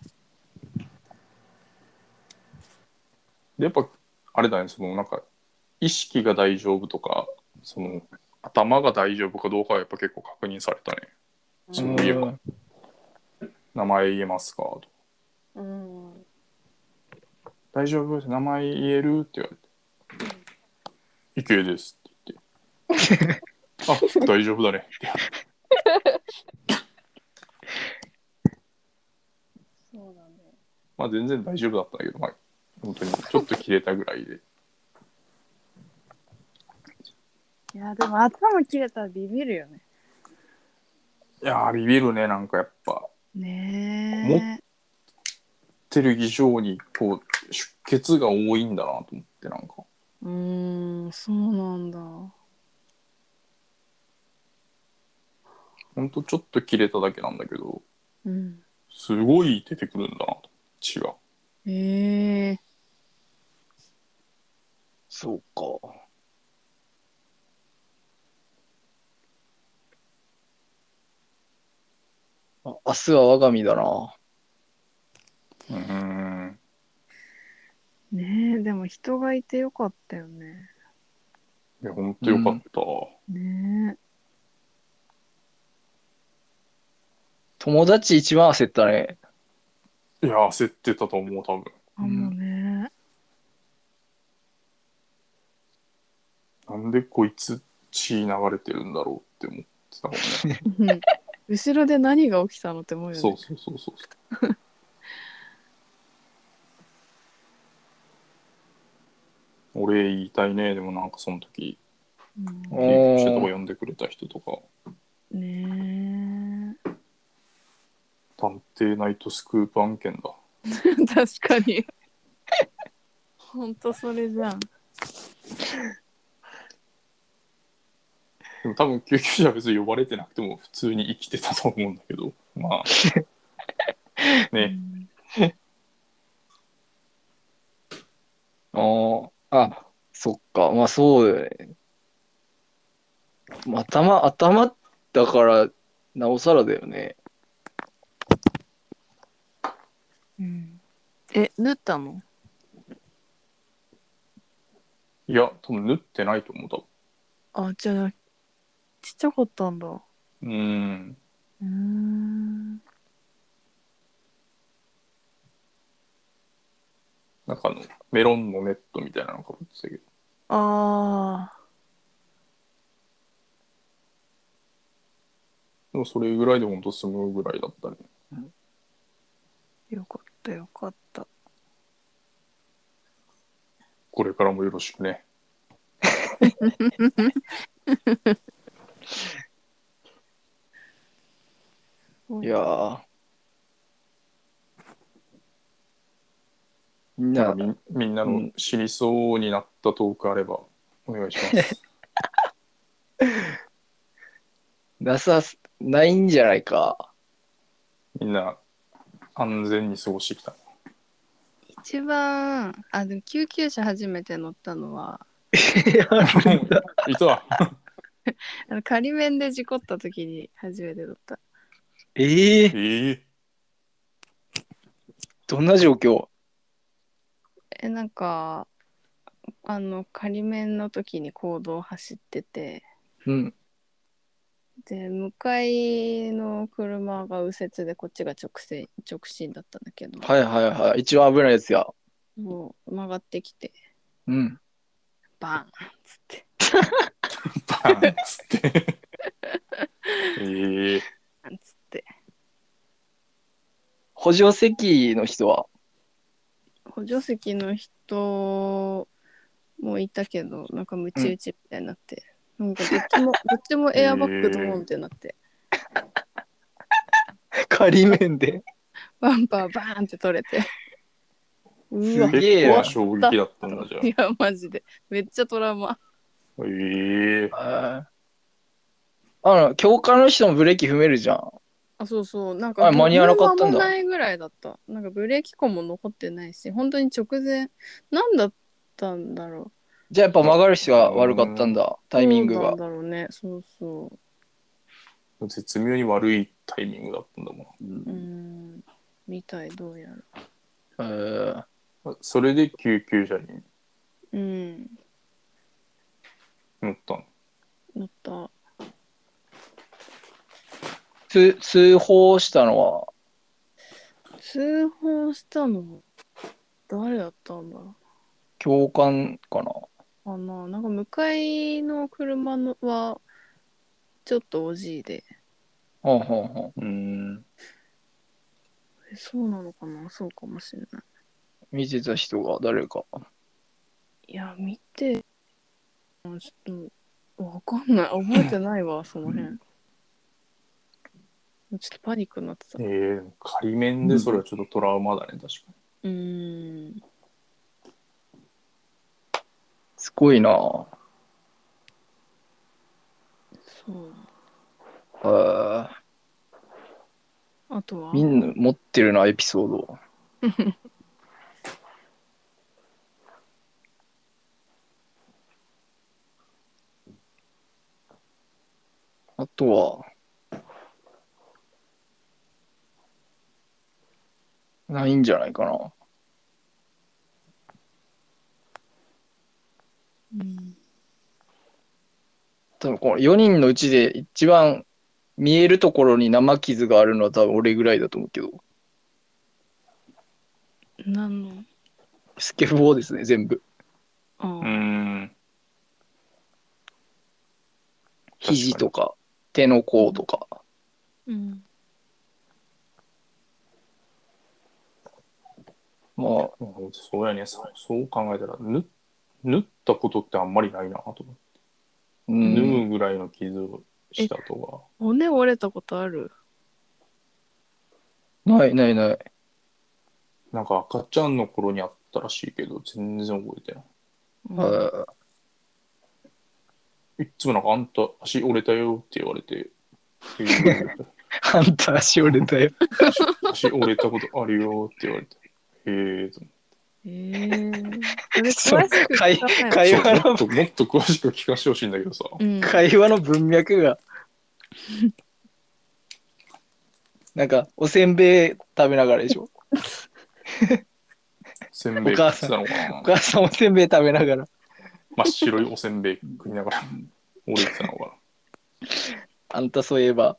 でやっぱあれだねそのなんか意識が大丈夫とかその頭が大丈夫かどうかはやっぱ結構確認されたねそういえば名前言えますかと
うん。
大丈夫名前言えるって言われて「いけです」って言って「あ大丈夫だね」って
そうだね。
まあ全然大丈夫だったんだけどまあ本当にちょっと切れたぐらいで
いや、でも頭切れたらビビるよね。
いやービビるねなんかやっぱ
ね
テルギ以上にこう出血が多いんだなと思ってなんか
え。うーん、そうなんだ。
ほんとちょっと切れただけなんだけど、
うん。
すごい出てくるんだなと血が
ええ。
そうか。あ明日は我が身だな。
うん
ねえ、でも人がいてよかったよね。
いやほんとよかった、
ね
友達一番焦ったね。
いや焦ってたと思う多分
え。あ、もうね。
なんでこいつ血流れてるんだろうって思ってたもんね
うん後ろで何が起きたのって思うよね。
そうそうそうそう 俺言いたいねでもなんかその時
う
リークしてとか呼んでくれた人とか
んね
「探偵ナイトスクープ案件だ
え。確かに。ほんとそれじゃん。」
でも多分救急車は別に呼ばれてなくても普通に生きてたと思うんだけどまあね
あーあ、そっか。まあそうだよね。まあ頭、頭だから、なおさらだよね。
うん。え、縫ったの
いや、多分縫ってないと思う、多
あ、じゃあ、ちっちゃかったんだ。う
分。う
ー
ん。
ん。
なんかあの、メロンのネットみたいなのかぶってたけど。
あ
でもそれぐらいでほんと済むぐらいだったね。
あ、よかったよかった。
これからもよろしくね。
いやー。みん
な
なん
か、みみんな
う
の
ん
死にそうになったトークあれば、お願いします。
なさす、ないんじゃないか。
みんな、安全に過ごしてきた。
一番、あ、でも救急車初めて乗ったのは、
いや、
いた
あの仮面で事故った時に初めて乗った。
ええ
ええ
どんな状況
え、なんか、あの仮面の時に公道を走ってて、
うん。
で、向かいの車が右折でこっちが直線、直進だったんだけど、
はいはいはい。一番危ないやつや。
もう曲がってきて、
うん。
バンっつって。
バーンっつって。ええ
なんつって
補助席の人は。
補助席の人もいたけどなんかムチ打ちみたいになって、なんかどっ ちもどっちもエアバッグドーンってなって、
仮面で。
バンパーバーンって取れて。うわ
す。げえ
結
な
構衝撃だったんだじゃ
いや、マジで。めっちゃトラウマ。
あ。ええ
あの、教科の人もブレーキ踏めるじゃん。
あ、そうそう。なん
あ
か、
れ間に合わなかったんだ
もないぐらいだった。なんかブレーキ痕も残ってないし、本当に直前、なんだったんだろう。
じゃあやっぱ曲がる人が悪かったんだ、タイミング
どうな
が
ん。だろうね。そうそ
絶妙に悪いタイミングだったんだもん。
う。うん。みたい、どうやら。
えー
それで救急車に
うん。
乗ったの。
乗った。
つ通報したのは、
通報したの、誰だったんだろう。
教官かな。
かななんか向かいの車のはちょっとおじいで
ほんほんほん。
うん。
えそうなのかなそうかもしれない
見てた人が誰か。
いや見てうんちょっとわかんない覚えてない わその辺ちょっとパニックになってた
ええ仮面でそれはちょっとトラウマだね、確かに。
うーん
すごいなぁ。
そう
えー
あとは
みんな持ってるな、エピソード。 あとは、ないんじゃないかな。
うん
多分この4人のうちで一番見えるところに生傷があるのは多分俺ぐらいだと思うけど、
何の
スケボーですね、全部。
あー、
うん。
肘とか、手の甲とか。
うん
まあ、
うんそうやね、そうそう考えたら、ぬ縫ったことってあんまりないなと思って。
う
縫
ん、
うぐらいの傷をしたとか。
骨折れたことある
ないないない。
なんか赤ちゃんの頃にあったらしいけど、全然覚えてな。
うん
はい
いっつもなんかあんた足折れたよって言われて、って いう
い。あんた足折れたよ。
足折れたことあるよって言われて、へえと思って
えー、 それ
そう
詳しく
会
聞かない
会話
も
の
っともっと詳しく聞かせてほしいんだけどさ。
うん
会話の文脈が。なんか、おせんべい食べながらでしょ。
せんべい
お
食
母
って
さ
た
ん
のかな
お母さんおせんべい食べながら。
真っ白いおせんべい食いながら折れてたのか
あんたそういえば、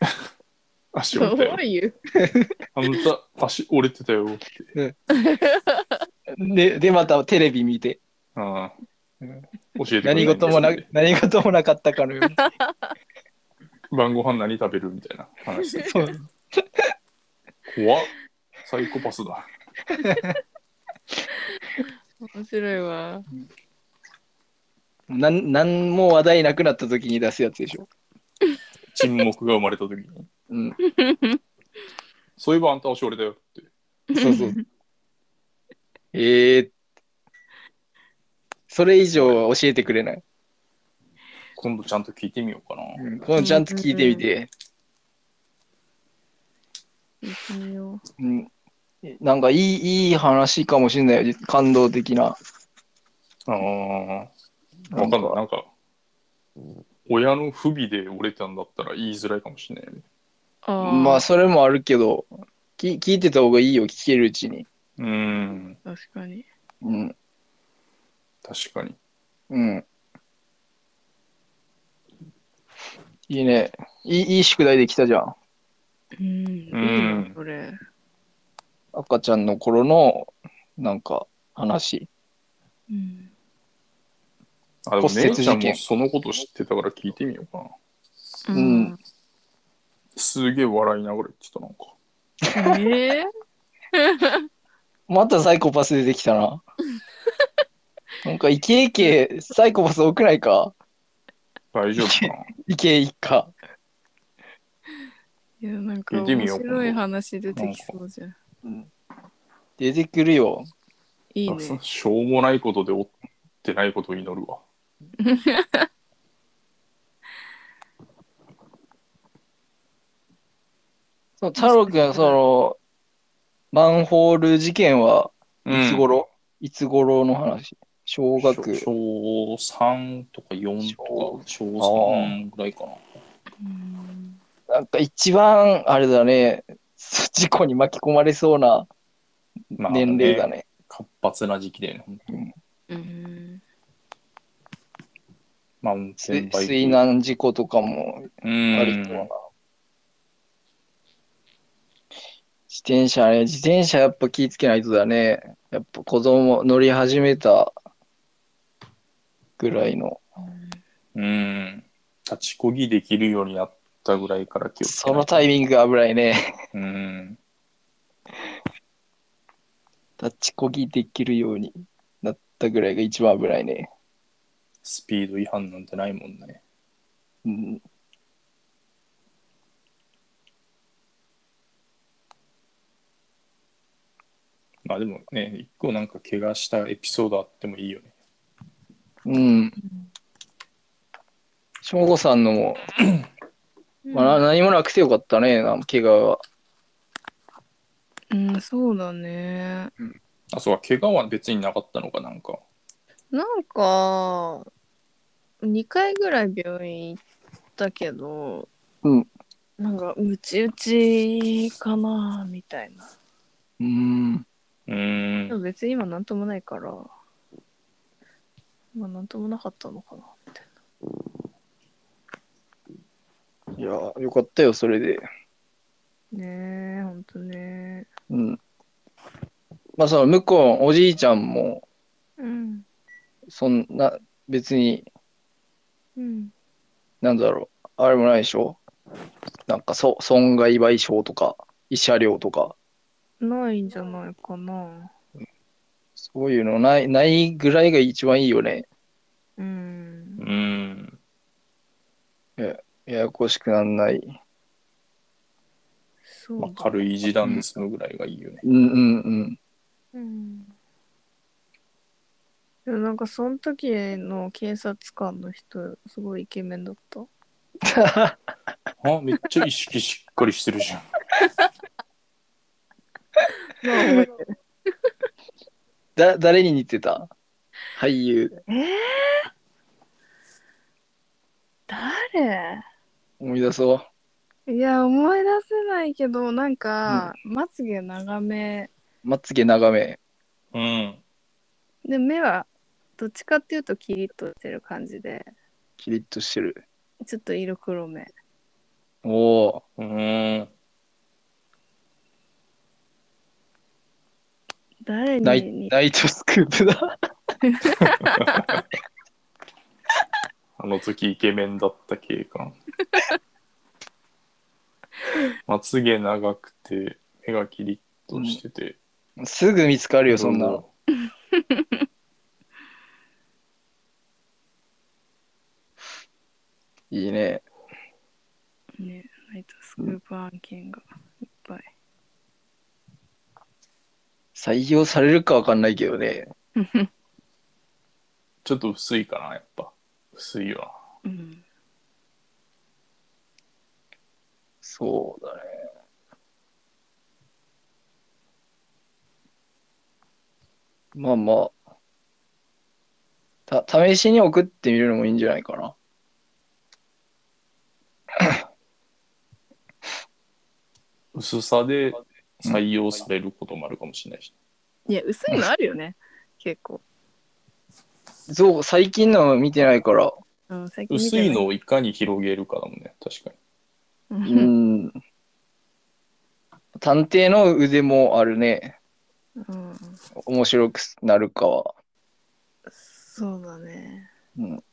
な。足折
ど
れ
う
たよ。
いう
あんた足折れてたよって。
で、でまたテレビ見て、
うん。教えてくれな
何
いんです
事
ね
もな、何事もなかったかのように。
晩ご飯何食べるみたいな話で
そう
怖っサイコパスだ
面白いわ
なん、なんも話題なくなった時に出すやつでしょ。
沈黙が生まれた時に
うん。
そういえばあんた足折れたよって
そうそう。ええそれ以上は教えてくれない。
今度ちゃんと聞いてみようかな、
うん、このちゃんと聞いてみて。
行ってみよう
うん。なんかいい、いい話かもしれないよ。感動的な。
ああ分かんないなんか親の不備で折れたんだったら言いづらいかもしれないよね
あ
まあ、それもあるけど、き聞いてた方がいいよ。聞けるうちに。
うーん
あ、確かに。
うん。
確かに
うん。いいね。いい、いい宿題できたじゃん。
うん、
うん
いいな、それ。
赤ちゃんの頃の、なんか、話。
うん。
あでも
骨折
姉
事
ちゃ
件
んもそのこと知ってたから聞いてみようかな
うん
すげえ笑いながら言ってたなんか
え
またサイコパス出てきたな。なんかイケイケ、サイコパス多くないか
大丈夫かな
イケイカ。
いや、なんか
聞いてみ
面
よう
白い話出てきそうじゃん。
出てくるよ。
いい
あそ
ね。
しょうもないことで追ってないことを祈るわ。
その太郎くん、その、マンホール事件は
う
いつ頃、いつ頃の話小学。
小3とか4とか、小3ぐらいかな。
うん
なんか一番、あれだね、事故に巻き込まれそうな
まあ
年齢だね。
活発な時期だよね。本当に
うん。
まあ、運
す
転バイク。
水難事故とかも
うん
ありそうな。自転車ね、自転車やっぱ気ぃつけないとだね。やっぱ子供乗り始めたぐらいの。
うん。立ちこぎできるようになったぐらいから気をつけ
そ
ない
のタイミングが危ないね。
うん。
立ちこぎできるようになったぐらいが一番危ないね。
スピード違反なんてないもんね。
うん。
まあでもね、一個なんか怪我したエピソードあってもいいよね。
うん。省吾さんのも、まあ、何もなくてよかったね、なん怪我は。
うん、そうだね。
あ、そうか、怪我は別になかったのかなんか。
なんか、2回ぐらい病院行ったけど、
うん
なんか、うちうちかな、みたいな。
うん。
う
で
ーん。
も別に今なんともないから、まあなんともなかったのかな、みたい
いや、よかったよ、それで。
な。ねえ、ほんとね。
うん。まあ、その、向こう、おじいちゃんも、
うん。
そんな、別に、
うん。
なんだろう、あれもないでしょなんか、そ、損害賠償とか、慰謝料とか、
ないんじゃないかな。
そういうのない、ないぐらいが一番いいよね。
うん
う。ーん。
ややこしくなんない。
そう
ま
だ
あ、軽い示談で済むぐらいがいいよね。
うんうんうん。
うんでもなんかその時の警察官の人すごいイケメンだ った
あ、めっちゃ意識しっかりしてるじゃん。
だ、誰に似てた俳優、
誰
思い出そう。
いや思い出せないけどなんか、まつげ長め
まつげ長め。
うん。
で目はどっちかっていうとキリッとしてる感じで
キリッとしてる。
ちょっと色黒め
おお。
うーん。
誰
ナイ
に
ナイトスクープだ。
あの時イケメンだった警官。まつげ長くて、目がキリッとしてて。
すぐ見つかるよ、そんな の。いいね。
ねナイトスクープ案件がいっぱい
採用されるかわかんないけどね。
ちょっと薄いかな、やっぱ。薄いよな。
うん
そうだね。まあまあ。た、試しに送ってみるのもいいんじゃないかな。
薄さで採用されることもあるかもしれないし。
いや薄いのあるよね結構、
そう、最近の見てないから。
うん、最近見て
薄
ない
いのをいかに広げるかだもんね、確かに。
う
うんん。探偵の腕もあるね。
うん
面白くなるかは。
そうだね。
うん。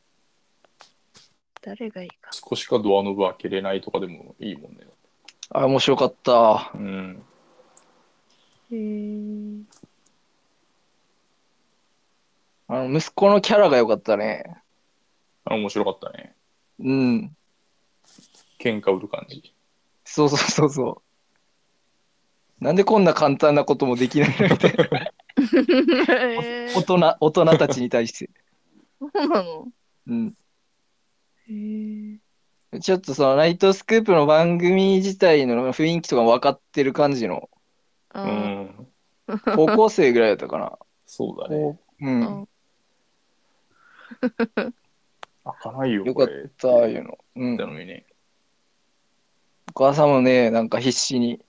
誰がいいか。
少しかドアノブ開けれないとかでもいいもんね。
あ、面白かった。
うん。
へ え。
あの、息子のキャラが良かったね。
あ面白かったね。
うん。
喧嘩売る感じ。
そうそうそうそう。なんでこんな簡単なこともできないのみたいな。
え
大人、大人たちに対して。
そうなの
うん。
へえ
ちょっとそのナイトスクープの番組自体の雰囲気とかも分かってる感じ の、
あ
う
ー
ん。
高校生ぐらいだったかな。
そう だね。
こううん。
開かないよ、
よ
こ
かっ
れ。
た、ああいうの。うん
だ。のにね。
お母さんもね、なんか必死に、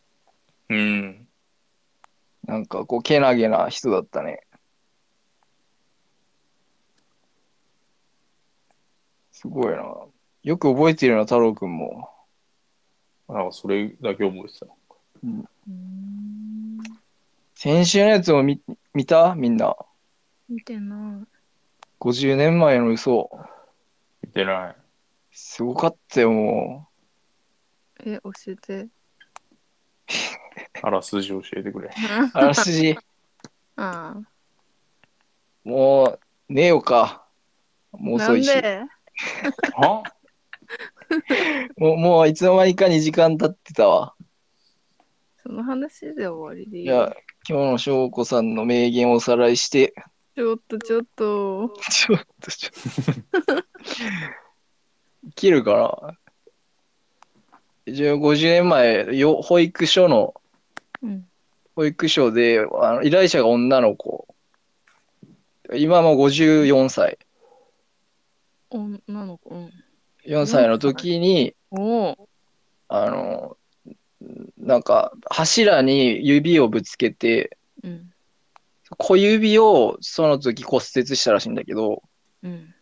うん。
なんかこう、けなげな人だったね。すごいな。よく覚えてるな、太郎くんも。
なんかそれだけ覚えてた。
うん
先週のやつも見見たみんな。
見てない
50年前の嘘。
見てない。
すごかったよ、も
え教えて
あらすじ教えてくれ。
う。あらすじ。
あ
もう、寝ようか。もう
あな
遅
ん
いし。
で
は
もう、もういつの間にか2時間経ってたわ。
その話で終わりでいい
いや、今日の翔子さんの名言をおさらいして、
ちょっとちょっと
ちょっと、ちょっと。切るかなじゃあ50年前よ、保育所の、
うん
保育所で、あの依頼者が女の子。今も54歳。
女の子うん
4歳の時に、
おお
あの、なんか柱に指をぶつけて、
うん
小指をその時骨折したらしいんだけど、
うん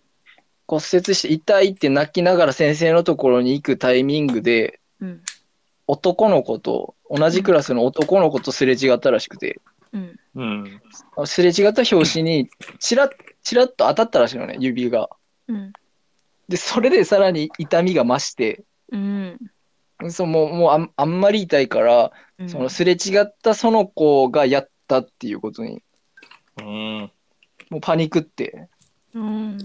骨折して痛いって泣きながら先生のところに行くタイミングで、
うん
男の子と、同じクラスの男の子とすれ違ったらしくて、
うん
うん。
すれ違った拍子に、チラッ、チラッと当たったらしいのね、指が。
うん
で、それでさらに痛みが増して、
うん
そうもうもうあんあんまり痛いから、
うん
そのすれ違ったその子がやったっていうことに、
うん。
もうパニックって、
うん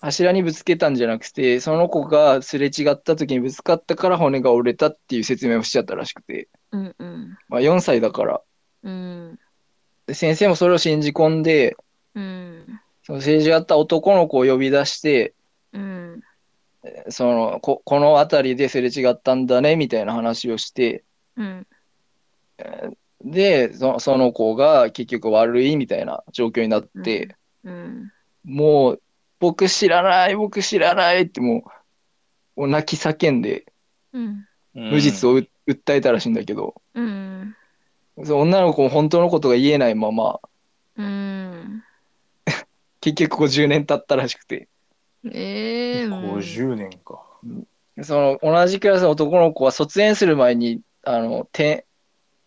柱にぶつけたんじゃなくて、その子がすれ違った時にぶつかったから骨が折れたっていう説明をしちゃったらしくて、
うんうん
まあ、4歳だから。
うん
で先生もそれを信じ込んで、
うん
そのすれ違った男の子を呼び出して、
うん
そのここの辺りですれ違ったんだねみたいな話をして、
うん
で、そその子が結局悪いみたいな状況になって、
うん
もう、僕知らない、僕知らないってもう、もう泣き叫んで、
うん
無実
を。
をう、訴えたらしいんだけど、
うん
その女の子も本当のことが言えないまま、
うん
結局50年経ったらしくて、
ええ
50年か。
その同じクラスの男の子は卒園する前に、あの、て、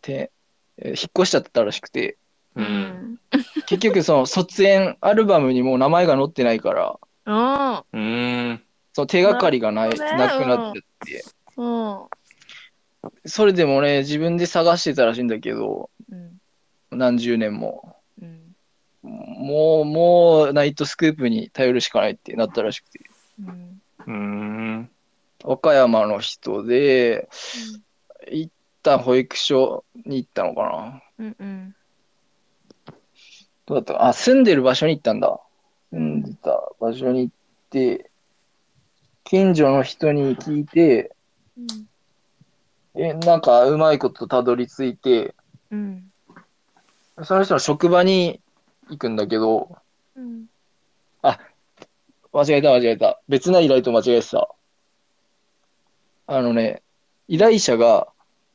て、えー引っ越しちゃったらしくて、
う。ん
結 局その卒園アルバムにもう名前が載ってないから、
あ
うん。
その手がかりがない、
なるほどね
なくなっちゃって、
あそ
それでもね、自分で探してたらしいんだけど、
ううん
何十年も。
うん
もう、もう、ナイトスクープに頼るしかないってなったらしくて、
うん
うん。
和歌山の人で、一旦保育所に行ったのかな。
うんうん
どうだったかあ、住んでる場所に行ったんだ。
う
住
ん
んでた場所に行って、近所の人に聞いて、
うん
え、なんかうまいことたどり着いて、
うん
その人の職場に行くんだけど、
うん
間違えた間違えた。別な依頼と間違えてた。あのね、依頼者が、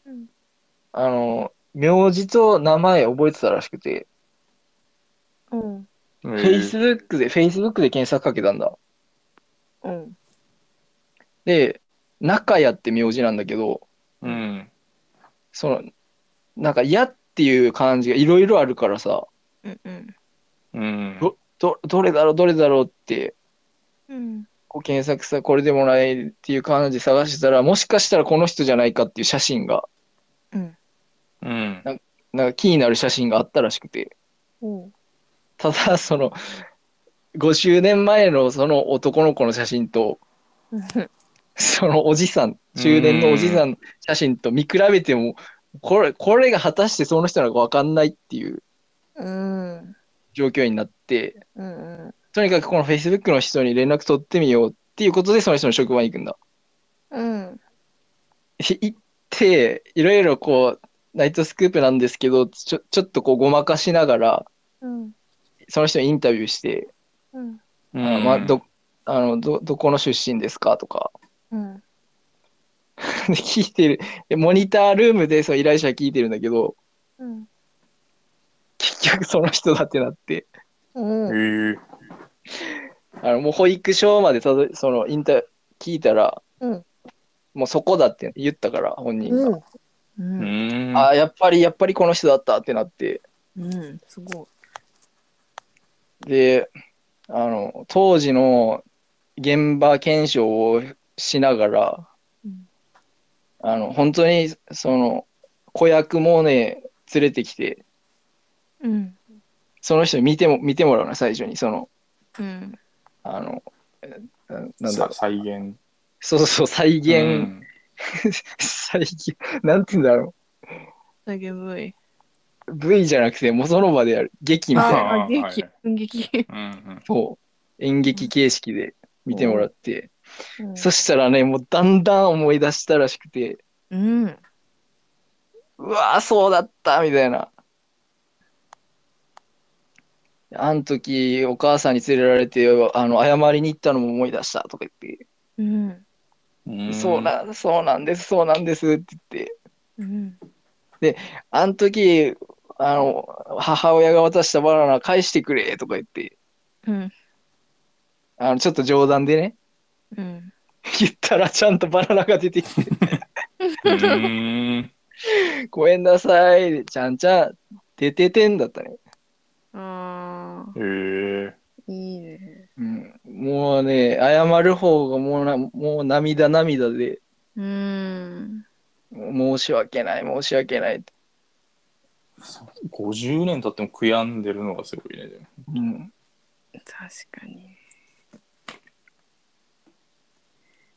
うん
あの、名字と名前覚えてたらしくて、
うん
うん。
Facebook で、Facebook で検索かけたんだ。
うん
で、中谷って名字なんだけど、
うん。
その、なんか、やっていう漢字がいろいろあるからさ、
うん
うん。
どど、どれだろう、どれだろうって、
うん
こう検索さ、これでもないっていう漢字探してたら、もしかしたらこの人じゃないかっていう写真が、
うん。
なんか気になる写真があったらしくて、
お
ただその50年前のその男の子の写真とそのおじさん、中年のおじさんの写真と見比べても、これ、これが果たしてその人なのか分かんないっていう
うんうん
状況になって、
うん
とにかくこの Facebook の人に連絡取ってみようっていうことで、その人の職場に行くんだ。
うん
ひ行って、いろいろこう、ナイトスクープなんですけど、ちょちょっとこうごまかしながら、
うん
その人にインタビューして、
うん
う
あまあ、どあのどどこの出身ですかとか、
うん
で聞いてるでモニタールームでその依頼者は聞いてるんだけど
うん
結局その人だってなって
お
え
ー
ー、
あのもう保育所までたどそのインタ聞いたら、
うん
もうそこだって言ったから本人が、
うんう
うんーん
ああやっぱりやっぱりこの人だったってなって
うんすごい
であの当時の現場検証をしながら、
うん
あの本当にその子役もね連れてきて
うん
その人に見ても見てもらうな最初にその
うん
あの、えななんだろ
さ
う、
再現。
そうそうそう、再現、
う
再現、なんて言うんだろ、
だけぶいう
V じゃなくて、もうその場でやる、劇みたいな、
あ
あ
ー
元
はい
気運劇
んうん
そう、演劇形式で見てもらって、
うん
そしたらね、もうだんだん思い出したらしくて、
うん
うわー、そうだった、みたいな。あの時お母さんに連れられてあの謝りに行ったのも思い出したとか言って、
うん
うん
そう。なそうなんですそうなんですって言って
うん
あの時あの母親が渡したバナナ返してくれとか言って
うん
あのちょっと冗談でね
うん
言ったらちゃんとバナナが出てきて
うーん
「ごめんなさい」ちゃんちゃん出ててんだったね、
ああ
えー、
いいね
うん、もうね謝る方がもうなもう涙涙で
うん
申し訳ない申し訳ないって、
50年経っても悔やんでるのがすごいね。でも
うん、
確かに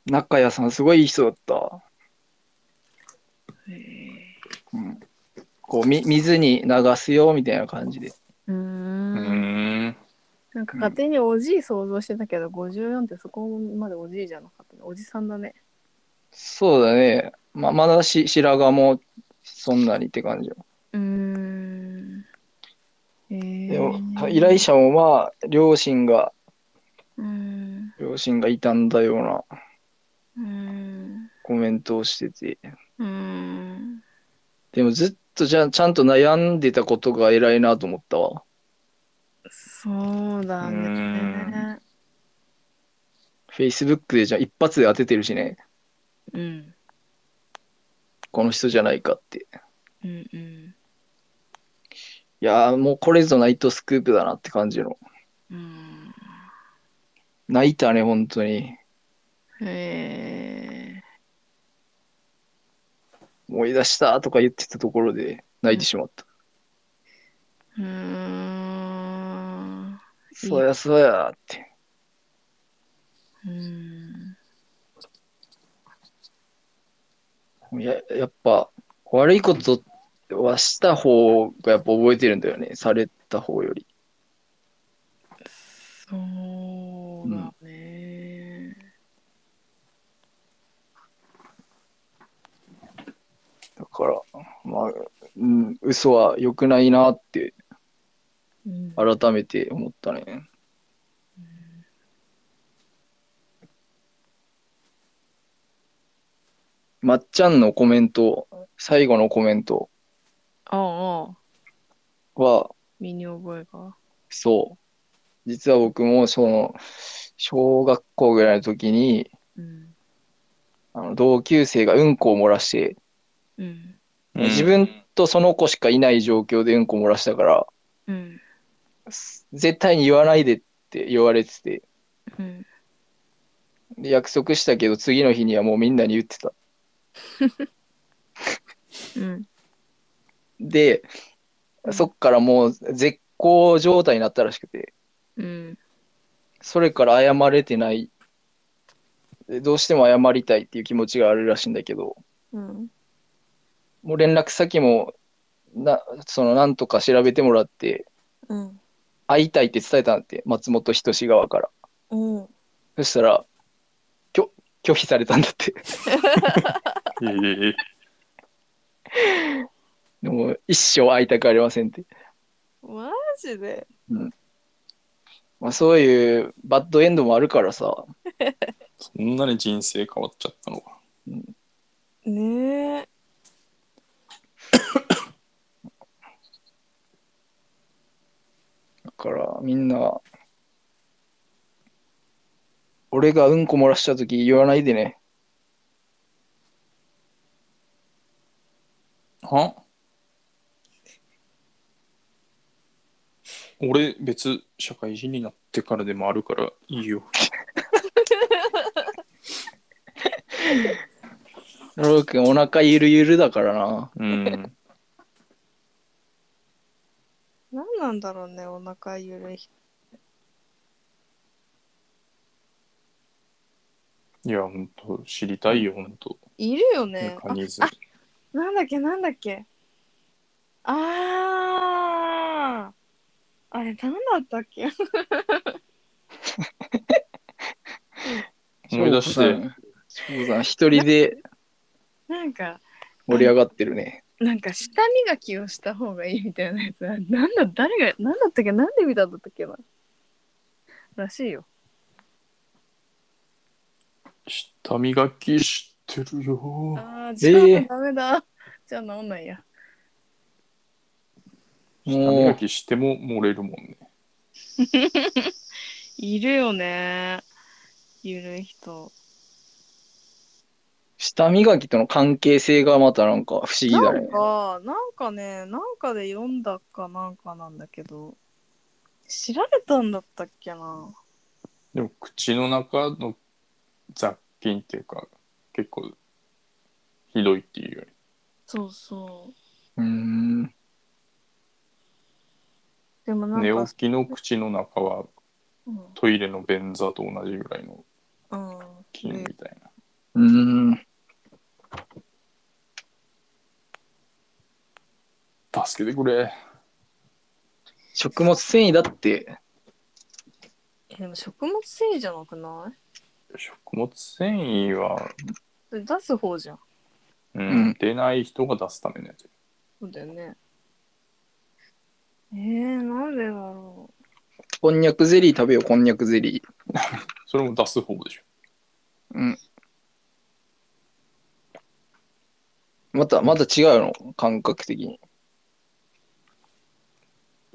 中谷さんすごいいい人だった、
へえ
うん、こうみ水に流すよみたいな感じで
うー
うんーん。
なんか勝手におじい想像してたけど、54ってそこまでおじいじゃなかったねおじさんだね
そうだね。ままだし白髪もそんなにって感じよ。
うーんえー、
でも依頼者もまあ両親が
うーん
両親がいたんだような
うーん
コメントをしてて。
うーん
でもずっとじゃちゃんと悩んでたことが偉いなと思ったわ。
そうだ
うー
ね
Facebook でじゃ一発で当ててるしね。
うん
この人じゃないかって。
うんうん
いやーもうこれぞナイトスクープだなって感じの。
うん
泣いたね、本当に。
え
思い出したとか言ってたところで泣いてしまった。
ー、うーん
そうやそうやって。
うーん
ややっぱ悪いことはした方がやっぱ覚えてるんだよねされた方より
そうだね、
だからまあ、うん、嘘は良くないなって
うん
改めて思ったねまっちゃんのコメント最後のコメント
ああ
は
身に覚えが
そう実は僕もその小学校ぐらいの時に
うん
あの同級生がうんこを漏らして
うん
自分とその子しかいない状況でうんこ漏らしたから
うん
す絶対に言わないでって言われてて
うん
で約束したけど次の日にはもうみんなに言ってた
うん
でそっからもう絶好状態になったらしくて
うん
それから謝れてないどうしても謝りたいっていう気持ちがあるらしいんだけど、
うん。
もう連絡先も、な、その、なんとか調べてもらって、
うん。
会いたいって伝えたんだって、松本人志側から。
うん。
そしたら、拒拒否されたんだって。
ええ
でも、一生会いたくありませんって。
マジで
まあ、そういうバッドエンドもあるからさ、
そんなに人生変わっちゃったのか。
ねえ。
だからみんな、俺がうんこ漏らしたとき言わないでね。
は俺別社会人になってからでもあるからいいよ。
ロー君お腹ゆるゆるだからな。
うん。
何なんだろうね、お腹ゆるい人。
いや本当知りたいよ本当
いるよね
メ。カニズ
ああなんだっけ、なんだっけ。あー。あれ、何だったっけ
ム。思い出して。
そうだな、一人で
なんか、
盛り上がってるね。
なんか下磨きをした方がいいみたいなやつ。なんだ、誰が、なんだったっけ、なんで見たんだったっけな。らしいよ。
下磨きしてるよ。
あー、じゃあ、
えー
ダメだ。じゃあ、治んないや。
下磨きしても漏れるもんね。
いるよね。ゆるい人。
舌磨きとの関係性がまたなんか不思議だ
な
ね
ん。か、なんかね、なんかで読んだかなんかなんだけど、調べたんだったっけな。
でも口の中の雑菌っていうか結構ひどいっていうより
そうそう。
うーん。
でもなん
寝
か
起、きの口の中はトイレの便座と同じぐらいの
うん、うん、
菌みたいな、
うーん。
助けてくれ
食物繊維だって、
えでも食物繊維じゃなくな
食物繊維は、
いそれ出す方じゃん。
うん
うん
出ない人が出すためのやつ
そうだよね。えー、なんでだろ
こんにゃくゼリー食べよう、こんにゃくゼリー。
それも出す方でしょ
うん。また、また違うの感覚的に。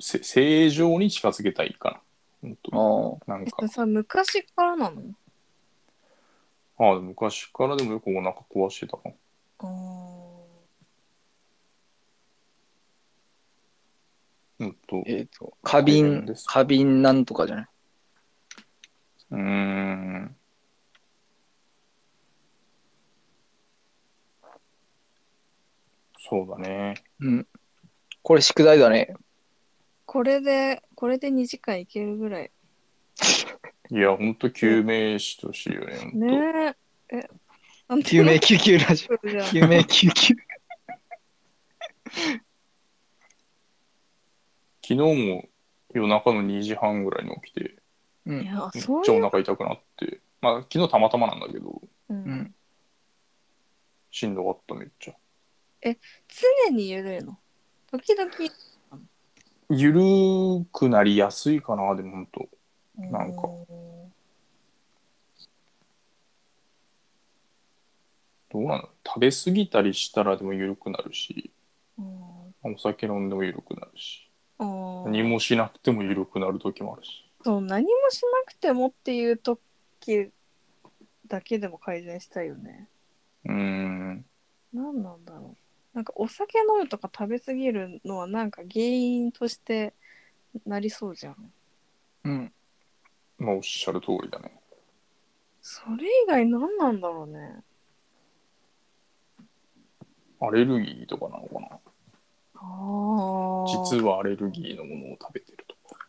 せ正常に近づけたいかな本
あ
当
あ。
なんか
う。さ、昔からなの
ああ昔からでもよくお腹壊してたかも
あ
うんと
えっ、と、花瓶
です、
花瓶なんとかじゃない。
うーんそうだね。
うん。これ宿題だね。
これで、これで2時間いけるぐらい。
いや、ほんと救命士としいよね。ほんと
ねえ。え、なん
救命救急ラ ジ
じゃ
オ。
ん
救命救急。
昨日も夜中の2時半ぐらいに起きて、
う
い
ん。
や、
めっ
そう
ちゃ
いう
お腹痛くなって、まあ昨日たまたまなんだけど、
う
う
んん。
しんどかっためっちゃ。
常にゆるいの時々
ゆるくなりやすいかな、でもほんと。なんかどうなの食べ過ぎたりしたらでもゆるくなるし、
うん
お酒飲んでもゆるくなるし、
うん
何もしなくてもゆるくなる時もあるし。
そう何もしなくてもっていう時だけでも改善したいよね
うーん。
何なんだろうなんかお酒飲むとか食べ過ぎるのはなんか原因としてなりそうじゃん
うん。
まあおっしゃる通りだね。
それ以外何なんだろうね
アレルギーとかなのかな
ああ
実はアレルギーのものを食べてるとか。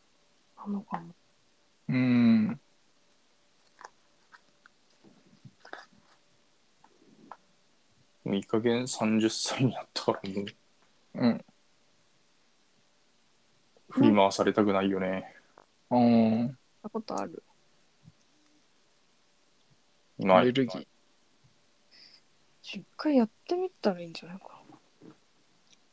なのかも
うん。
もういい加減30歳になったからもう
うん。
振り回されたくないよね。
うん。
たことある
な
ア
い
レルギー。
一回やってみたらいいんじゃないか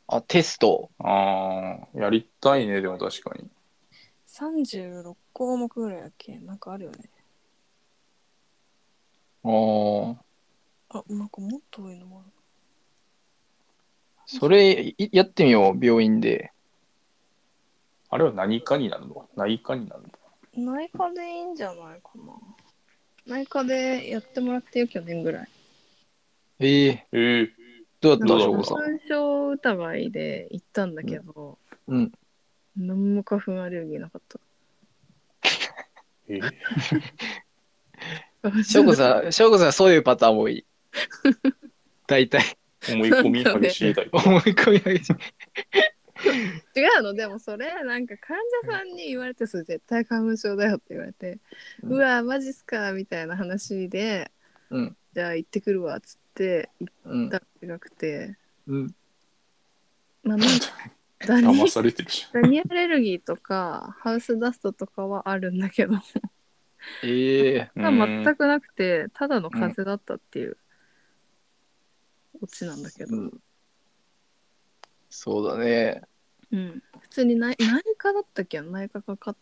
あ、テスト。
ああ、やりたいね、でも確かに。
な36項目ぐらいやっけなんかあるよね
ああ。
あなんかもっと多いのもある
それ、いやってみよう、病院で。
あれは何かになるの内科になるの
内科でいいんじゃないかな内科でやってもらってよ去年ぐらい
ええ
ええ
どうだった、
な
しょ
ん
う
か
こさん。
花粉症疑いで行ったんだけど、
うん。
何も花粉アレルギーなかった
ええ
しょうこさん、しょうこさん、そういうパターン多い。大体、
思い込み激しいタイプ。
思い込み上げちゃう
違うのでもそれなんか患者さんに言われてそれ絶対花粉症だよって言われて、
う
うんわマジっすかみたいな話で、
うん
じゃあ行ってくるわっつって行っ
うん
た。ら違くて、
うん。
まあ、なんかダニ
騙されてるじ
ダニアレルギーとかハウスダストとかはあるんだけど
ええ
ゃん。
全くなくてただの風邪だったっていうオチなんだけど、
うん。そうだね。
うん、普通に内内科だったっけ内科かかっ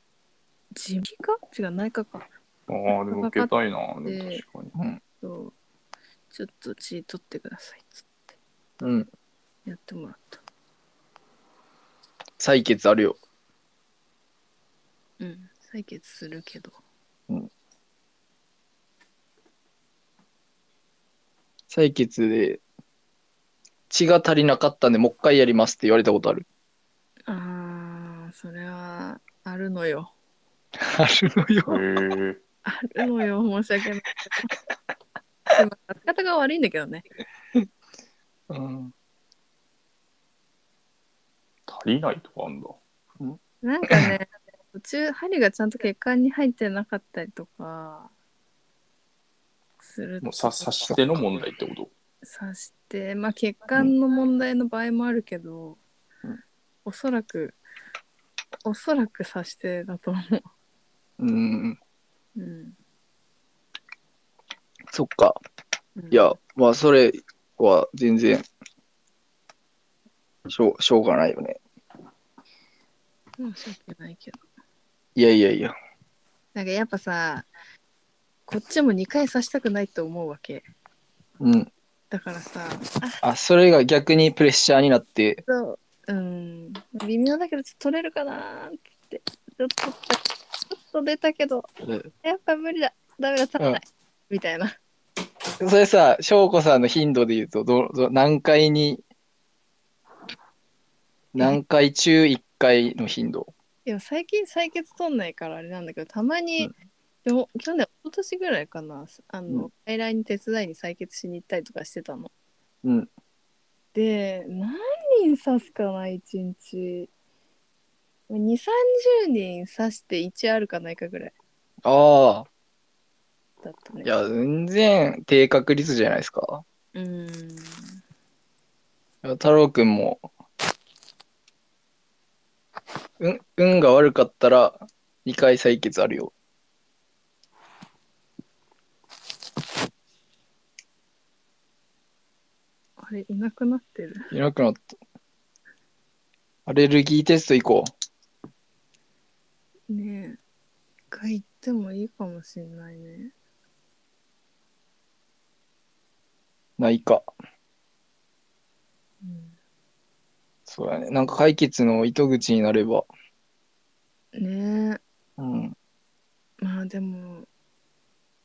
耳鼻科違う内科か
うんああ、でも受けたいな、でも確かに。
そうちょっと血取ってくださいっつっ
うん。
てやってもらった
採血あるよ。
うん採血するけど
採血で、血が足りなかったんで、もう一回やりますって言われたことある。
あーそれはあるのよ
あるのよ。
え
あるのよ申し訳ないでもやり方が悪いんだけどね
うん。
足りないとかあんだ。
なんかね途中針がちゃんと血管に入ってなかったりとかする
もうさ刺しての問題ってこと
さしてまあ血管の問題の場合もあるけど、
うん
おそらくおそらくさしてだと思う、
うん。
うん
そっか。いや、まあ、それは全然、しょう、しょうがないよね。
申し訳ないけど
いやいやいや。
なんかやっぱさこっちも2回刺したくないと思うわけ
うん。
だからさ
あ、それが逆にプレッシャーになって、
そううん微妙だけどちょっと取れるかなーってちょっとちょっと出たけどやっぱ無理だダメだ立たない、
うん
みたいな
それさ、翔子さんの頻度で言うと、ど、ど、何回に、何回中1回の頻度。
でも最近採血取んないからあれなんだけどたまに、
うん
でも去年一昨年ぐらいかなあの、
う
外来に手伝いに採血しに行ったりとかしてたの
うん。
で何人刺すかな1日2三3 0人刺して1あるかないかぐらい
あ
だった
あ、
ね
いや、全然低確率じゃないですか。
うーん
いや太郎くんも、うん、運が悪かったら、2回採血あるよ。
あれいなくなってる
いなくなった。アレルギーテスト行こ
ねえ一回行ってもいいかもしんないね
う。ないか。
うん
そうだね。なんか解決の糸口になれば。
ねえ
うん。
まあでも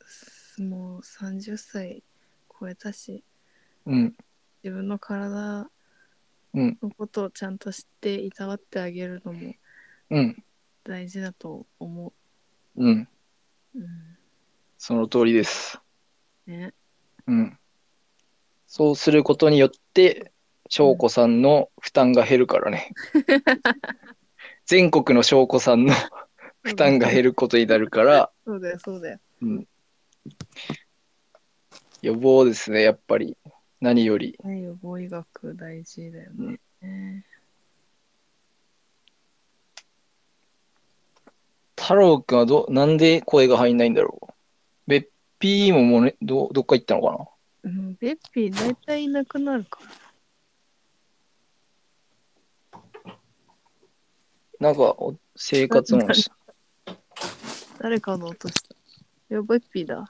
すもう30歳超えたし
うん。
自分の体
うん
のことをちゃんと知っていたわってあげるのも
うん。
大事だと思
うん。
う、うん、
その通りです。
ね
うん。そうすることによって、翔子さんの負担が減るからね。全国の翔子さんの負担が減ることになるから、
そうだよそうだよ
うん。予防ですね、やっぱり。何より。
ね予防医学大事だよね。
太郎くんはど、なんで声が入んないんだろう。べっぴーももうね、ど、どっか行ったのか
うん、ベッピー大体いなくなるから。
ななんか、お生活もし、
誰かの音した。いや、ベッピーだ。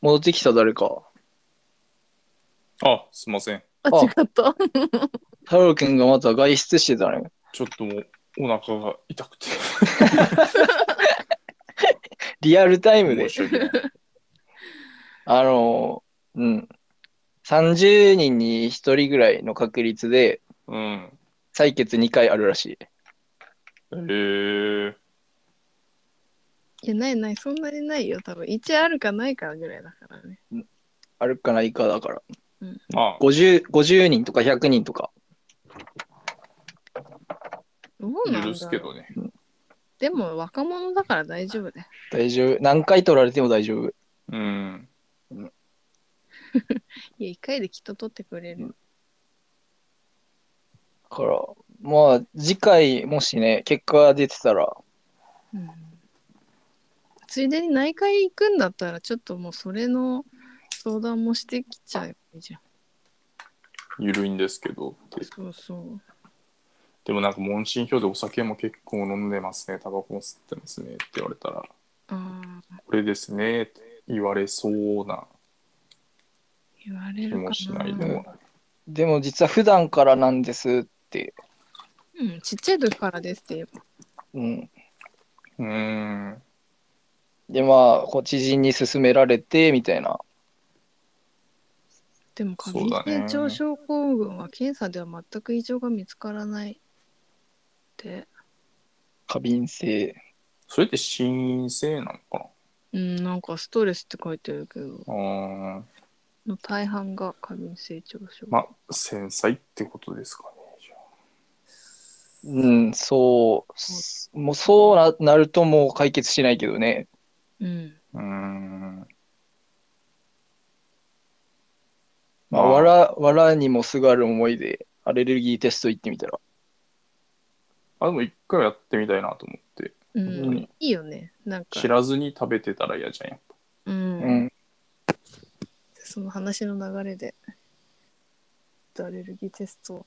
戻ってきた誰か。
あ、すいません。
あ、
あ
違った。
太郎くんがまた外出してたね。
ちょっともうお腹が痛くて。
リアルタイムで
申。し訳ない
あの、うん。30人に1人ぐらいの確率で
うん。
採血2回あるらしい。
えー、
いや、ないない、そんなにないよ。多分1あるかないかぐらいだからね。
あるかないかだから。
まあ、
50, 50人とか100人とか。
どうなんだろ
許
う
すけどね。
でも若者だから大丈夫ね。
大丈夫。何回取られても大丈夫。
うん。
いや、1回できっと取ってくれる。
だから、まあ、次回、もしね、結果が出てたら、
うんついでに内科へ行くんだったら、ちょっともうそれの相談もしてきちゃえばいいじゃん。
ゆるいんですけどって。
そうそう。
でもなんか問診票でお酒も結構飲んでますね、タバコも吸ってますねって言われたら、
ああ、
これですねって言われそうな
言われ
気
るか
も
な。
しないでもない。
でも実は普段からなんですって、
うん、ちっちゃい時からですって言えば。
うん。
うーん。
で、まあ、こう知人に勧められて、みたいな。
でも過敏
そうだね
性腸症候群は検査では全く異常が見つからないって、
過敏性。
それって申請なのか
うん、なんかストレスって書いてるけど、
なうーん。
の大半が過敏性腸症。
まあ、繊細ってことですかね。じゃあ
うん、そう。もう、そうななるともう解決しないけどね。
うん。
うーん。
まあ、わら、わらにもすがる思いで、アレルギーテスト行ってみたら。
あ、でも一回はやってみたいなと思って。
うん
本当に
いいよね。なんか
知、らずに食べてたら嫌じゃんやっぱ。
うん
うん。
その話の流れで、アレルギーテストを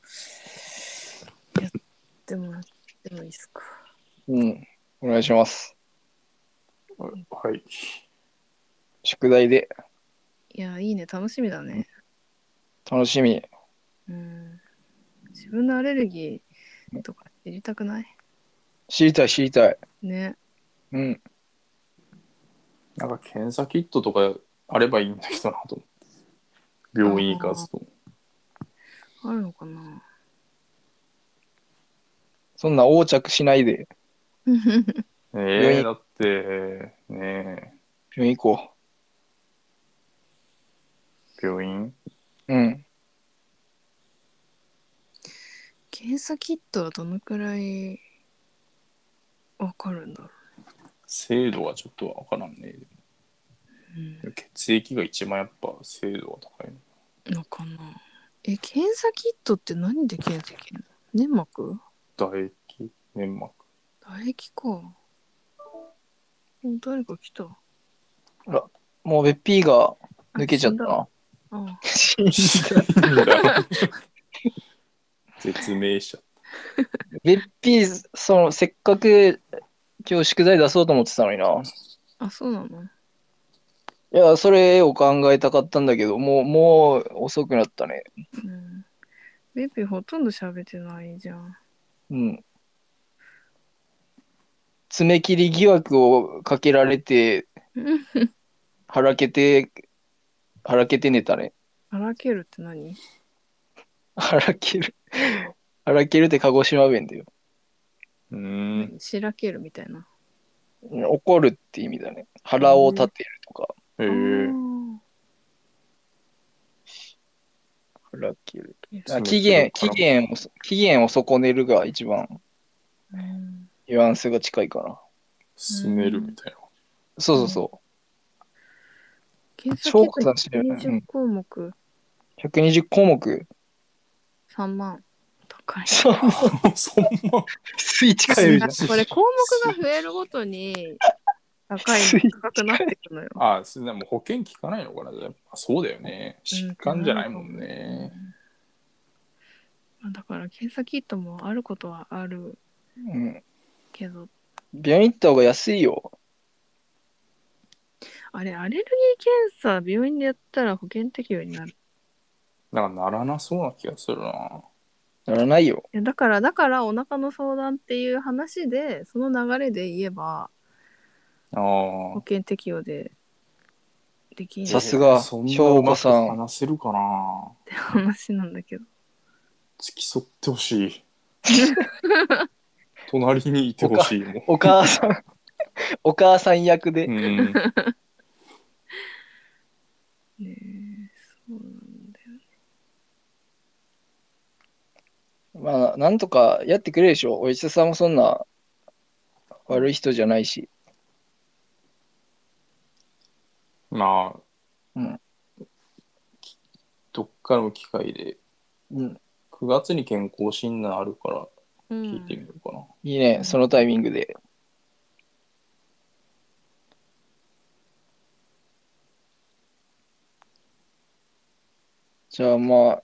やってもらってもいいですか。
うん。お願いします。
はい。
宿題で、
いや、いいね。楽しみだね。
楽しみ。
うん。自分のアレルギーとか知りたくない
知りたい、知りたい。
ね。
うん。
なんか検査キットとかあればいいんだけどなと思って。病院行かずと。
あるのかな
そんな横着しないで、
え
病
え
院
だって、ね
病院行こ
え、病院
う。うん。
検査キットはどのくらいわかるんだろ
精度はちょっとわからんね。
う、う
血液が一番やっぱ精度が高いの。
ん、のかなえ、検査キットって何で検査できるの粘膜
唾液、粘膜。
唾液か。もう誰か来た。あ
もうべっぴーが抜けちゃったな。
あ、
絶命者。
べっぴー、その、せっかく今日宿題出そうと思ってたのにな。
あそうなの
いや、それを考えたかったんだけど、もう、もう遅くなったね。
うん。ベイビーほとんど喋ってないじゃん。
うん。爪切り疑惑をかけられて、はらけて、はらけて寝たね。
あらけるって何
はらける。はらけるって鹿児島弁だよ。
うーん。
しらけるみたいな。
怒るって意味だね。腹を立てるとか、
ええ
あー
腹切る。
そ
あ
う
期限、期
そう
限を、期限を損ねるが一番、
うん
ニュアンスが近いかな。
進めるみたいな。
そうそうそ
検査
超
結
簡単してる
果20項目
120項目。
3万。高い。
そう。
そんな。
スイッチ変えるじゃん。
これ項目が増えるごとに高い高くなっていくのよ。
ああ、すでも保険効かないのかなやっぱそうだよね。疾患じゃないもんね。
まあだから検査キットもあることはある
うん。
けど、
病院行った方が安いよ。
あれ、アレルギー検査、病院でやったら保険適用になる。い
だからならなそうな気がするな。
ならないよ。
やだから、だからお腹の相談っていう話で、その流れで言えば
あ
保
あ。
険適用でできる
さすが
そんな
翔吾さん
うまく話せるかな。
話なんだけど。
付き添ってほし い。隣にいてほしいもん。
お母さん、 お母さん役で。
うん。
ねえそうなんだよ。
まあ、なんとかやってくれるでしょ。お医者さんもそんな悪い人じゃないし。
まあ、
うん
きどっかの機会で、
うん。
9月に健康診断あるから聞いてみようかな。
いいね、そのタイミングで。じゃあまあ、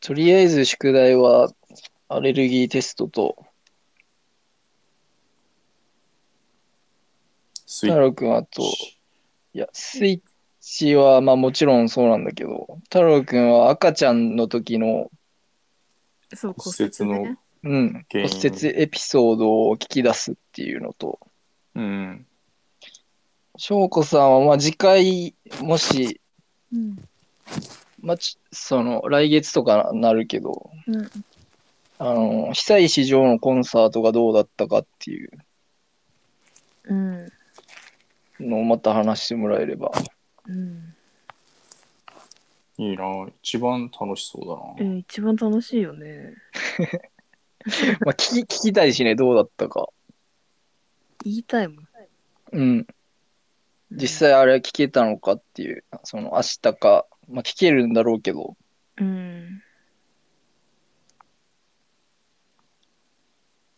とりあえず宿題はアレルギーテストと、
スイ
太
ッ
郎くんあと、
チ。
いや、スイッチは、まあもちろんそうなんだけど、太郎くんは赤ちゃんの時の、
そう、
骨
骨折、
折の
ね。
うん、
原
骨
因
折エピソードを聞き出すっていうのと、
うん。
翔子さんは、まあ次回、もし、
うん
まあ、ちその、来月とかなるけど、
うん
あの、久石城のコンサートがどうだったかっていう
うん。
のをまた話してもらえれば。
うん。
いいな。一番楽しそうだな。
え、一番楽しいよね。
まあ聞き、聞きたいしね、どうだったか。
言いたいもん。
うん。実際あれ聞けたのかっていう、その明日か、まあ、聞けるんだろうけど、
うん。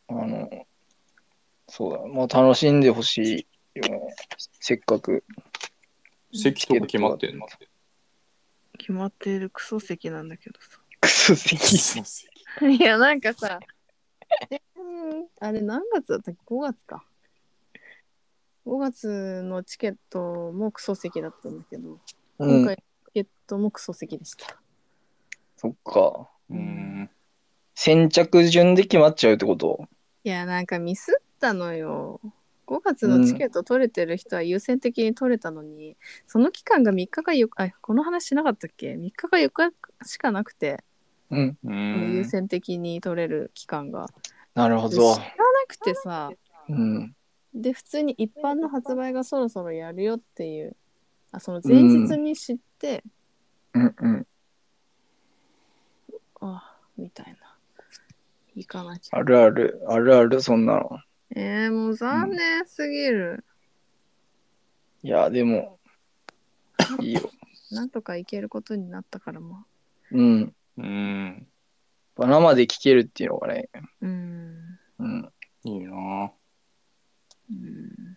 あの、そうだ、まあ、楽しんでほしいよね。せっかく。
席とか決まってんの
決まってるクソ席なんだけどさ。
クソ席。
いや、なんかさ、えー あれ何月だったっけ ?5 月か。5月のチケットもクソ席だったんだけど、
う
今
ん
回、チケットもクソ席でした。
そっか。
うん。
先着順で決まっちゃうってこと
いや、なんかミスったのよ。5月のチケット取れてる人は優先的に取れたのに、その期間が3日か4日、あ、この話しなかったっけ ?3 日か4日しかなくて、
うん。
う
優
ん。
先的に取れる期間が。
なるほ
知ら
ど
な。くてさ、
うん。
で普通に一般の発売がそろそろやるよっていうあその前日に知って、
うんうん。
あみたいな行かなきゃ
あるある、あるある、そんなの。
えー、もう残念すぎる、
いや、で も、いいよ。
なんとか行けることになったからまあ
うん。
うん。
バナまで聞けるっていうのがね、
うん、
うん。
いいな。
うん、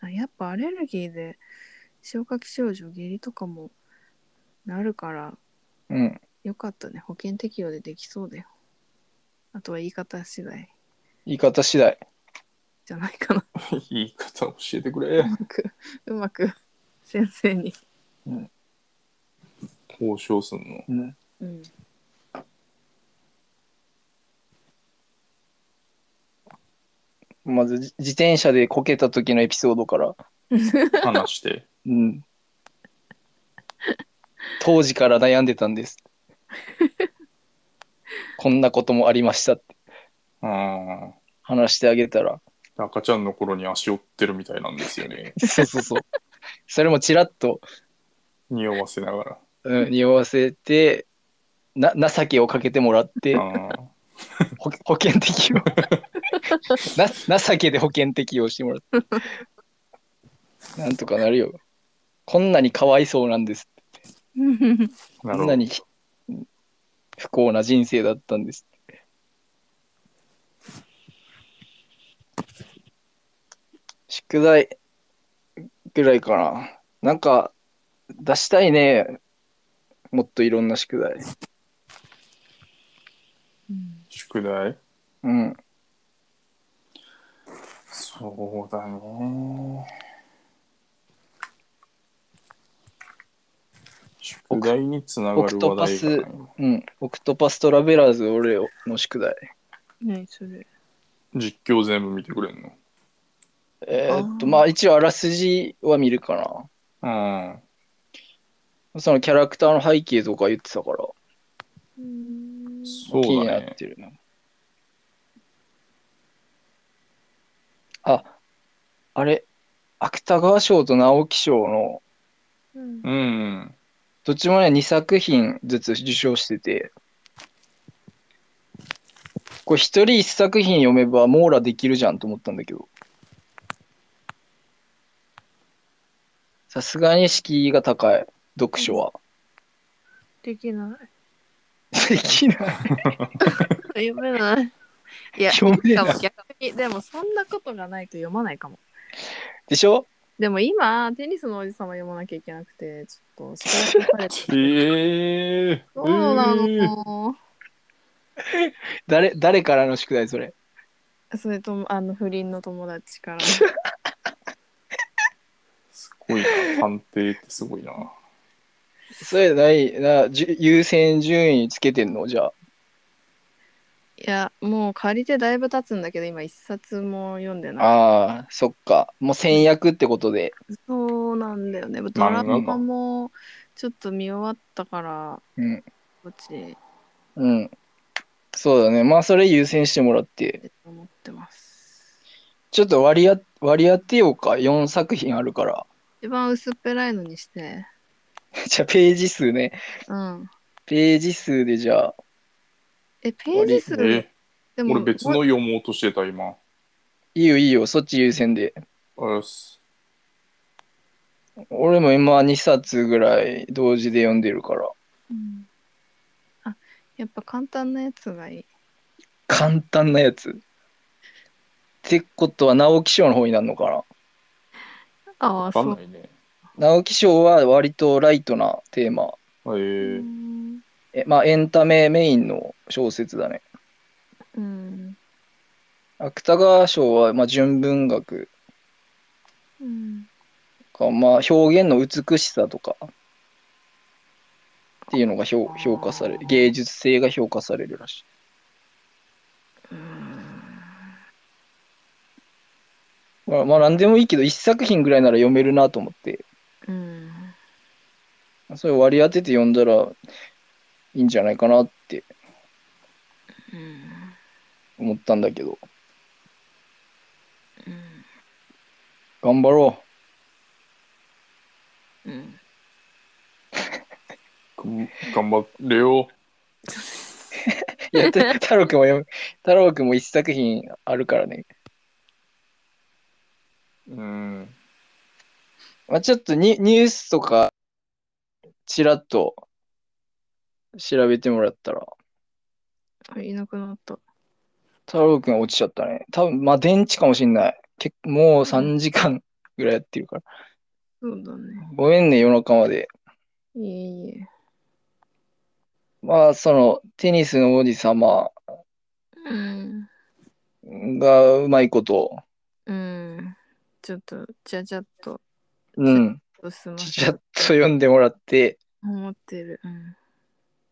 あやっぱアレルギーで消化器症状下痢とかもなるから
うん。
よかったね保険適用でできそうだよあとは言い方次第
言い方次第。
じゃないかな
言い方教えてくれ
う。まくうまく先生に
交渉すんの。
うん。
うん
まず、じ自転車でこけた時のエピソードから。
話して。
うん。 当時から悩んでたん です。こんなこともありましたって
うん。
話してあげたら。
赤ちゃんの頃に足折ってるみたいなんですよね。
そうそうそう。それもちらっと、
匂わせなが
うん、匂わせて、な情けをかけてもらって
ら。うん。
保 保険適用な情けで保険適用してもらってなんとかなるよこんなにかわいそうなんです
うん
な
こ
る
ん
ほ
な
ど。
にひ不幸な人生だったんです。宿題ぐらいかな。なんか出したいね。もっといろんな宿題。
宿題
うん。
そうだね。宿題につながる話題がない
うん。オクトパストラベラーズ俺の宿題。
何それ
実況全部見てくれんの
えーっと、
あー
まあ一応あらすじは見るかな。
うん。
そのキャラクターの背景とか言ってたから、
そう
気に
だ
な
ね
っ。てるな。あ、あれ、芥川賞と直木賞の、
うん。
どっちもね、2作品ずつ受賞してて、これ一人一作品読めば網羅できるじゃんと思ったんだけど。さすがに敷居が高い、読書は。
できな
できない。
い読めないいや
読めない
いいかも逆にでもそんなことがないと読まないかも
でしょ
でも今テニスの王子様読まなきゃいけなくてちょっとそれは疲 れて
ええ
そうなの、
え
誰誰からの宿題それ。
それともあの不倫の友達から
すごいな。探偵ってすごいな。
それないなじゅ優先順位つけてんのじゃあ。
いやもう借りてだいぶ経つんだけど今一冊も読んでない
ああ、そっか。もう戦略ってことで。
そうなんだよねドラ
漫画か
マもちょっと見終わったから
うん。
こっち
うん。そうだね。まあそれ優先してもらって。
で思ってます
ちょっと割りあ割り当てようか。4作品あるから。
一番薄っぺらいのにして
じゃあページ数ね。
うん
ページ数でじゃあ。
えページ数
え
で
俺別の読もうとしてた今。
いいよいいよ。そっち優先で。
あっす
俺も今2冊ぐらい同時で読んでるから。
うんあやっぱ簡単なやつがいい
簡単なやつ。ってことは直木賞の方になるのかな
あ
わ
あ
か
そ
ん
う
ないね。
直木賞は割とライトなテーマ。
ええ
うーん
えまあ、エンタメメインの小説だね。
うん
芥川賞は、まあ、純文学
うん
か、まあ、表現の美しさとかっていうのが評評価される。芸術性が評価されるらしい。まあ、まあ、なんでもいいけど、一作品ぐらいなら読めるなと思って、
うん
それ割り当てて読んだらいいんじゃないかなって
うん
思ったんだけど、
うん
頑張ろ
うん
頑張れよ。
う。いや、た 太郎くんも読む。太郎くんも一作品あるからね。
うん。
まあ、ちょっとニニュースとか、ちらっと調べてもらったら、
あいなくなった
太郎くん落ちちゃったね。多分まあ電池かもしんない。結もう3時間ぐらいやってるから。
そうだね
ごめんね、夜中まで。
いえいえ
まあ、その、テニスの王子様
うん
がうまいこと、
うんちょっとじゃじゃっと
うん、
薄ま
ちゃっと読んでもらって、
思ってるうん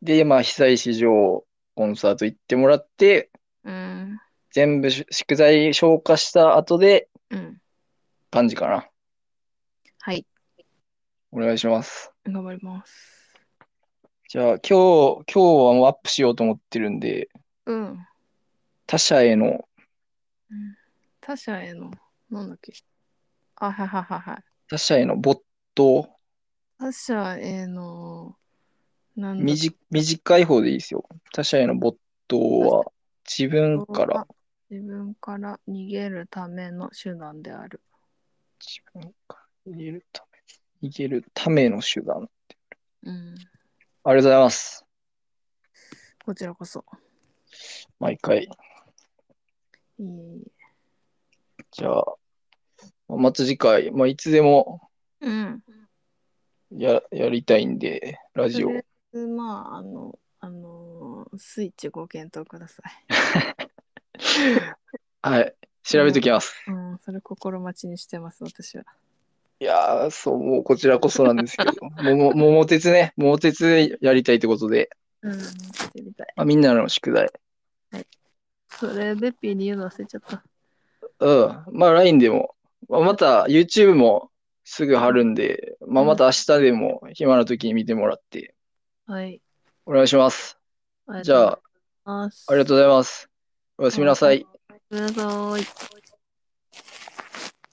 で、まあ、被災市場コンサート行ってもらって、
うん
全部し宿題消化した後で、
うん
感じかな。
はい
お願いします。
頑張ります
じゃあ今日、今日はもうアップしようと思ってるんで、
うん
他者への、
他者へのなんだっけあはいはいはいはい
他者への没頭、
他者へのなんだ
みじ短い方でいいですよ。他者への没頭は自分から、
自分から逃げるための手段である
自分から逃げるため、逃げるための手段。
うん
ありがとうございます。
こちらこそ。
毎回。
いえいえ。
じゃあ、また次回、まあ、いつでも
うん。
ややりたいんで、ラ
と
ジオ。
りあえず、まあ、あの、あのースイッチご検討ください。
はい。調べときます。
うん、それ心待ちにしてます、私は。
いやー、そう、もうこちらこそなんですけど、 もも桃鉄ね、桃鉄やりたいってことで、
うん、してみたい。
まあ、みんなの宿題。
それ、べっぴーに言うの忘れちゃった。
うん。まあ、LINE でも、まあ、また YouTube もすぐ貼るんで、まあ、また明日でも暇な時に見てもらって、
はい。
お願いします。
あり
じゃ
が
あ、
とうございます。
ありがとうございます。おやすみなさい。
ございます。ごめんなさい。